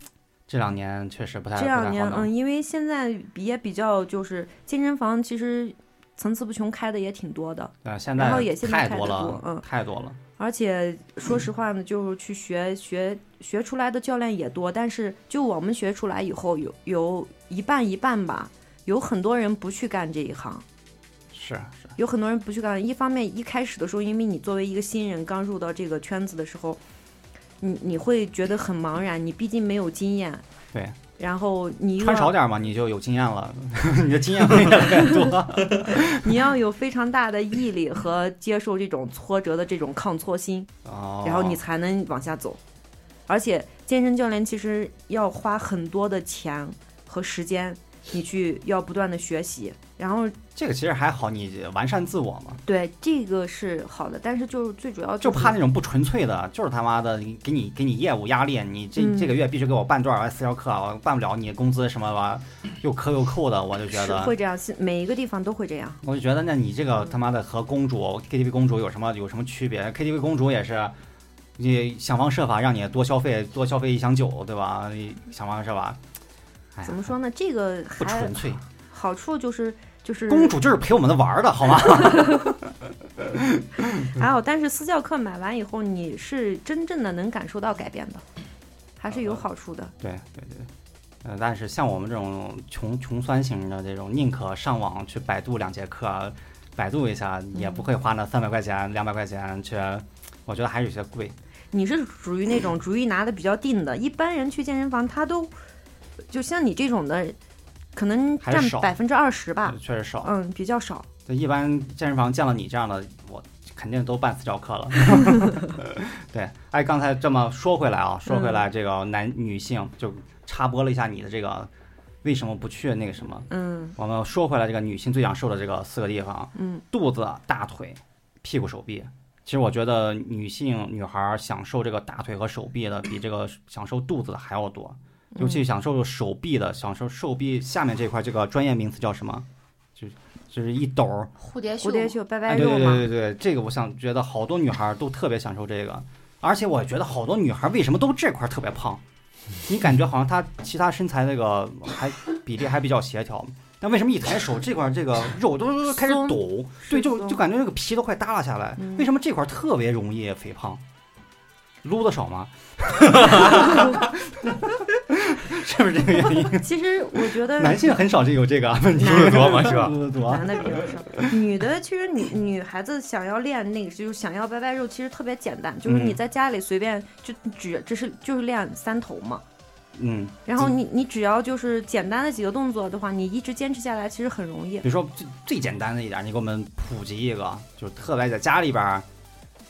S1: 这两年确实不太
S4: 这两年
S1: 不太好
S4: 嗯，
S1: 弄。
S4: 因为现在也比较就是健身房其实层次不穷，开的也挺多的。
S1: 对，现
S4: 然后
S1: 在
S4: 也现在
S1: 太
S4: 开得
S1: 了
S4: 多，嗯
S1: 太多了。
S4: 而且说实话呢，就是去学学学出来的教练也多，但是就我们学出来以后，有有一半一半吧，有很多人不去干这一行，
S1: 是啊是，
S4: 有很多人不去干。一方面，一开始的时候，因为你作为一个新人刚入到这个圈子的时候，你你会觉得很茫然，你毕竟没有经验。
S1: 对。
S4: 然后你又
S1: 穿
S4: 要
S1: 少点嘛，你就有经验了， <laughs> 你的经验会越来越多。 <laughs>
S4: 你要有非常大的毅力和接受这种挫折的这种抗挫心，
S1: 哦，
S4: 然后你才能往下走。而且健身教练其实要花很多的钱和时间，你去要不断的学习。然后
S1: 这个其实还好，你完善自我嘛。
S4: 对这个是好的，但是就是最主要
S1: 就是怕那种不纯粹的，就是他妈的你给你给你业务压力，你这、
S4: 嗯
S1: 这个月必须给我办多少个私教课，我办不了，你工资什么玩意儿又克又扣的，我啊就觉
S4: 是
S1: 得，
S4: 会这样，是每一个地方都会这样。
S1: 我就觉得那你这个他妈的和公主 KTV 公主有什么有什么区别？KTV 公主也是，你想方设法让你多消费多消费一箱酒，对吧？你想方设法，哎呀
S4: 怎么说呢？这个
S1: 不
S4: 还
S1: 纯粹，
S4: 好处就是就是
S1: 公主就是陪我们的玩儿的好吗？
S4: 还好，但是私教课买完以后，你是真正的能感受到改变的，还是有好处的。
S1: 对对对，呃，但是像我们这种穷穷酸型的这种，宁可上网去百度两节课，百度一下，也不会花那三百块钱、两百块钱去，我觉得还是有些贵。
S4: 你是属于那种主意拿的比较定的，一般人去健身房他都，就像你这种的，可能
S1: 还
S4: 占
S1: 少
S4: 百分之二十吧，
S1: 确实少。
S4: 嗯，比较少。
S1: 对，一般健身房见了你这样的，我肯定都办私教课了。 <laughs> 对，哎，刚才这么说回来啊，说回来这个男女性就插播了一下你的这个为什么不去那个什么？
S4: 嗯
S1: 我们说回来这个女性最想瘦的这个四个地方啊，
S4: 嗯，
S1: 肚子、大腿、屁股、手臂。其实我觉得女性女孩儿享受这个大腿和手臂的，比这个享受肚子的还要多。
S4: 嗯
S1: 尤其享受手臂的，享受手臂下面这块，这个专业名词叫什么？就就是一抖儿。
S2: 蝴蝶袖
S4: 蝴，蝶袖拜
S1: 哎，
S4: 拜
S1: 对
S4: 肉
S1: 对
S4: 嘛，
S1: 对对对，这个我想觉得好多女孩儿都特别享受这个，而且我觉得好多女孩儿为什么都这块儿特别胖？你感觉好像她其他身材那个还比例还比较协调，但为什么一抬手这块儿这个肉都都都开始
S4: 松
S1: 抖？对，就
S4: 松
S1: 就感觉这个皮都快耷拉下来。
S4: 嗯
S1: 为什么这块儿特别容易肥胖？撸的少吗？ <laughs> 是不是这个原因？ <laughs>
S4: 其实我觉得
S1: 男性很少就有这个
S4: <laughs>
S1: 问题，
S4: 男的
S3: 多嘛是吧
S1: 撸的多
S4: 男，的比较少，女的其实女女孩子想要练那个，就是想要拜拜肉，其实特别简单，
S1: 嗯
S4: 就是你在家里随便就只只是就是练三头嘛。
S1: 嗯。
S4: 然后你你只要就是简单的几个动作的话，你一直坚持下来，其实很容易
S1: 比。如说最最简单的一点，你给我们普及一个，就是特别在家里边儿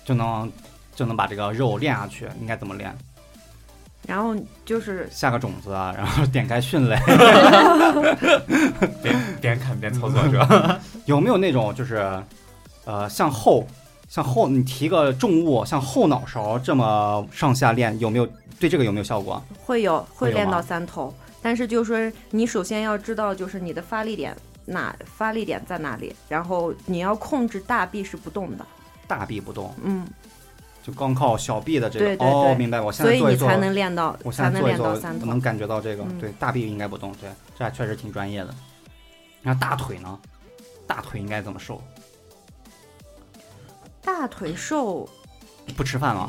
S1: 就能就能把这个肉练下去，应该怎么练？
S4: 然后就是
S1: 下个种子啊，然后点开迅雷，
S3: 边边看边操作是吧？
S1: <laughs> 有没有那种就是呃向后向后你提个重物向后脑勺这么上下练，有没有对这个有没有效果？
S4: 会有
S1: 会
S4: 会
S1: 有
S4: 练
S1: 吗
S4: 到三头，但是就是说你首先要知道就是你的发力点哪发力点在哪里，然后你要控制大臂是不动的，
S1: 大臂不动，
S4: 嗯，
S1: 就光靠小臂的这个
S4: 对对
S1: 哦
S4: 对，
S1: 明白。我现
S4: 所
S1: 在
S4: 以
S1: 做
S4: 你
S1: 一做
S4: 才，能练到
S1: 我现
S4: 才
S1: 在
S4: 能
S1: 做一
S4: 练
S1: 做
S4: 到三
S1: 我
S4: 头
S1: 能。感觉到这个，
S4: 嗯
S1: 对大臂应该不动，对，这还确实挺专业的。那大腿呢？大腿应该怎么瘦？
S4: 大腿瘦 <laughs>
S1: 不吃饭了，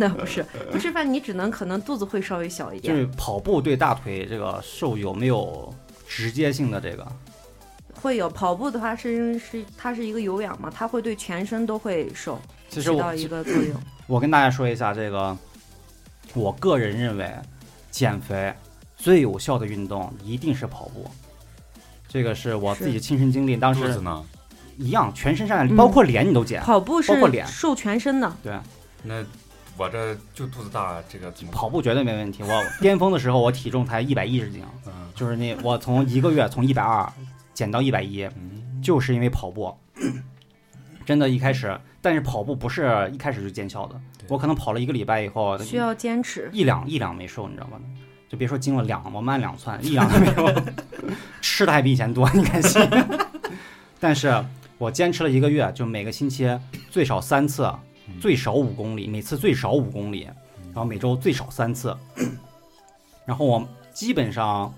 S4: 那不是不吃饭，你只能可能肚子会稍微小一
S1: 就
S4: 点，
S1: 是跑步对大腿这个瘦有没有直接性的这个？
S4: 会有跑步的话是因为是它是一个有氧嘛，它会对全身都会瘦
S1: 其
S4: 起
S1: 实我嗯
S4: 到一个作用。
S1: 我跟大家说一下，这个我个人认为，减肥最有效的运动一定是跑步，这个是我自己亲身经历，当
S3: 肚子
S1: 时
S3: 呢？
S1: 一样，全身上下
S4: 嗯
S1: 包括脸你都减，
S4: 跑步是
S1: 啊包括脸
S4: 瘦全身的，
S3: 那我这就肚子大，这个怎么？
S1: 跑步绝对没问题。我巅峰的时候我体重才一百一十斤，
S3: 嗯
S1: 就是那我从一个月从一百二减到一百一，
S3: 嗯，
S1: 就是因为跑步，真的，一开始，但是跑步不是一开始就见效的
S3: 对，
S1: 我可能跑了一个礼拜以后，
S4: 需要坚持。
S1: 一两一两没瘦，你知道吗？就别说斤了两，我们按两算，一两都没有， <laughs> 吃的还比以前多，你敢信？ <laughs> 但是我坚持了一个月，就每个星期最少三次，
S3: 嗯
S1: 最少五公里，每次最少五公里，然后每周最少三次。 <clears throat> 然后我基本上，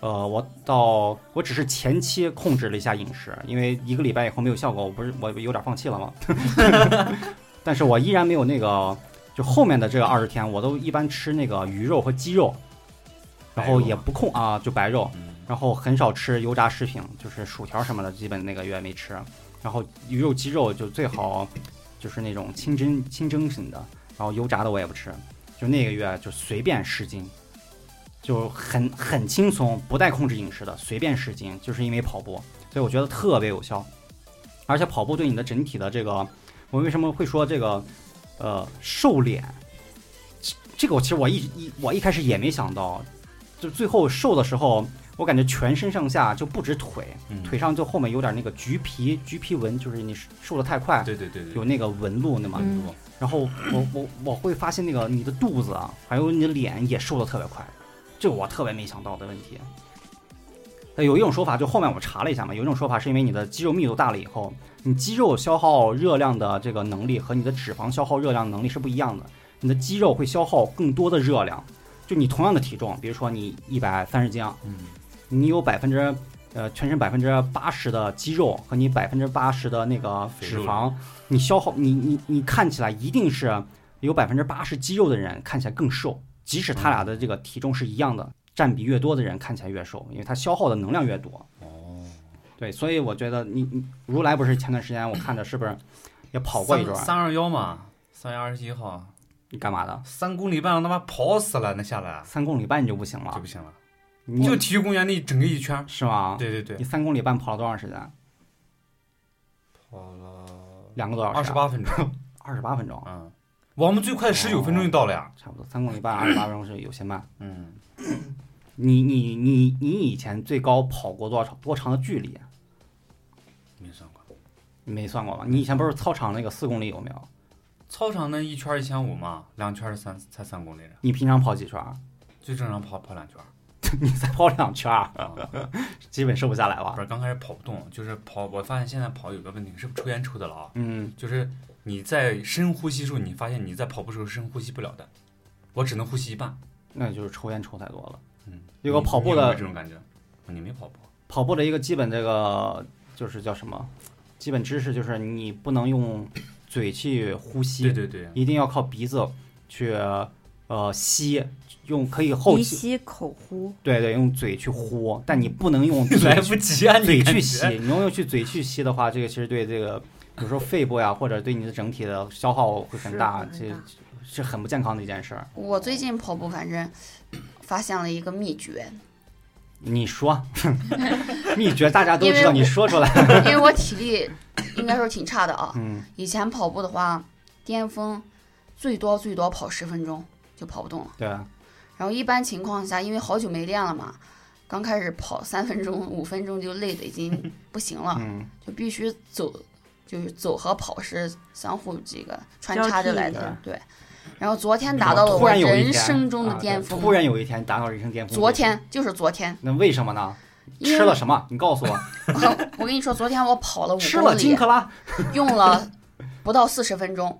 S1: 呃，我到我只是前期控制了一下饮食，因为一个礼拜以后没有效果，我不是我有点放弃了吗？ <laughs> 但是我依然没有那个，就后面的这个二十天，我都一般吃那个鱼肉和鸡肉，然后
S3: 白肉
S1: 也
S3: 吗
S1: 不控啊，就白肉，
S3: 嗯
S1: 然后很少吃油炸食品，就是薯条什么的，基本那个月没吃。然后鱼肉、鸡肉就最好，就是那种清蒸、清蒸型的，然后油炸的我也不吃，就那个月就随便十斤，就很很轻松，不带控制饮食的，随便十斤，就是因为跑步，所以我觉得特别有效。而且跑步对你的整体的这个，我为什么会说这个，呃，瘦脸？这这个我其实我一一我一开始也没想到，就最后瘦的时候，我感觉全身上下就不止腿，
S3: 嗯
S1: 腿上就后面有点那个橘皮橘皮纹，就是你瘦的太快，
S3: 对对对对，
S1: 有那个纹路那嘛。
S4: 嗯
S1: 然后我我我会发现那个你的肚子啊，还有你的脸也瘦的特别快，这个我特别没想到的问题。呃有一种说法，就后面我查了一下嘛，有一种说法是因为你的肌肉密度大了以后，你肌肉消耗热量的这个能力和你的脂肪消耗热量能力是不一样的，你的肌肉会消耗更多的热量。就你同样的体重，比如说你一百三十斤啊，
S3: 嗯
S1: 你有百分之呃全身百分之八十的肌肉和你百分之八十的那个
S3: 肥
S1: 脂
S3: 肉
S1: 肪，你消耗你你你看起来一定是有百分之八十肌肉的人看起来更瘦，即使他俩的这个体重是一样的，占比越多的人看起来越瘦，因为他消耗的能量越多。
S3: 哦，
S1: 对，所以我觉得你你如来不是前段时间我看着是不是也跑过一段？
S3: 三二幺嘛，三月二十一号，
S1: 你干嘛的？
S3: 三公里半他妈跑死了，那下来啊
S1: 三公里半你就不行
S3: 就
S1: 了
S3: 不，行了，
S1: 你
S3: 就体育公园那整个一圈儿。
S1: 是吗？
S3: 对对对
S1: 你，三公里半跑了多长时间？
S3: 跑了
S1: 两个多小时，啊
S3: 二十，八分钟。
S1: 二十八分钟，
S3: 嗯，我们最快十
S1: 哦
S3: 九分钟就到了呀。
S1: 差不多三公里半，二十八分钟是有些慢。
S3: 嗯，
S1: <clears throat> 你你你你以前最高跑过多少长多长的距离啊？
S3: 没算过。
S1: 你没算过吧？你以前不是操场那个四公里有没有？
S3: 操场那一圈一千五嘛，两圈是三才三公里，
S1: 你平常跑几圈儿？
S3: 最正常跑跑两圈。
S1: 你再跑两圈儿， <laughs>
S3: 啊，
S1: 基本瘦不下来
S3: 不
S1: 吧？
S3: 是刚开始跑不动，就是跑。我发现现在跑有个问题，是不是抽烟抽的了啊？
S1: 嗯，
S3: 就是你在深呼吸的时候，你发现你在跑步时候深呼吸不了的，我只能呼吸一半。
S1: 那就是抽烟抽太多了。
S3: 嗯，
S1: 有个
S3: 你
S1: 跑步
S3: 你有没有
S1: 的
S3: 这种感觉，哦你没跑步，
S1: 跑步的一个基本这个就是叫什么？基本知识就是你不能用嘴去呼吸，
S3: 对对对，
S1: 一定要靠鼻子去呃吸，用可以后
S4: 鼻
S1: 期
S4: 吸口呼，
S1: 对对，用嘴去呼，但你不能
S3: <laughs>
S1: 用
S3: 来
S1: 嘴
S3: 不及啊，
S1: 嘴
S3: 你感
S1: 去
S3: 觉
S1: 吸，你用去嘴去吸的话，这个其实对这个有时候肺部呀，或者对你的整体的消耗会很
S4: 是
S1: 大，
S4: 很
S1: 这
S4: 大
S1: 是很不健康的一件事儿。
S2: 我最近跑步，反正发现了一个秘诀，
S1: 你说 <laughs> 秘诀，大家都
S2: 因为
S1: 知道，你
S2: 我
S1: 说出来。
S2: <laughs> 因为我体力应该说挺差的啊。
S1: 嗯，
S2: 以前跑步的话，巅峰最多最多跑十分钟就跑不动了。
S1: 对啊，
S2: 然后一般情况下，因为好久没练了嘛，刚开始跑三分钟、 <laughs> 五分钟就累的已经不行了，
S1: 嗯，
S2: 就必须走，就是走和跑是相互这个穿插着来
S1: 交
S2: 的
S1: 替，
S2: 对。然后昨天
S1: 你
S2: 达
S1: 怎
S2: 到
S1: 么
S2: 了
S1: 嗯突
S2: 我
S1: 然有一
S2: 人
S1: 天
S2: 生中的
S1: 啊对
S2: 巅峰，
S1: 突然有一天达到人生巅峰。
S2: 昨，天就是昨天，
S1: 那为什么呢？
S2: 因
S1: 吃
S2: 为
S1: 了什么？你告诉我，
S2: 我 <laughs> 我跟你说，昨天我跑了五
S1: 吃了
S2: 公
S1: 金
S2: 里，
S1: 克拉，
S2: 用了不到四十分钟，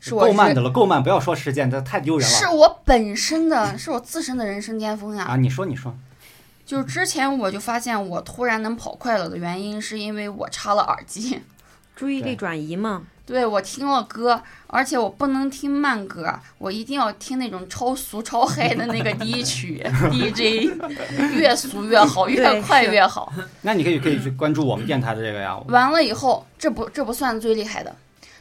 S2: 是我
S1: 够慢的
S2: 人
S1: 了，够慢，不要说时间，这太丢人
S2: 是
S1: 了
S2: 我本身的，是我自身的人生巅峰呀。
S1: 啊！你说，你说，
S2: 就是之前我就发现我突然能跑快了的原因，是因为我插了耳机，
S4: 注意
S1: 对
S4: 力转移嘛，
S2: 对我听了歌，而且我不能听慢歌，我一定要听那种超俗超嗨的那个 D 曲 <laughs> DJ，越俗越好，越
S4: 对
S2: 快
S4: 是
S2: 越好。
S1: 那你可以可以去关注我们电台的这个呀。
S2: 完了以后，这不这不算最厉害的。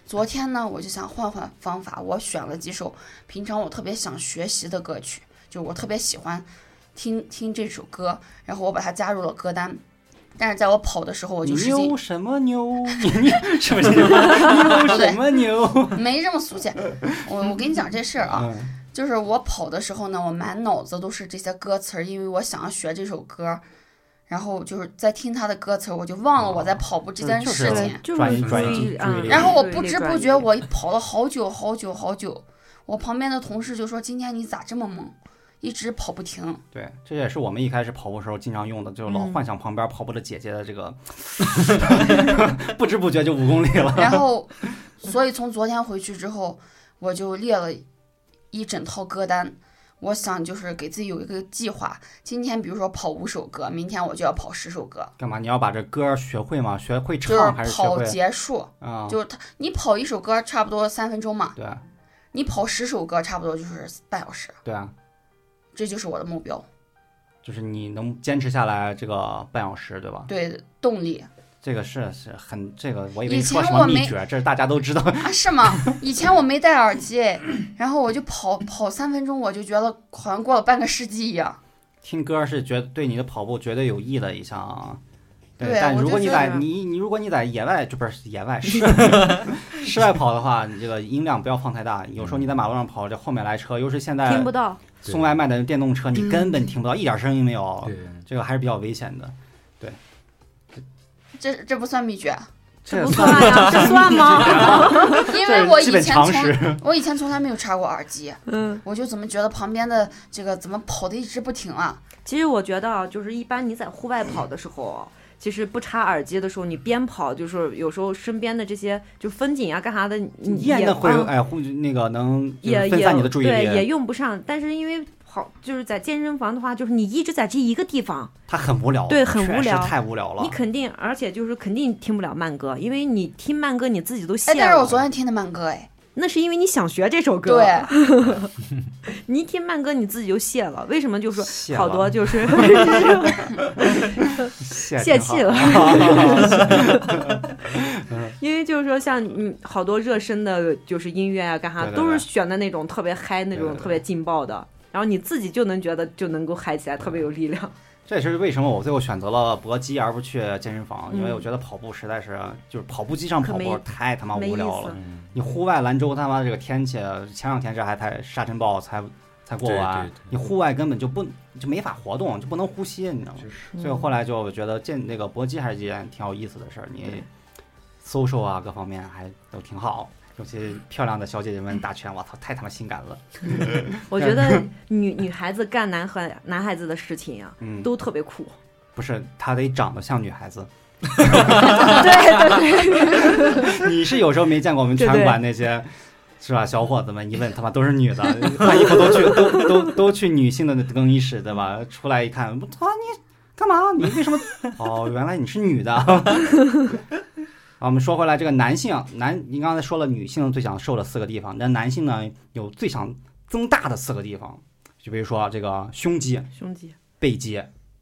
S2: 昨天呢，我就想换换方法，我选了几首平常我特别想学习的歌曲，就我特别喜欢听听这首歌，然后我把它加入了歌单。但是在我跑的时候，我就使劲
S1: 牛什么
S2: <laughs>
S1: 牛？你你什么牛？牛什么牛？
S2: 没这么
S1: <laughs>
S2: 俗气。我我跟你讲这事儿啊，
S1: 嗯
S2: 就是我跑的时候呢，我满脑子都是这些歌词儿，因为我想要学这首歌，然后就是在听他的歌词儿，我就忘了我在跑步这件
S1: 哦就是是
S2: 事情。
S4: 就
S1: 转移
S4: 是
S1: 转移
S4: 注
S1: 注
S4: 意
S1: 意
S4: 啊
S1: 力。
S2: 然后我
S4: 注意
S2: 不
S4: 力
S2: 知
S4: 转
S2: 不
S4: 移
S2: 觉，我跑了好久好久好久，我旁边的同事就说：“今天你咋这么猛？一直跑不停。
S1: 对，这也是我们一开始跑步时候经常用的，就是老
S4: 嗯
S1: 幻想旁边跑步的姐姐的这个， <laughs> 不知不觉就五公里”了。
S2: 然后，
S1: <laughs>
S2: 所以从昨天回去之后，我就列了一整套歌单。我想就是给自己有一个计划，今天比如说跑五首歌，明天我就要跑十首歌，
S1: 干嘛？你要把这歌儿学会吗？学会
S2: 就
S1: 唱还
S2: 是
S1: 是学
S2: 跑
S1: 会
S2: 结束。
S1: 啊？
S2: 就是他，你跑一首歌差不多三分钟嘛，
S1: 对啊
S2: 你跑十首歌差不多就是半小时，
S1: 对啊，
S2: 这就是我的目标。
S1: 就是你能坚持下来这个半小时，对吧？
S2: 对，动力
S1: 这个是是很这个，我以为
S2: 以
S1: 你说
S2: 前
S1: 什么
S2: 我
S1: 秘
S2: 没
S1: 诀，这是大家都知道。
S2: 啊，是吗？以前我没戴耳机， <clears throat> 然后我就跑跑三分钟，我就觉得好像过了半个世纪一样。
S1: 听歌是绝对你的跑步绝对有益的一项。
S2: 对啊
S1: 但
S2: 我
S1: 如
S2: 就
S1: 果你
S2: 觉
S1: 在
S4: 得
S1: 你你如果你在野外，就不是野外
S4: <laughs>
S1: 室室外跑的话，你这个音量不要放太大。有时候你在马路上跑，这后面来车，尤其现在
S4: 听不到，
S3: 对
S1: 送外卖的电动车，你根本听不到，一点声音没有
S3: 对，，
S1: 这个还是比较危险的。
S2: 这这不算秘
S4: <laughs>
S2: 诀，
S1: 这
S4: 不啊算呀，这算吗？
S2: 因
S1: 这
S2: 为
S1: 是
S2: 我
S1: 基
S2: 以
S1: 本
S2: 前
S1: 常识
S2: 从。
S4: <laughs>
S2: 我以前从来没有插过耳机，
S4: 嗯，
S2: 我就怎么觉得旁边的这个怎么跑的一直不停啊？
S4: <laughs> 其实我觉得啊，就是一般你在户外跑的时候。啊其实不插耳机的时候，你边跑就是有时候身边的这些就风景啊、干啥的，你
S1: 咽
S4: 也
S1: 的会
S4: 啊
S1: 哎，会那个能就是
S4: 也
S1: 分
S4: 也
S1: 散你的注意
S4: 对，也
S1: 力，
S4: 用不上。但是因为跑就是在健身房的话，就是你一直在这一个地方，
S1: 它很无聊，
S4: 对很
S1: 确
S4: 无
S1: 实
S4: 聊
S1: 太无聊了
S4: 你。肯定，而且就是肯定听不了慢歌，因为你听慢歌你自己都
S2: 哎，
S4: 谢
S2: 但是我
S4: 了。
S2: 昨天听的慢歌，哎，
S4: 那是因为你想学这首歌，
S2: 对，
S4: 你一听慢歌你自己就谢了。为什么就说
S1: 谢
S4: 好
S1: 了
S4: 多就是
S1: <laughs> 泄
S4: 泄
S1: 挺好 <laughs>
S4: 气了， <laughs> 因为就是说像嗯好多热身的，就是音乐啊干啥
S1: 对对
S4: 都
S1: 对
S4: 是选的那种特别嗨、那
S1: 对对
S4: 种
S1: 对 <laughs>
S4: 特别劲爆的，然后你自己就能觉得就能够嗨起来，特别有力量。
S1: 这也是为什么我最后选择了搏击而不去健身房，因为
S4: 嗯
S1: 我觉得跑步实在是就是跑步机上
S4: 可
S1: 跑
S4: 没
S1: 步太他妈
S4: 没
S1: 无
S4: 意
S1: 聊
S4: 思
S1: 了。
S3: 嗯
S1: 你户外兰州他妈这个天气，前两天这还太沙尘暴才才过
S3: 对
S1: 完，
S3: 对对
S1: 你户外根本就不就没法活动，就不能呼吸，你知道吗？
S3: 就是
S4: 嗯
S1: 所以我后来就觉得健那个搏击还是一件挺有意思的事儿，你 social 啊各方面还都挺好，尤其漂亮的小姐姐们打拳，我操，太他妈性感了，
S4: 我觉得女女孩子干男孩男孩子的事情呀、
S1: 嗯，
S4: 都特别酷。
S1: 不是，她得长得像女孩子。
S4: <laughs> 对对对， <laughs>
S1: 你是有时候没见过我们拳馆那些，是吧？小伙子们一问，他妈都是女的， <laughs> 换衣服都去都都都去女性的更衣室，对吧？出来一看，我操你干嘛？你为什么？ <laughs> 哦，原来你是女的。 <laughs> 啊，我们说回来，这个男性啊男，您刚才说了女性最想瘦的四个地方，那男性呢有最想增大的四个地方，就比如说这个胸肌、啊
S4: 胸肌，
S1: 背肌，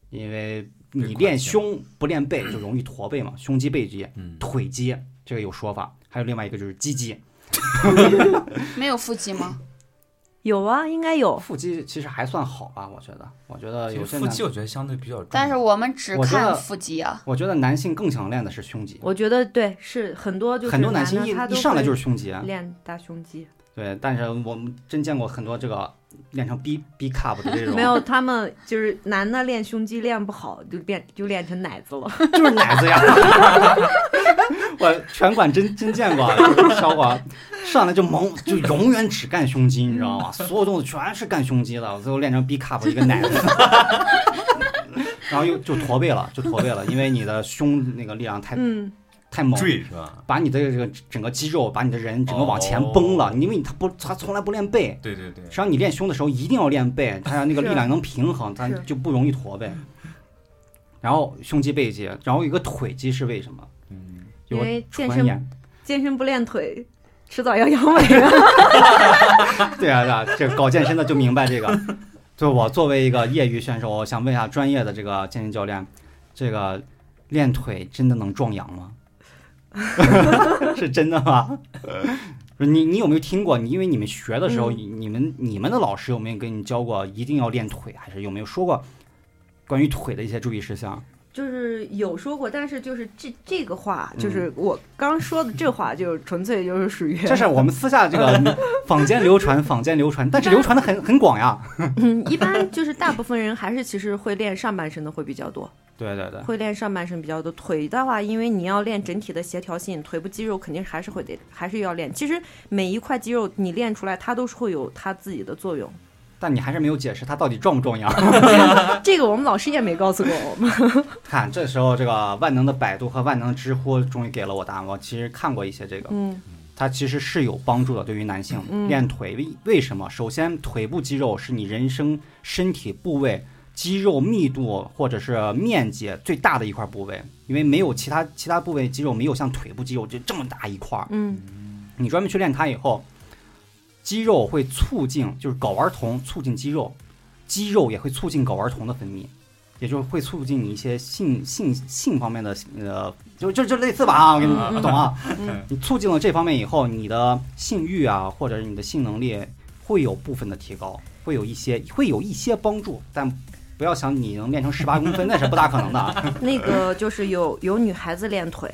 S1: 因为
S3: 对
S1: 你
S3: 胯
S1: 练
S3: 线
S1: 胸不练背就容易驼背嘛，胸肌、背肌。
S3: 嗯，
S1: 腿肌这个有说法，还有另外一个就是鸡肌。
S2: 没有腹肌
S4: <laughs>
S2: 吗？
S4: 有啊，应该有。
S1: 腹肌其实还算好吧，我觉得，我觉得
S3: 其
S1: 有
S3: 实
S1: 些
S3: 腹
S1: 男
S3: 肌，我觉得相对比较重，
S2: 但是我们只
S1: 我觉
S2: 看
S1: 得
S2: 腹肌啊。
S1: 我觉得男性更想练的是胸肌，
S4: 我觉得对，是很多就是
S1: 很多男
S4: 的
S1: 性一
S4: 他
S1: 一
S4: 都
S1: 上来就是是胸肌，
S4: 练大胸肌，
S1: 对，但是我们真见过很多这个练成 B B cup 的这种，
S4: <laughs> 没有他们就是男的练胸肌练不好就变就练成奶子
S1: <laughs>
S4: 了。
S1: 就是奶子呀。我拳馆真真见过，啊小馆上来就猛，就永远只干胸肌，你知道吗？所有动作全是干胸肌的，我最后练成 B cup 一个奶子， <laughs> 然后又就驼背了，就驼背了，因为你的胸那个力量太
S4: 嗯，
S1: 太猛，
S3: 坠是吧？
S1: 把你的这个整个肌肉，把你的人整个往前崩了，因为你他不他从来不练背。
S3: 对对对
S1: 实，际上你练胸的时候一定要练
S4: <laughs>
S1: 背，它那个
S4: 是
S1: 力量能平衡，它
S4: 是
S1: 就不容易驼背。然后胸肌、背肌，然后有一个腿肌是为什么？
S3: 嗯，
S1: 有
S4: 因
S1: 个
S4: 为健
S1: 传
S4: 身
S1: 言，
S4: 健身不练腿，迟早要阳痿啊。 <laughs>
S1: <laughs> 对啊对啊，这个搞健身的就明白这 <laughs> 个。就我作为一个业余选手，我想问一下专业的这个健身教练，这个练腿真的能壮阳 <laughs> 吗？是真的吗？ <laughs> 不是你你有没有听过？你因为你们学的时候，
S4: 嗯
S1: 你你们你们的老师有没有跟你教过一定要练腿，还是有没有说过关于腿的一些注意事项？
S4: 就是有说过，但是就是这这个话，就是我刚说的这话，就是纯粹就是属于
S1: 嗯这是我们私下这 <laughs> 个坊间流传，坊间流传，但是流传的很很广呀。
S4: 嗯，一般就是大部分人还是其实会练上半身的会比较多，
S1: 对对对，
S4: 会练上半身比较多。腿的话，因为你要练整体的协调性，腿部肌肉肯定还是会得还是要练。其实每一块肌肉你练出来，它都是会有它自己的作用。
S1: 但你还是没有解释它到底壮不壮阳。
S4: 这个我们老师也没告诉过我们。
S1: 看，这时候这个万能的百度和万能的知乎终于给了我答案。我其实看过一些这个，
S4: 嗯，
S1: 它其实是有帮助的。对于男性
S4: 嗯
S1: 练腿，为为什么？首先，腿部肌肉是你人生身体部位肌肉密度或者是面积最大的一块部位，因为没有其他其他部位肌肉没有像腿部肌肉就这么大一块儿。
S4: 嗯，
S1: 你专门去练它以后，肌肉会促进，就是睾丸酮促进肌肉，肌肉也会促进睾丸酮的分泌，也就是会促进你一些性性性方面的呃，就就就类似吧啊，我跟你
S3: <laughs> 嗯
S1: 懂啊
S4: 嗯，
S1: 你促进了这方面以后，你的性欲啊，或者是你的性能力会有部分的提高，会有一些会有一些帮助，但。不要想你能练成十八公分，那是不大可能的啊。 <laughs>
S4: 那个就是有有女孩子练腿，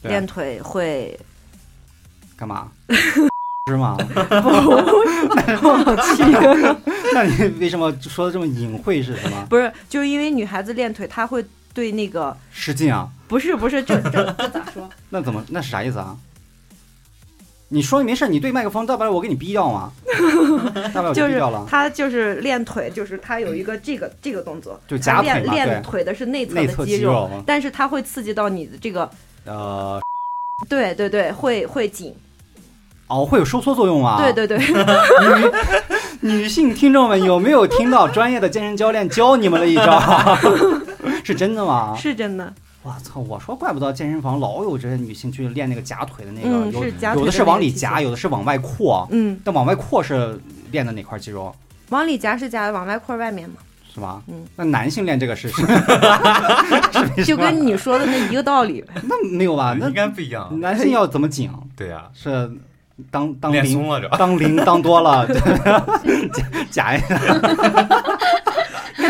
S1: 对啊
S4: 练腿会
S1: 干嘛？ <laughs> 是吗？ <laughs>
S4: 我 <laughs> 去。
S1: 那你为什么说的这么隐晦是什么？ <laughs>
S4: 不是，就是因为女孩子练腿，她会对那个
S1: 失禁啊？
S4: 不是不是，这这
S1: <laughs>
S4: 这咋说？
S1: 那怎么？那是啥意思啊？你说没事，你对麦克风，大不了我给你逼掉 <laughs> 嘛，大不了我
S4: 就
S1: 逼
S4: 是
S1: 掉了，
S4: 她就是练腿，就是她有一个这个这个动作，
S1: 就
S4: 她
S1: 夹腿
S4: 练
S1: 嘛，
S4: 练
S1: 对，
S4: 腿的是内侧
S1: 内
S4: 的
S1: 侧
S4: 肌
S1: 肌
S4: 肉，
S1: 肉嘛，
S4: 但是它会刺激到你的这个，
S1: 呃，
S4: 对对对，会会紧，
S1: 哦，会有收缩作用啊。
S4: 对对对，
S1: 女性听众们有没有听到专业的健身教练教你们了一招？ <laughs> 是真的吗？
S4: 是真的，
S1: 我操！我说怪不得健身房老有这些女性去练那个夹腿的那个，
S4: 嗯，
S1: 有
S4: 是夹腿
S1: 有的是
S4: 那个
S1: 往里
S4: 肌
S1: 夹，
S4: 肉，
S1: 有的是往外扩。
S4: 嗯，
S1: 但往外扩是练的哪块肌肉？
S4: 往里夹是夹往外扩外面嘛，
S1: 是吧？
S4: 嗯，
S1: 那男性练这
S4: <laughs>
S1: 个是是为什
S4: 就
S1: 么
S4: 跟你说的那一个道理呗，
S1: 那没有啊吧？那
S3: 嗯应该啊不一样，
S1: 男性要怎么紧？啊
S3: 对呀，
S1: 是当当
S3: 练
S1: 零
S3: 松 <laughs> 了着，
S1: <laughs>
S4: <laughs>
S1: 当零当多了，对假假一下，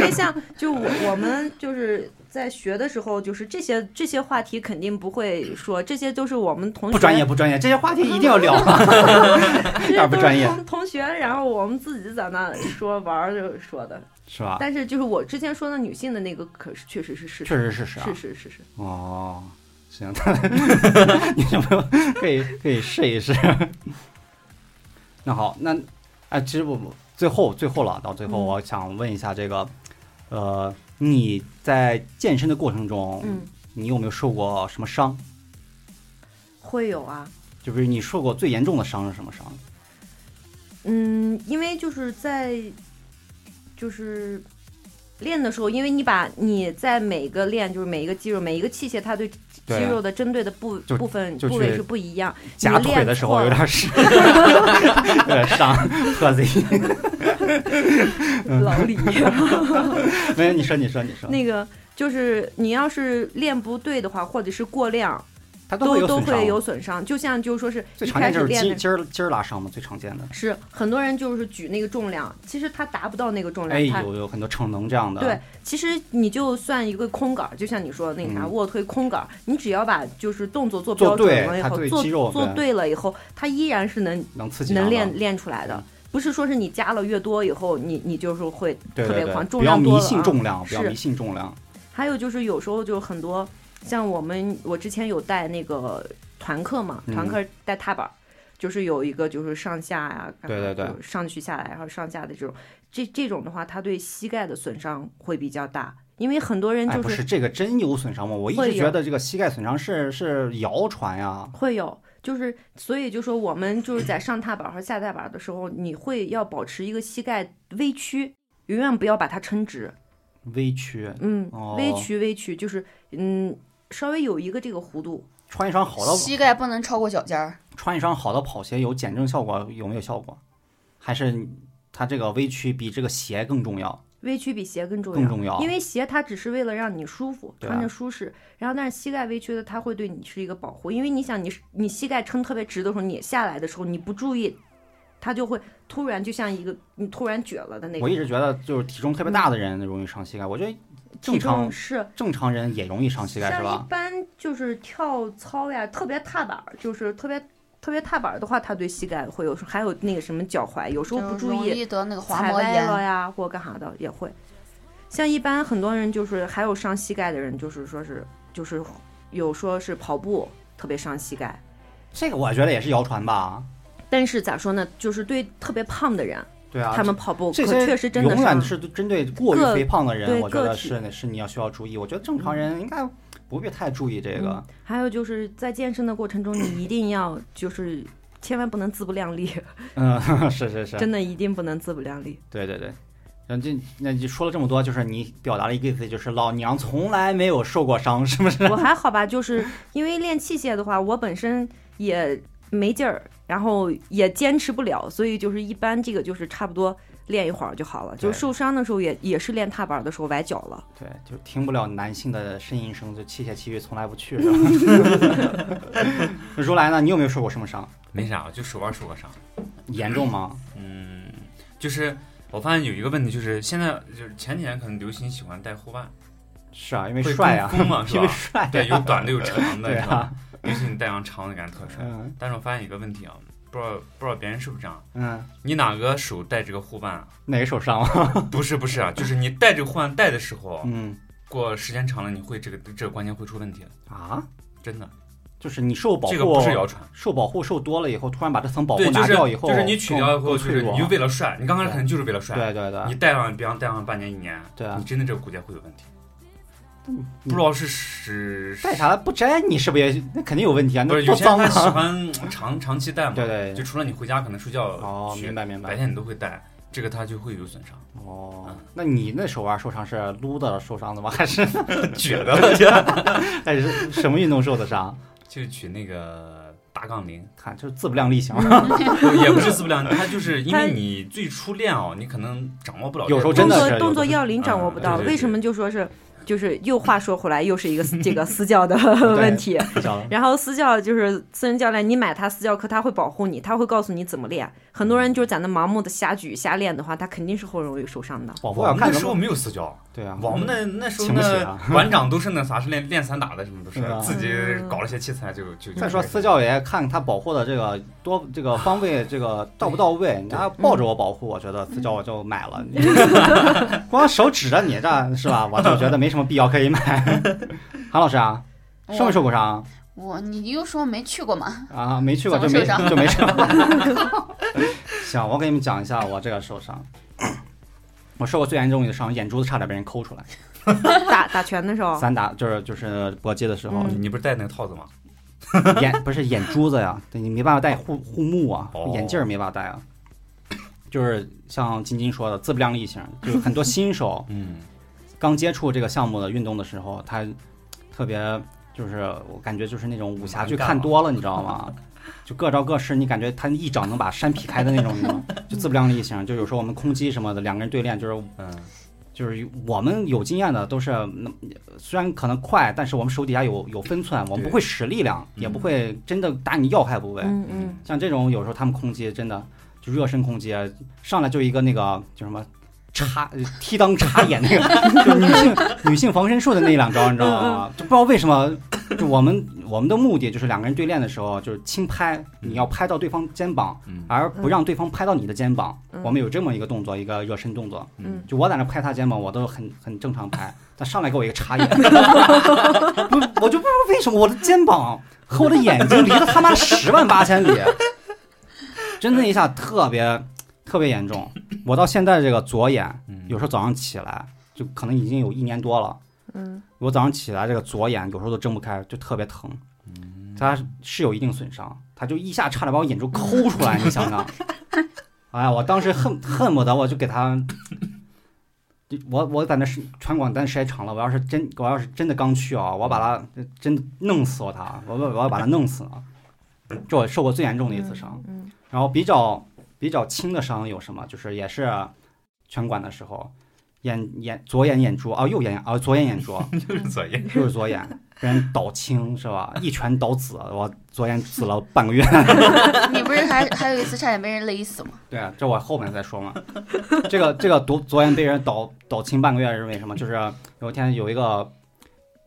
S4: 为像就我我们就是在学的时候，就是这些这些话题肯定不会说，这些都是我们同学
S1: 不专业，不专业，这些话题一定要聊啊！
S4: <laughs> 这
S1: 哪
S4: 些
S1: 不
S4: <laughs> 都
S1: 专业
S4: 是同同学，然后我们自己在那说玩儿就说的。
S1: 是吧？
S4: 但是就是我之前说的女性的那个，可是确实是事
S1: 确
S4: 实
S1: 实是是啊
S4: 是，是是是，
S1: 哦，行， <laughs> 你有没有可以可以试一试？那好，那哎，其实我最后最后了，到最后
S4: 嗯
S1: 我想问一下这个，呃，你在健身的过程中，
S4: 嗯，
S1: 你有没有受过什么伤？
S4: 会有啊。
S1: 就比如你受过最严重的伤是什么伤？
S4: 嗯，因为就是在就是练的时候，因为你把你在每个练就是每一个肌肉每一个器械，它对肌
S1: 对啊
S4: 肉的针对的部
S1: 就
S4: 部分
S1: 就
S4: 部位
S1: 去
S4: 是不一样。
S1: 夹腿的时候有点
S4: <laughs>
S1: 是，有点伤，喝醉。嗯
S4: 老
S1: <laughs>
S4: 李， <laughs>
S1: 没有，你说你说你说，
S4: 那个就是你要是练不对的话，或者是过量，
S1: 它都会
S4: 都
S1: 有
S4: 都
S1: 损
S4: 会有
S1: 伤。
S4: 损伤。就像就是说是
S1: 最
S4: 一
S1: 常
S4: 开
S1: 见就
S4: 始
S1: 是
S4: 练
S1: 筋
S4: 的。
S1: 筋儿筋儿拉伤嘛，最常见的。
S4: 是很多人就是举那个重量，其实他达不到那个重量，
S1: 哎，
S4: 他
S1: 有有很多逞能这样的。
S4: 对，其实你就算一个空杆儿，就像你说的那个啥
S1: 嗯
S4: 卧推空杆儿，你只要把就是动作做
S1: 做
S4: 标准
S1: 对
S4: 了以
S1: 它
S4: 后，
S1: 对
S4: 做
S1: 肌肉
S4: 做
S1: 对
S4: 对了以后，它依然是能
S1: 能刺激
S4: 能
S1: 到
S4: 练
S1: 的
S4: 练出来的
S1: 嗯。
S4: 不是说是你加了越多以后，你你就是会
S1: 对
S4: 特
S1: 对
S4: 别
S1: 对
S4: 狂，重
S1: 不要
S4: 量多
S1: 迷
S4: 了
S1: 信
S4: 啊
S1: 重量，不要
S4: 是
S1: 迷信重量。
S4: 还有就是有时候就很多，像我们我之前有带那个团课嘛，
S1: 嗯
S4: 团课带踏板儿，就是有一个就是上下呀、干嘛
S1: 对对对，
S4: 就上去下来然后上下的这种，这这种的话，它对膝盖的损伤会比较大，因为很多人
S1: 哎，
S4: 就
S1: 不是这个真有损伤吗？我一
S4: 会
S1: 直觉
S4: 有
S1: 得这个膝盖损伤是是谣传呀。
S4: 会有。就是，所以就说我们就是在上踏板和下踏板的时候，你会要保持一个膝盖微屈，永远不要把它撑直。
S1: 微屈，
S4: 嗯，微
S1: 哦
S4: 屈微屈，就是嗯，稍微有一个这个弧度，
S1: 穿一双好的
S2: 膝盖不能超过脚尖儿，
S1: 穿一双好的跑鞋有减震效果有没有效果？还是它这个微屈比这个鞋更重要？
S4: 微曲比鞋更重要，
S1: 更重要
S4: 啊因为鞋它只是为了让你舒服，
S1: 对啊
S4: 穿着舒适。然后，但是膝盖微曲的，它会对你是一个保护，因为你想你，你膝盖撑特别直的时候，你下来的时候你不注意，它就会突然就像一个你突然撅了的那
S1: 我一
S4: 个。
S1: 直觉得就是体重特别大的人容易伤膝盖，我觉得正
S4: 体
S1: 常
S4: 重是
S1: 正常人也容易伤膝盖是
S4: 像一
S1: 吧？
S4: 般就是跳操呀，特别踏板儿，就是特别特别踏板儿的话，它对膝盖会有，还有那个什么脚踝，有时候不
S2: 就
S4: 注
S2: 容
S4: 意
S2: 易得那个滑
S4: 踩
S2: 膜
S4: 歪了
S2: 炎。
S4: 呀，或干啥的也会。像一般很多人就是还有伤膝盖的人，就是说是就是有说是跑步特别伤膝盖，
S1: 这个我觉得也是谣传吧。
S4: 但是咋说呢，就是对特别胖的人，
S1: 对啊，
S4: 他们跑步
S1: 这
S4: 可
S1: 些
S4: 确实真的
S1: 永远
S4: 伤。
S1: 是针对过于
S4: 个
S1: 肥胖的人，
S4: 对
S1: 我觉
S4: 个
S1: 得
S4: 体
S1: 是是你要需要注意。我觉得正常人应该不必太注意这个。
S4: 嗯还有就是在健身的过程中，你一定要就是千万不能自不量力，
S1: 嗯， <laughs> 是是是，
S4: 真的一定不能自不量力。
S1: 对对对。那这那你说了这么多，就是你表达了一个意思，就是老娘从来没有受过伤，是不 <laughs> 是？
S4: 我还好
S1: <laughs>
S4: 吧，就是因为练器械的话，我本身也没劲儿，然后也坚持不了，所以就是一般这个就是差不多练一会儿就好了。
S1: 对
S4: 就受伤的时候也也是练踏板的时候崴脚了，
S1: 对，就听不了男性的呻吟声，就器械奇遇从来不去，是吧？ <laughs>
S4: <laughs>
S1: 如来呢，你有没有受过什么伤？
S3: 没啥，就手腕受过伤。
S1: 严重吗？
S3: 嗯，就是我发现有一个问题，就是现在就是前几年可能流行喜欢戴护
S1: <laughs>
S3: 腕，
S1: 是啊，因为
S3: 会
S1: 帅啊，
S3: 跟
S1: <laughs>
S3: 风嘛，是
S1: 因为
S3: 吧？
S1: 帅、啊，
S3: 对，有短的有长的，
S1: 对
S3: 是吧
S1: 啊？，
S3: 尤其你戴上长的，感觉特帅。
S1: 嗯
S3: 但是我发现一个问题啊，不知道不知道别人是不是这样，
S1: 嗯，
S3: 你哪个手戴这个护腕啊？ <laughs>
S1: 哪个受伤了？
S3: 不是不是啊，就是你戴这个护腕戴的时候，啊
S1: 嗯
S3: 过时间长了，你会这个这个关节会出问题的，
S1: 啊，
S3: 真的，
S1: 就是你受保护，
S3: 这个不是谣传。
S1: 受保护受多了以后，突然把这层保护
S3: 对，就
S1: 拿
S3: 是
S1: 掉以后，
S3: 就是你取掉以后，
S1: 更
S3: 就
S1: 更脆
S3: 是
S1: 弱啊
S3: 你就为了帅，你刚开始可能就是为了帅，
S1: 对对对，
S3: 你戴上，比方戴上半年一年，
S1: 啊对啊
S3: 你真的这个骨节会有问题，
S1: 你
S3: 不知道是是
S1: 戴啥不摘，你是不是也那肯定有问题啊？
S3: 不
S1: 那
S3: 是有
S1: 多
S3: 些人
S1: 脏
S3: 他喜
S1: 啊！
S3: 欢长长期戴嘛，
S1: <laughs> 对对
S3: 就
S1: 对，
S3: 除了你回家可能睡觉
S1: 哦，
S3: 去
S1: 明白明
S3: 白
S1: 白。
S3: 天你都会戴，这个它就会有损
S1: <laughs>
S3: 伤，
S1: 哦
S3: 嗯，
S1: 那你那手腕受伤是撸的受伤的吗？还是 <laughs>
S3: 觉 <laughs> 得
S1: 还是什么运动受的伤？
S3: 就取那个八杠铃，
S1: 看就是自不量力行，啊
S3: 嗯也不是自不量力，它就是因
S4: 它
S3: 为你最初练哦，你可能掌握不了这
S1: 有
S3: 个
S1: 时候
S3: 东西，
S1: 真的
S4: 动
S1: 是有
S4: 作动作
S1: 的是
S4: 要领掌握不
S3: 嗯
S4: 到，
S3: 对对对
S4: 为什么就说是就是又话说回来，又是一个这个私教的 <laughs> 问题。
S1: 不讲了
S4: 然后私教就是私人教练，你买他私教课，他会保护你，他会告诉你怎么练。很多人就是在那盲目的瞎举瞎练的话，他肯定是会容易受伤的。
S1: <laughs> 我
S3: 我
S1: 想
S3: 们那
S1: 看
S3: 时
S1: 什
S3: 候
S1: 么？
S3: 没有私教，
S1: 对啊，
S3: 我们那那时候
S1: 请不起
S3: 那
S1: 啊
S3: 馆长都是那啥，是练练散打的，什么都是
S1: 对啊
S3: 自己搞了些器材就
S2: 嗯
S3: 就。就
S1: 再说私教也看他保护的这个多，这个方位这
S2: <laughs>
S1: 个到不到位，你要抱
S2: 嗯
S1: 着我保护，我觉得私教我就买
S2: <laughs>
S1: 了。你光手指着你这是吧？我就觉得没什么必要可以买。 <laughs> 韩老师啊，
S2: 哎
S1: 受没受过伤
S2: 我你又说没去过嘛？
S1: 啊？没去过就
S2: 怎
S1: 没
S2: 么受伤
S1: 就没受。行，我给你们讲一下我这个受伤。 <coughs> 我受过最严重的伤，眼珠子差点被人抠出来。
S4: 打打拳的时候，
S1: 散打就是就是搏击的
S2: 嗯
S1: 时候
S3: 你，你不是戴那个套子吗？
S1: 眼不是眼珠子呀，对你没办法戴护护目啊，
S3: 哦
S1: 眼镜儿没办法戴啊。就是像晶晶说的，自不量力型，就是很多新
S3: <laughs>
S1: 手
S3: 嗯，
S1: 刚接触这个项目的运动的时候，他特别就是我感觉就是那种武侠剧看多了，你知道吗？就各招各式，你感觉他一掌能把山劈开的那种，你知道吗就自不量力型。就有时候我们空击什么的，两个人对练，就是
S3: 嗯，
S1: 就是我们有经验的都是，嗯虽然可能快，但是我们手底下有有分寸，我们
S3: 对
S1: 不会使力量，也
S3: 嗯
S1: 不会真的打你要害部位。
S4: 嗯嗯，
S1: 像这种有时候他们空接真的就热身空接，上来就一个那个叫什么插呃踢裆插眼那个， <laughs> 就女性女性防身术的那两招，你知道
S4: 嗯
S1: 吗？就不知道为什么，就我们我们的目的就是两个人对练的时候啊就是轻拍，你要拍到对方肩膀
S3: 嗯，
S1: 而不让对方拍到你的肩膀。
S4: 嗯
S1: 我们有这么一个动作，一个热身动作。
S4: 嗯
S1: 就我在那拍他肩膀，我都很很正常拍，他上来给我一个插
S4: <laughs>
S1: 眼，不，我就不知道为什么我的肩膀和我的眼睛离了他妈十万八千里， <laughs> 真的一下特别特别严重。我到现在这个左眼，有时候早上起来就可能已经有一年多了，
S4: 嗯，
S1: 我早上起来这个左眼有时候都睁不开，就特别疼。它是是有一定损伤，它就一下差点把我眼珠抠出来，你想想，哎呀，我当时恨恨不得我就给他，就我我在那是传广单时间长了，我要是真我要是真的刚去啊，我把他真弄死我他，我我我要把他弄死啊，这我受过最严重的一次伤。
S4: 嗯，
S1: 然后比较比较轻的伤有什么？就是也是呃拳馆的时候，眼眼左眼眼珠啊，右眼啊左眼眼珠
S3: <laughs>
S1: <laughs>
S3: 就是左眼。
S1: 就是左眼被人倒青是吧？一拳倒紫，我左眼紫了半个月。
S2: <laughs>
S1: <laughs>
S2: 你不是还还有一次差点被人勒死吗？
S1: 对啊，这我后面再说嘛。这个这个左左眼被人倒倒青半个月是为什么？就是有一天有一个。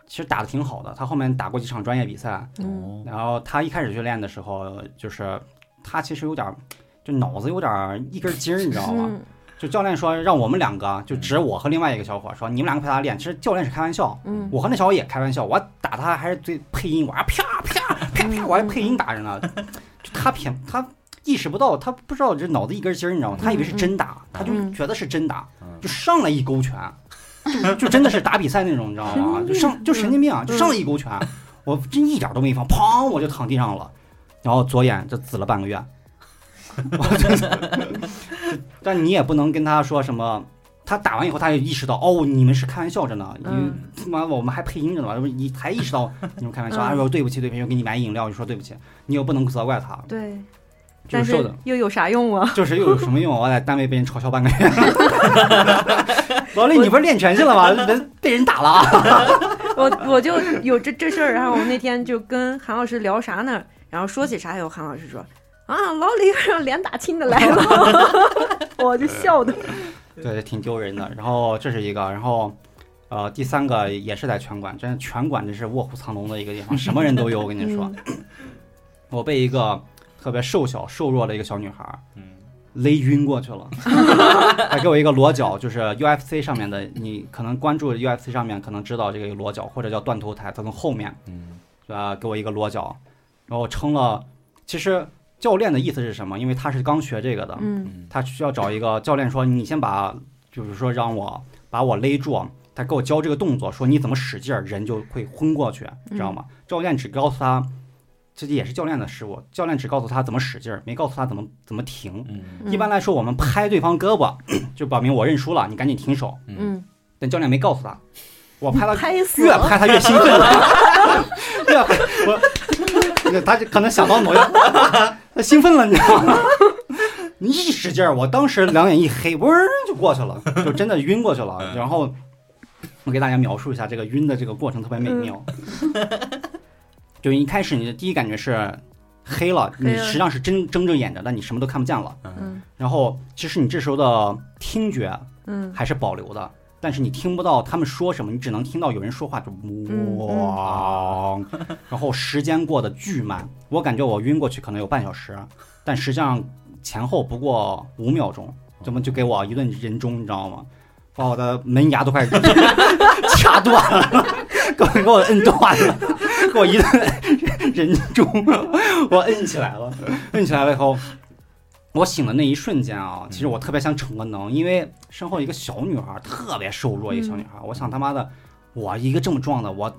S1: 其实打的挺好的，他后面打过几场专业比赛，
S4: 嗯
S1: 然后他一开始去练的时候，就是他其实有点儿，就脑子有点儿一根筋儿，你知道吗？
S4: 嗯
S1: 就教练说让我们两个，啊就指我和另外一个小伙说，你们两个陪他练。其实教练是开玩笑，
S4: 嗯
S1: 我和那小伙也开玩笑，我打他还是最配音，我还啪啪啪啪，我还配音打着呢。就他偏他意识不到，他不知道这脑子一根筋儿，你知道吗？他以为是真打，他就觉得是真打，就上来一勾拳， <laughs> 就就真的是打比赛那种，你知道吗？就上就神经病啊，就上来一勾拳，我真一点都没防，砰我就躺地上了，然后左眼就紫了半个月。 <laughs> 但你也不能跟他说什么，他打完以后他也意识到，哦，你们是开玩笑着呢，你
S4: 嗯
S1: 他妈我们还配音着呢，你才意识到你们开玩笑，
S4: 嗯
S1: 哎呦对不起对不起，又给你买饮料，你说对不起，你又不能责怪他，
S4: 对，
S1: 就
S4: 但
S1: 是受
S4: 是
S1: 的，
S4: 又有啥用啊？ <laughs>
S1: 就是又有什么用？我在单位被人嘲笑半个月。老李，你不是练拳去了吗？人被人打了啊！
S4: 我我就有这这事儿，然后我那天就跟韩老师聊啥呢？然后说起啥以后，韩老师说啊，老李让脸打青的
S1: <laughs>
S4: 来了， <laughs> 我就笑的。
S1: 对，挺丢人的。然后这是一个，然后。呃，第三个也是在拳馆，真的拳馆这是卧虎藏龙的一个地方，什么人都有。我跟你
S4: 嗯
S1: 说，我被一个特别瘦小、瘦弱的一个小女孩儿
S3: 嗯，
S1: 勒晕过去了，还给我一个裸脚，就是 UFC 上面的，你可能关注 UFC 上面可能知道这个有裸脚或者叫断头台，它从后面，
S3: 嗯，
S1: 啊、给我一个裸脚，然后撑了。其实教练的意思是什么？因为他是刚学这个的，
S4: 嗯
S1: 他需要找一个教练说，你先把，就是说让我把我勒住，啊他给我教这个动作，说你怎么使劲儿，人就会昏过去，知道吗？教练只告诉他，这也是教练的失误，教练只告诉他怎么使劲儿，没告诉他怎么怎么停。
S3: 嗯
S1: 一般来说，我们拍对方胳膊就表明我认输了，你赶紧停手。
S4: 嗯，
S1: 但教练没告诉他，我拍他
S4: 拍死
S1: 嗯越拍他越兴奋， <laughs> 越拍我，他就可能想到某样，他兴奋了，你知道吗？ <laughs> 你一使劲儿，我当时两眼一黑，嗡儿就过去了，就真的晕过去了。然后我给大家描述一下这个晕的这个过程，特别美
S4: 嗯
S1: 妙。就一开始你的第一感觉是黑了，
S4: 黑
S1: 你
S4: 了
S1: 实际上是睁睁着眼着，但你什么都看不见了。
S4: 嗯
S1: 然后其实你这时候的听觉
S4: 嗯
S1: 还是保留的，但是你听不到他们说什么，你只能听到有人说话，就
S4: 嗯
S1: 哇，然后时间过得巨慢，我感觉我晕过去可能有半小时，但实际上前后不过五秒钟，怎么就给我一顿人中，你知道吗？把我的门牙都快 <laughs> 掐断了，给我给我摁断了，给我一顿人中，我摁起来了，摁起来了以后，我醒的那一瞬间啊，其实我特别想逞个能，因为身后一个小女孩特别瘦弱，一个小女孩，我想他妈的，我一个这么壮的，我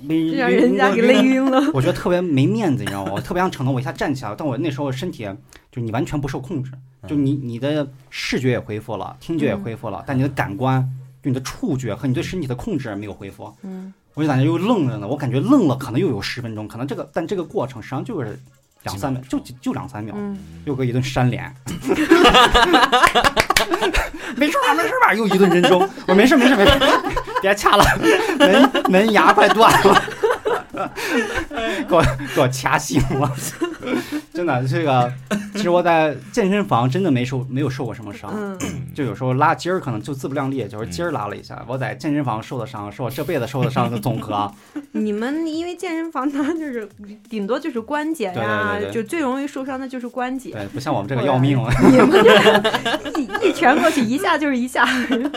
S1: 没
S4: 让人家给累
S1: <laughs>
S4: 晕了。
S1: 我觉得特别没面子，你知道吗？我特别想逞能，我一下站起来，但我那时候身体就你完全不受控制，就你
S4: 嗯
S1: 你的视觉也恢复了，听觉也恢复了，但你的感官就你的触觉和你对身体的控制没有恢复，
S4: 嗯，
S1: 我就感觉又愣着呢，我感觉愣了可能又有十分钟，可能这个但这个过程实际上就是两三秒，就就就两三秒，
S4: 嗯
S1: 又给我一顿扇脸。 <laughs> 没事吧，没事吧，又一顿人中。我没事，没事，没事，别掐了，门门牙快断了，给我给我掐醒了。真的，这个其实我在健身房真的没受没有受过什么伤，
S4: 嗯，
S1: 就有时候拉筋儿可能就自不量力，就是筋儿拉了一下。我在健身房受的伤是我这辈子受的伤的总和。
S4: 你们因为健身房它就是顶多就是关节呀
S1: 对对对，对
S4: 就最容易受伤的就是关节。
S1: 对，不像我们这个要命了。
S4: 你们这 <laughs> 一一拳过去一下就是
S1: <laughs>
S4: 一下，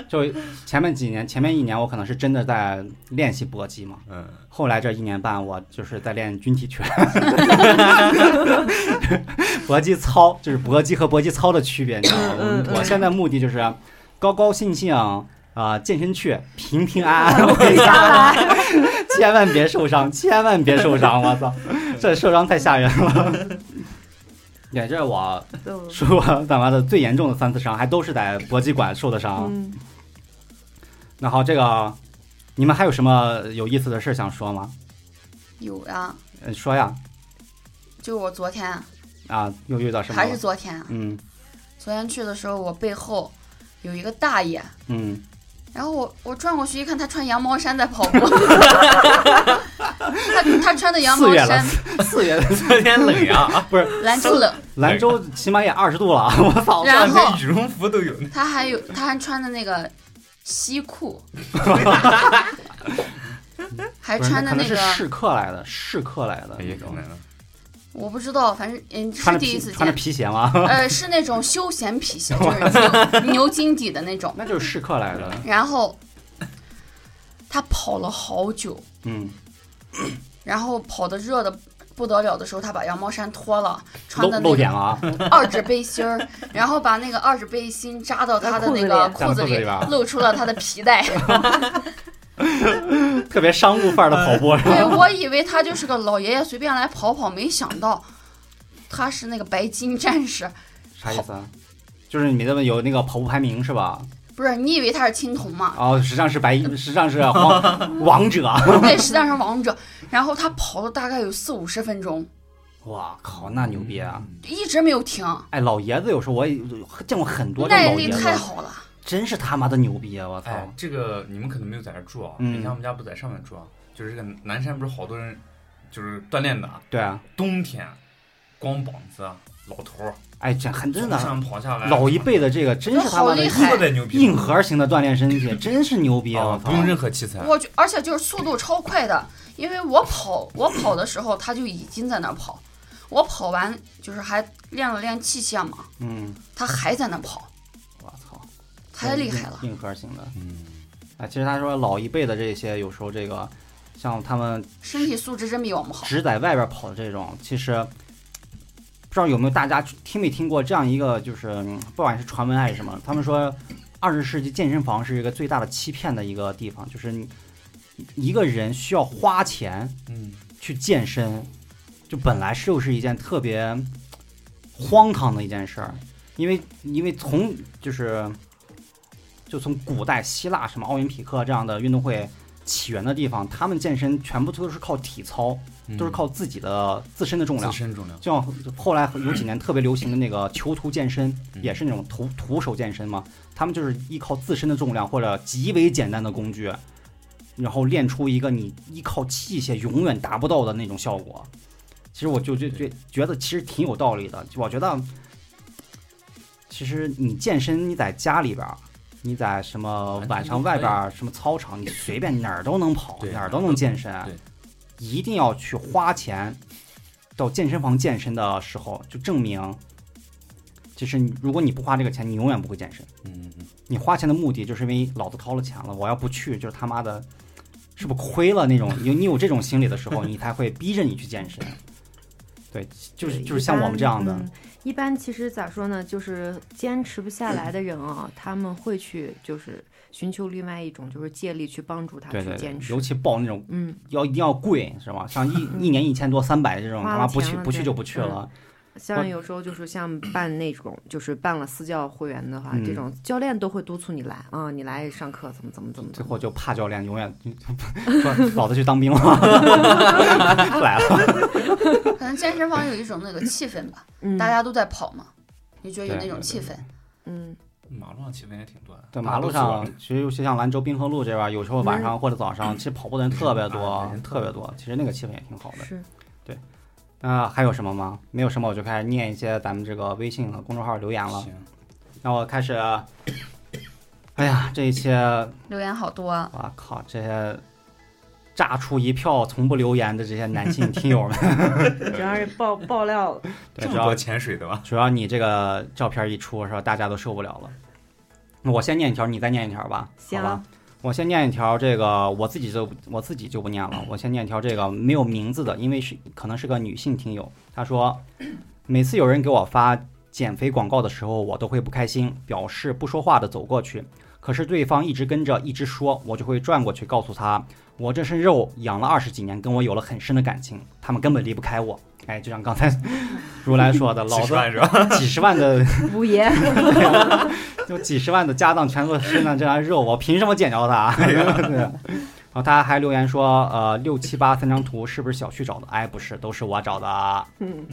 S1: 就前面几年，前面一年我可能是真的在练习搏击嘛，
S3: 嗯， <laughs>
S1: 后来这一年半，我就是在练军体拳， <laughs> 搏击操就是搏击和搏击操的区别，你知道吗？
S4: 嗯嗯嗯
S1: 我现在目的就是高高兴兴啊、健身去，平平安
S4: 嗯
S1: 安回家 <laughs> 来，千万别受伤，千万别受伤！我操，这受伤太吓人了。对，这是我
S4: 嗯
S1: 受我他妈的最严重的三次伤，还都是在搏击馆受的伤。
S4: 嗯，
S1: 然后这个，你们还有什么有意思的事儿想说吗？
S2: 有呀，
S1: 呃说呀。
S2: 就我昨天
S1: 啊，又遇到什么
S2: 还是
S1: 了？
S2: 昨天，啊
S1: 嗯
S2: 昨天去的时候，我背后有一个大爷，
S1: 嗯，
S2: 然后我我转过去一看，他穿羊毛衫在跑步， <laughs> 他他穿的羊
S1: 四
S2: 毛
S1: 月了
S2: 衫，
S1: 四月
S3: 昨天冷呀，啊
S2: 篮球冷，
S1: <laughs> 兰州起码也二十度了， <laughs> 我操！
S2: 然后
S3: 连羽绒服都有呢。
S2: 他还有他还穿的那个西裤，
S1: <laughs>
S2: 还
S1: 不是
S2: 穿的
S1: 可能
S2: 那
S1: 是
S2: 个
S1: 试客来的，试客哎来的那
S3: 也
S1: 种，
S2: 我不知道，反正嗯
S1: 穿着
S2: 是第一
S1: 皮
S2: 次
S1: 穿着
S2: 见，
S1: 皮鞋吗？ <laughs>
S2: 呃是那种休闲皮鞋，就是牛牛筋底的那种，
S1: 那就是试客来的，
S2: 然后他跑了好久，
S1: 嗯，
S2: 然后跑的热的。不得了的时候，他把羊毛衫脱了，穿
S1: 露
S2: 的那
S1: 露
S2: 个
S1: 点了啊，
S2: 二指背心儿， <laughs> 然后把那个二指背心扎到他的那个
S1: 裤
S2: 裤
S1: 子
S2: 子
S1: 里
S2: 里
S1: 扎到裤子里吧，
S2: 露出了他的皮带。
S1: 特别商务范儿的跑步是
S2: <laughs> 对
S1: 吧？
S2: 我以为他就是个老爷爷随便来跑跑，没想到他是那个白金战士，
S1: 啥意思啊？就是你们有那个跑步排名是吧？
S2: 不是你以为他是青铜嘛？ <laughs>
S1: 哦，实际上是白，实际上是王王者。
S2: 对，实际上是王者。然后他跑了大概有四五十分钟，
S1: 哇靠，那 <laughs> 牛逼啊！
S2: 一直没有停，
S1: 哎，老爷子有时候我也见过很多这种
S2: 耐
S1: 老
S2: 力
S1: 爷
S2: 太
S1: 子，
S2: 好了。
S1: 真是他妈的牛逼啊！我操！
S3: 哎，这个你们可能没有在这儿住啊。
S1: 嗯
S3: 以前我们家不在上面住啊，就是这个南山不是好多人就是锻炼的，啊，
S1: 对啊，
S3: 冬天光膀子啊老头儿
S1: 哎，这很真
S3: 从
S1: 的。
S3: 山跑下来，
S1: 老一辈的这个真是他妈的
S2: 好厉害
S3: 特别牛逼，
S1: 硬核型的锻炼身体，真是牛逼！我
S3: 啊，
S1: 操
S3: 不用任何器材，
S2: 我觉，而且就是速度超快的，因为我跑，我跑的时候他就已经在那儿跑，我跑完就是还练了练器械嘛，
S1: 嗯，
S2: 他还在那儿跑，
S1: 我操，
S2: 太厉害了。
S1: 硬核型的
S3: 嗯，
S1: 啊！其实他说老一辈的这些，有时候这个像他们
S2: 身体素质真比我们好。
S1: 只在外边跑的这种，其实不知道有没有大家听没听过这样一个，就是嗯不管是传闻还是什么，他们说二十世纪健身房是一个最大的欺骗的一个地方，就是你一个人需要花钱
S3: 嗯，
S1: 去健身，就本来就是一件特别荒唐的一件事儿，因为因为从就是就从古代希腊什么奥林匹克这样的运动会起源的地方，他们健身全部都是靠体操，都是靠自己的自身的重量
S3: 嗯自。身重量，
S1: 就像后来有几年特别流行的那个囚徒健身，
S3: 嗯
S1: 也是那种徒徒手健身嘛，他们就是依靠自身的重量或者极为简单的工具，然后练出一个你依靠器械永远达不到的那种效果。其实我就就就觉得其实挺有道理的，我觉得其实你健身你在家里边儿。你在什么
S3: 完
S1: 晚
S3: 全都
S1: 上
S3: 可
S1: 外
S3: 以
S1: 边儿什么操场，你随便哪儿都能跑，
S3: 对
S1: 哪儿都能健身啊
S3: 对。
S1: 一定要去花钱到健身房健身的时候，就证明，其实你如果你不花这个钱，你永远不会健身。
S3: 嗯嗯
S1: 你花钱的目的就是因为老子掏了钱了，我要不去就是他妈的，是不是亏了那种？你你有这种心理的时候，你才会逼着你去健身。对，就是
S4: 对
S1: 就是像我们这样。
S4: 一
S1: 的
S4: 般，嗯一般其实咋说呢，就是坚持不下来的人啊，他们会去就是寻求另外一种，就是借力去帮助他
S1: 对
S4: 去
S1: 对对
S4: 坚，持。
S1: 尤其报那种
S4: 嗯，
S1: 要一定要贵是吧？像
S4: <laughs>
S1: 一一年一千多、三百这种，
S4: 花
S1: 他妈
S4: 了
S1: 不
S4: 钱
S1: 去
S4: 了
S1: 不去
S4: 对
S1: 就不去
S4: 嗯
S1: 了。我
S4: 像有时候就是像办那种，就是办了私教会员的话，
S1: 嗯
S4: 这种教练都会督促你来啊，你来上课怎么怎么怎么
S1: 最
S4: 怎么。
S1: 后就怕教练永远说老子去当兵了， <laughs> 不来了。
S2: 可能健身房有一种那个气氛吧，
S4: 嗯，
S2: 大家都在跑嘛，你觉得有
S1: 对
S2: 那种
S1: 对
S2: 气氛？
S4: 嗯，
S3: 嗯，马路上气氛也挺乱，
S1: 对，马路上其实尤其像兰州滨河路这边儿，有时候晚上或者早上，其实跑步的人特别多
S3: 啊，人
S1: 特
S3: 特
S1: 别多。其实那个气氛也挺好的。
S4: 是
S1: 那还有什么吗？没有什么，我就开始念一些咱们这个微信和公众号留言了。
S3: 行，
S1: 那我开始，哎呀，这一些，
S2: 留言好多啊，
S1: 我靠，这些炸出一票从不留言的这些男性听友们，
S4: 主要是爆
S1: <laughs>
S4: 爆料，
S1: 对，
S3: 这
S1: 主
S3: 么
S1: 要
S3: 多潜水的吧？
S1: 主要你这个照片一出，是吧？大家都受不了了。那我先念一条，你再念一条吧，
S4: 行
S1: 好吧？我先念一条，这个我自己就我自己就不念了，我先念一条这个没有名字的，因为是可能是个女性听友，她说，每次有人给我发减肥广告的时候，我都会不开心，表示不说话的走过去。可是对方一直跟着，一直说，我就会转过去告诉他，我这身肉养了二十几年，跟我有了很深的感情，他们根本离不开我。哎，就像刚才 <laughs> 如来说的，老
S3: 几十
S1: 子
S3: 万是吧？
S1: 几十万的， <laughs>
S4: 五爷，
S1: 就几十万的家当全都身上这张肉，我凭什么减掉它？ <laughs> 对。然后他还留言说，呃，六七八三张图是不是小旭找的？哎，不是，都是我找的。
S4: <laughs> 嗯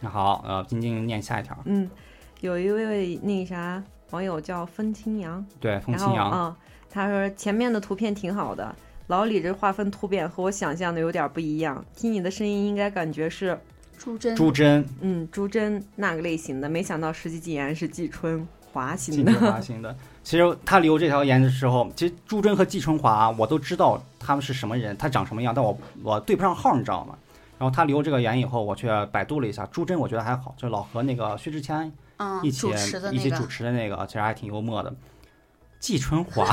S1: 那好，呃，晶晶念下一条。
S4: 嗯，有一位那啥网友叫风清扬，
S1: 对，风
S4: 然
S1: 清
S4: 后
S1: 扬，
S4: 啊、他说前面的图片挺好的，老李这划分图片和我想象的有点不一样，听你的声音应该感觉是
S2: 朱桢
S1: 朱桢，
S4: 嗯朱桢那个类型的，没想到实际竟然是季春华型
S1: 季
S4: 的
S1: 春。华型的。其实他留这条言的时候，其实朱桢和季春华啊我都知道他们是什么人，他长什么样，但我我对不上号，你知道吗？然后他留这个言以后，我去百度了一下，朱桢我觉得还好，就老和那个薛之谦
S2: 啊
S1: 一，起
S2: 主持的
S1: 一
S2: 那
S1: 起主
S2: 个
S1: 持的那个，其实还挺幽默的。季春华，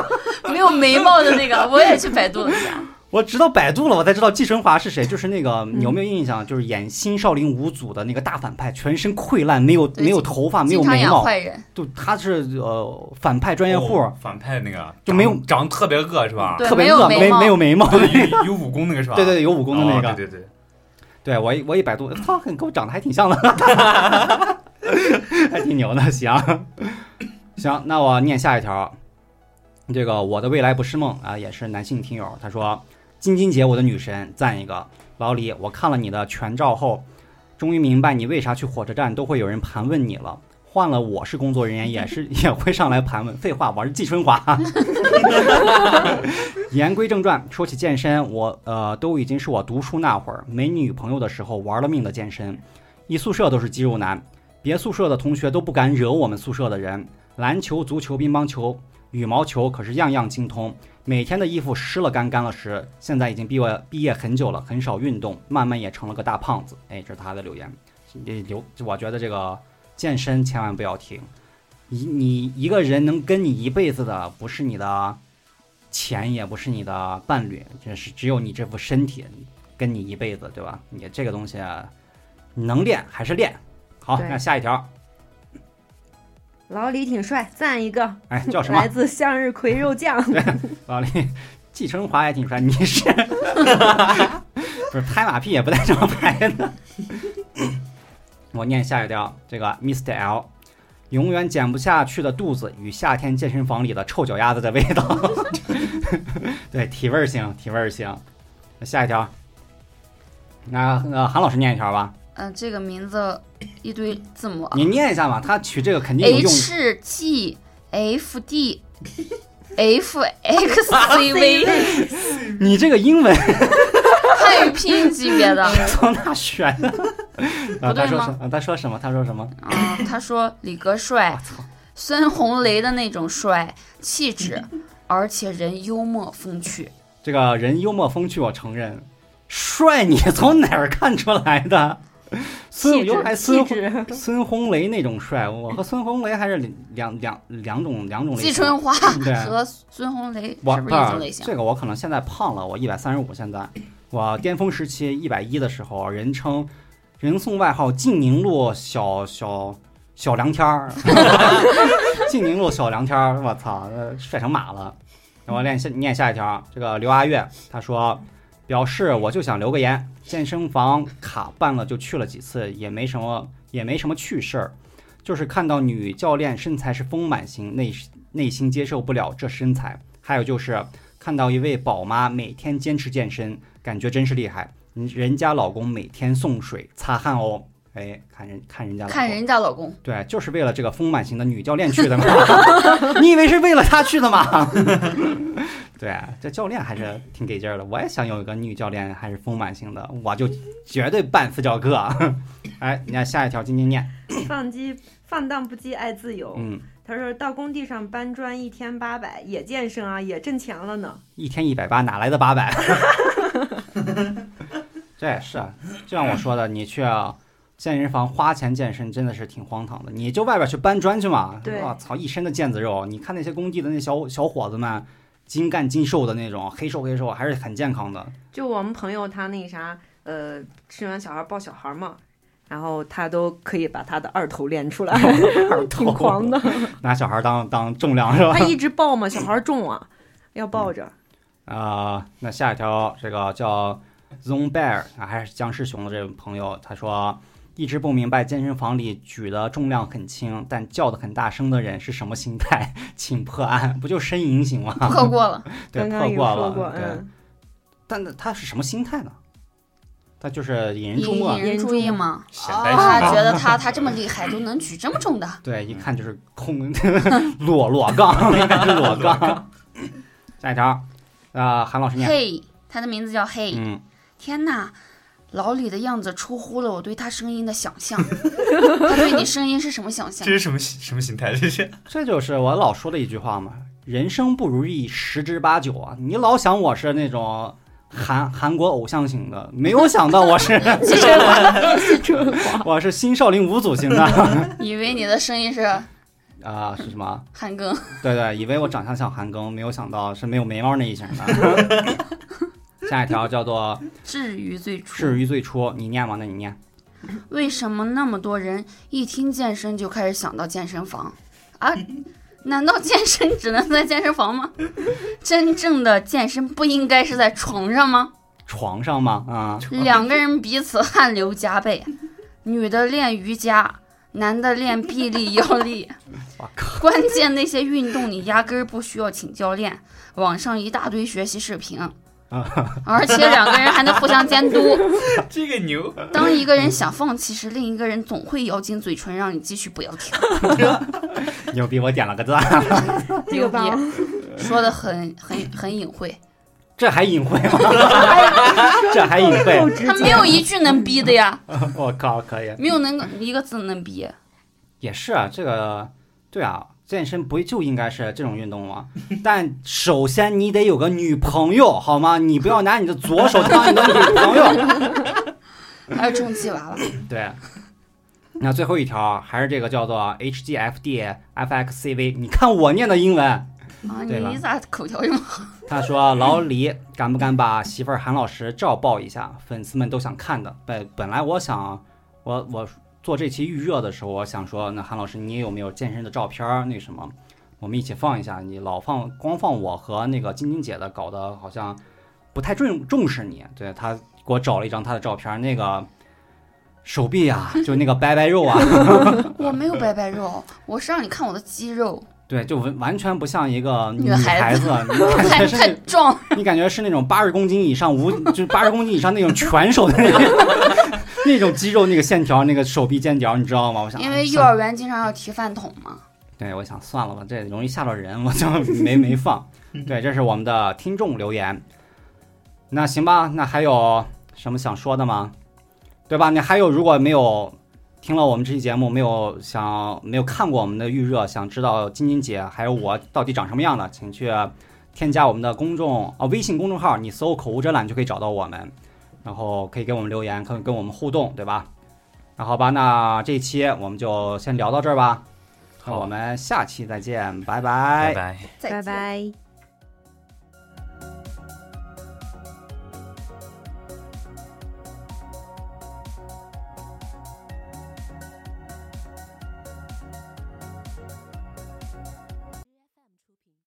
S1: <laughs>
S2: 没有眉毛的那个，我也去百度了一下，
S1: 我直到百度了，我才知道季春华是谁，就是那个你有
S2: 嗯
S1: 没有印象？就是演《新少林五祖》的那个大反派，全身溃烂，没有
S2: 对
S1: 没有头发，啊没有
S2: 经常
S1: 眉
S2: 演
S1: 毛，
S2: 坏人，
S1: 就他是呃反派专业户，
S3: 哦反派那个
S1: 就没有
S3: 长长得特别恶是吧？
S2: 对
S1: 啊特别
S2: 没有
S1: 恶，
S2: 眉
S1: 没
S2: 毛
S1: 没有眉毛，
S3: <laughs> 有有武功那个是吧？
S1: 对对，有武功的那个，
S3: 哦对对对，
S1: 对我一我一百度，操，跟我长得还挺像的， <laughs> 还挺牛的。行，行，那我念下一条。这个我的未来不是梦啊，也是男性听友，他说：“晶晶姐，我的女神，赞一个。老李，我看了你的全照后，终于明白你为啥去火车站都会有人盘问你了。换了我是工作人员，也是 <laughs> 也会上来盘问。废话，我是季春华。 <laughs> 言归正传，说起健身，我呃都已经是我读书那会儿没女朋友的时候玩了命的健身，一宿舍都是肌肉男，别宿舍的同学都不敢惹我们宿舍的人。篮球、足球、乒乓球、羽毛球可是样样精通，每天的衣服湿了干干了湿。现在已经毕业毕业很久了，很少运动，慢慢也成了个大胖子。哎，这是他的留言。这留，我觉得这个健身千万不要停。你你一个人能跟你一辈子的，不是你的钱，也不是你的伴侣，这是只有你这副身体跟你一辈子，对吧？你这个东西啊能练还是练。好，
S4: 对
S1: 那下一条，
S4: <laughs> 老李挺帅，赞一个，
S1: 哎，叫什么
S4: 来？自向日葵肉 <laughs> 酱。
S1: 老李，季春华也挺帅，你是不是拍马屁也不带这么拍的？我念下一条，这个 Mr. L，永远减不下去的肚子与夏天健身房里的臭脚丫子的味道， <laughs> 对，体味儿行，体味儿行。那下一条，那呃，韩老师念一条吧，
S2: 嗯，这个名字一堆字母啊
S1: 你念一下吧，他取这个肯定有用。
S2: <laughs> ，H G F D F X 啊 C V
S1: 你这个英文 <laughs>
S2: 汉语拼音级 <laughs> 别的。
S1: 从哪学
S2: <laughs>
S1: 的？啊，
S2: 不对
S1: 他说
S2: 吗
S1: 什么？他说什么？他说什么？
S2: 啊，他说李哥帅，孙红雷的那种帅，气 <laughs> 质，而且人幽默风趣。
S1: 这个人幽默风趣，我承认。帅，你从哪儿看出来
S4: <laughs>
S1: 的？孙
S4: 气
S1: 有还
S4: 质
S1: 孙
S4: 气
S1: 红
S4: <laughs> 质，
S1: 孙红雷那种帅，我和孙红雷还是两两两种两种类
S2: 季
S1: 型。
S2: 春花
S1: 对
S2: 和孙红雷
S1: 我
S2: 是不是一种类型？
S1: 这个我可能现在胖了，我一百三十五，现在我巅峰时期一百一的时候，人称人送外号“晋宁路小小小凉天儿”， <laughs> 晋宁路小凉天儿，我操，呃帅成马了。那我念下念下一条，这个刘阿月他说。表示我就想留个言，健身房卡办了就去了几次，也没什么也没什么趣事儿，就是看到女教练身材是丰满型，内内心接受不了这身材，还有就是看到一位宝妈每天坚持健身，感觉真是厉害。人人家老公每天送水擦汗哦，哎，看人看人家老公，
S2: 看人家老公，
S1: 对，就是为了这个丰满型的女教练去的
S2: <laughs>
S1: 嘛。你以为是为了她去的吗？ <laughs> 对，啊这教练还是挺给劲儿的。我也想有一个女教练，还是丰满型的，我就绝对办私教课。 <laughs> 哎，你看下一条，晶晶念，
S4: 放鸡放荡不羁，爱自由。
S1: 嗯，
S4: 他说到工地上搬砖一天八百，也健身啊，也挣钱了呢。
S1: 一天一百八，哪来的八百？ <laughs> 这也是啊，就像我说的，你去啊健身房花钱健身真的是挺荒唐的。你就外边去搬砖去嘛，
S4: 对
S1: 我操，一身的腱子肉。你看那些工地的那小小伙子们，精干精瘦的那种，黑瘦黑瘦，还是很健康的。 <laughs>
S4: 就我们朋友他那啥，呃，生完小孩抱小孩嘛，然后他都可以把他的二头练出来，
S1: 二
S4: <laughs> 挺
S1: 头
S4: 狂的。
S1: 拿小孩当当重量是吧
S4: 他？一直抱嘛，小孩重啊，要抱着。
S1: 啊、那下一条这个叫 Zone Bear 啊，还是僵尸熊的这位朋友，他说一直不明白健身房里举的重量很轻，但叫的很大声的人是什么心态， <laughs> 请破案，不就呻吟型吗？
S2: 破过 <laughs> 了，
S1: <laughs> 对，
S4: 刚
S1: 破
S4: 刚有
S1: 过
S4: 说
S1: 了，
S4: 过，
S1: 对，
S4: 嗯，
S1: 但他是什么心态呢？他就是引人
S2: 引
S1: 注目，啊
S2: 引人注意吗？
S3: 显摆
S2: 啊，
S3: 自
S2: 觉
S3: 己。
S2: 得哦他他这么厉害，都能举这么重的，
S1: 对，一看就是空 <laughs> 裸裸杠， <laughs> 应该是裸杠。 <laughs> 下一条，啊、韩老师念，
S2: 嘿，他的名字叫嘿，
S1: 嗯。
S2: 天哪！老李的样子出乎了我对他声音的想象， <laughs> 他对你声音是什么想象
S3: 这？是什么心什么心态？这是
S1: 这就是我老说的一句话嘛，人生不如意十之八九啊！你老想我是那种韩韩国偶像型的，没有想到我是我是新少林五祖型的
S2: 以为你的声音是
S1: 啊、是什么？
S2: 韩庚，
S1: 对对，以为我长相像韩庚，没有想到是没有眉毛那一型的。下一条叫做
S2: 至于最
S1: “
S2: 初。
S1: 至于最初”，你念吗？那你念。
S2: 为什么那么多人一听健身就开始想到健身房啊？难道健身只能在健身房吗？真正的健身不应该是在床上吗？
S1: 床上吗？啊、
S2: <laughs> 两个人彼此汗流浃背， <laughs> 女的练瑜伽，男的练臂力、腰力。
S1: <laughs> 我
S2: 关键那些运动你压根儿不需要请教练，网上一大堆学习视频，
S1: 啊 <laughs>
S2: 而且两个人还能互相监督。
S3: 这个牛，
S2: 当一个人想放弃时，另一个人总会咬紧嘴唇，让你继续不要停。
S1: 牛逼！我点了个赞，
S4: <laughs> 这
S2: 逼
S4: 个吧，
S2: 说的很很很隐晦，
S1: <laughs> 这还隐晦吗？哎这还隐晦？
S2: 他没有一句能逼的呀，
S1: 我靠，可以。
S2: 没有能一个字能逼。
S1: 也是啊，这个对啊，健身不就应该是这种运动吗？ <laughs> 但首先你得有个女朋友好吗？你不要拿你的左手当你的女朋友。 <laughs>
S2: 还有充气娃娃，
S1: 对，那最后一条啊还是这个叫做 HGFDFXCV，你看我念的英文，
S2: 啊，
S1: 对吧
S2: 你咋口条这么好？
S1: 他说老李敢不敢把媳妇儿韩老师照抱一下？粉丝们都想看的。本本来我想，我我做这期预热的时候，我想说，那韩老师你有没有健身的照片儿？那什么，我们一起放一下。你老放光放我和那个晶晶姐的，搞得好像不太重重视你。对他给我找了一张他的照片儿，那个手臂 <laughs> 啊，就那个掰掰肉啊，
S2: 我没有
S1: 啊
S2: 白白肉，我是让你看我的肌
S1: <laughs>
S2: 肉，
S1: 对，就完完全不像一个
S2: 女
S1: 女
S2: 孩
S1: 孩子， <laughs> 你感
S2: 太
S1: 觉是
S2: 太壮，
S1: 你感觉是那种八十公斤以上无，就是八十公斤以上那种拳手的那种 <laughs> 那种肌肉那个线条那个手臂肩条，你知道吗？我想
S2: 因为幼儿园经常要提饭桶嘛。
S1: 对，我想算了吧，这容易吓着人，我就没没放。对，这是我们的听众留言。那行吧，那还有什么想说的吗？对吧？你还有如果没有听了我们这期节目，没有想没有看过我们的预热，想知道晶晶姐还有我到底长什么样的，请去添加我们的公众啊、微信公众号，你搜“口无遮拦”就可以找到我们，然后可以给我们留言，可以跟我们互动，对吧？那好吧，那这一期我们就先聊到这儿吧。那
S3: 好
S1: 我们下期再见，拜
S3: 拜
S1: 拜
S3: 拜。
S2: 再见
S4: 拜。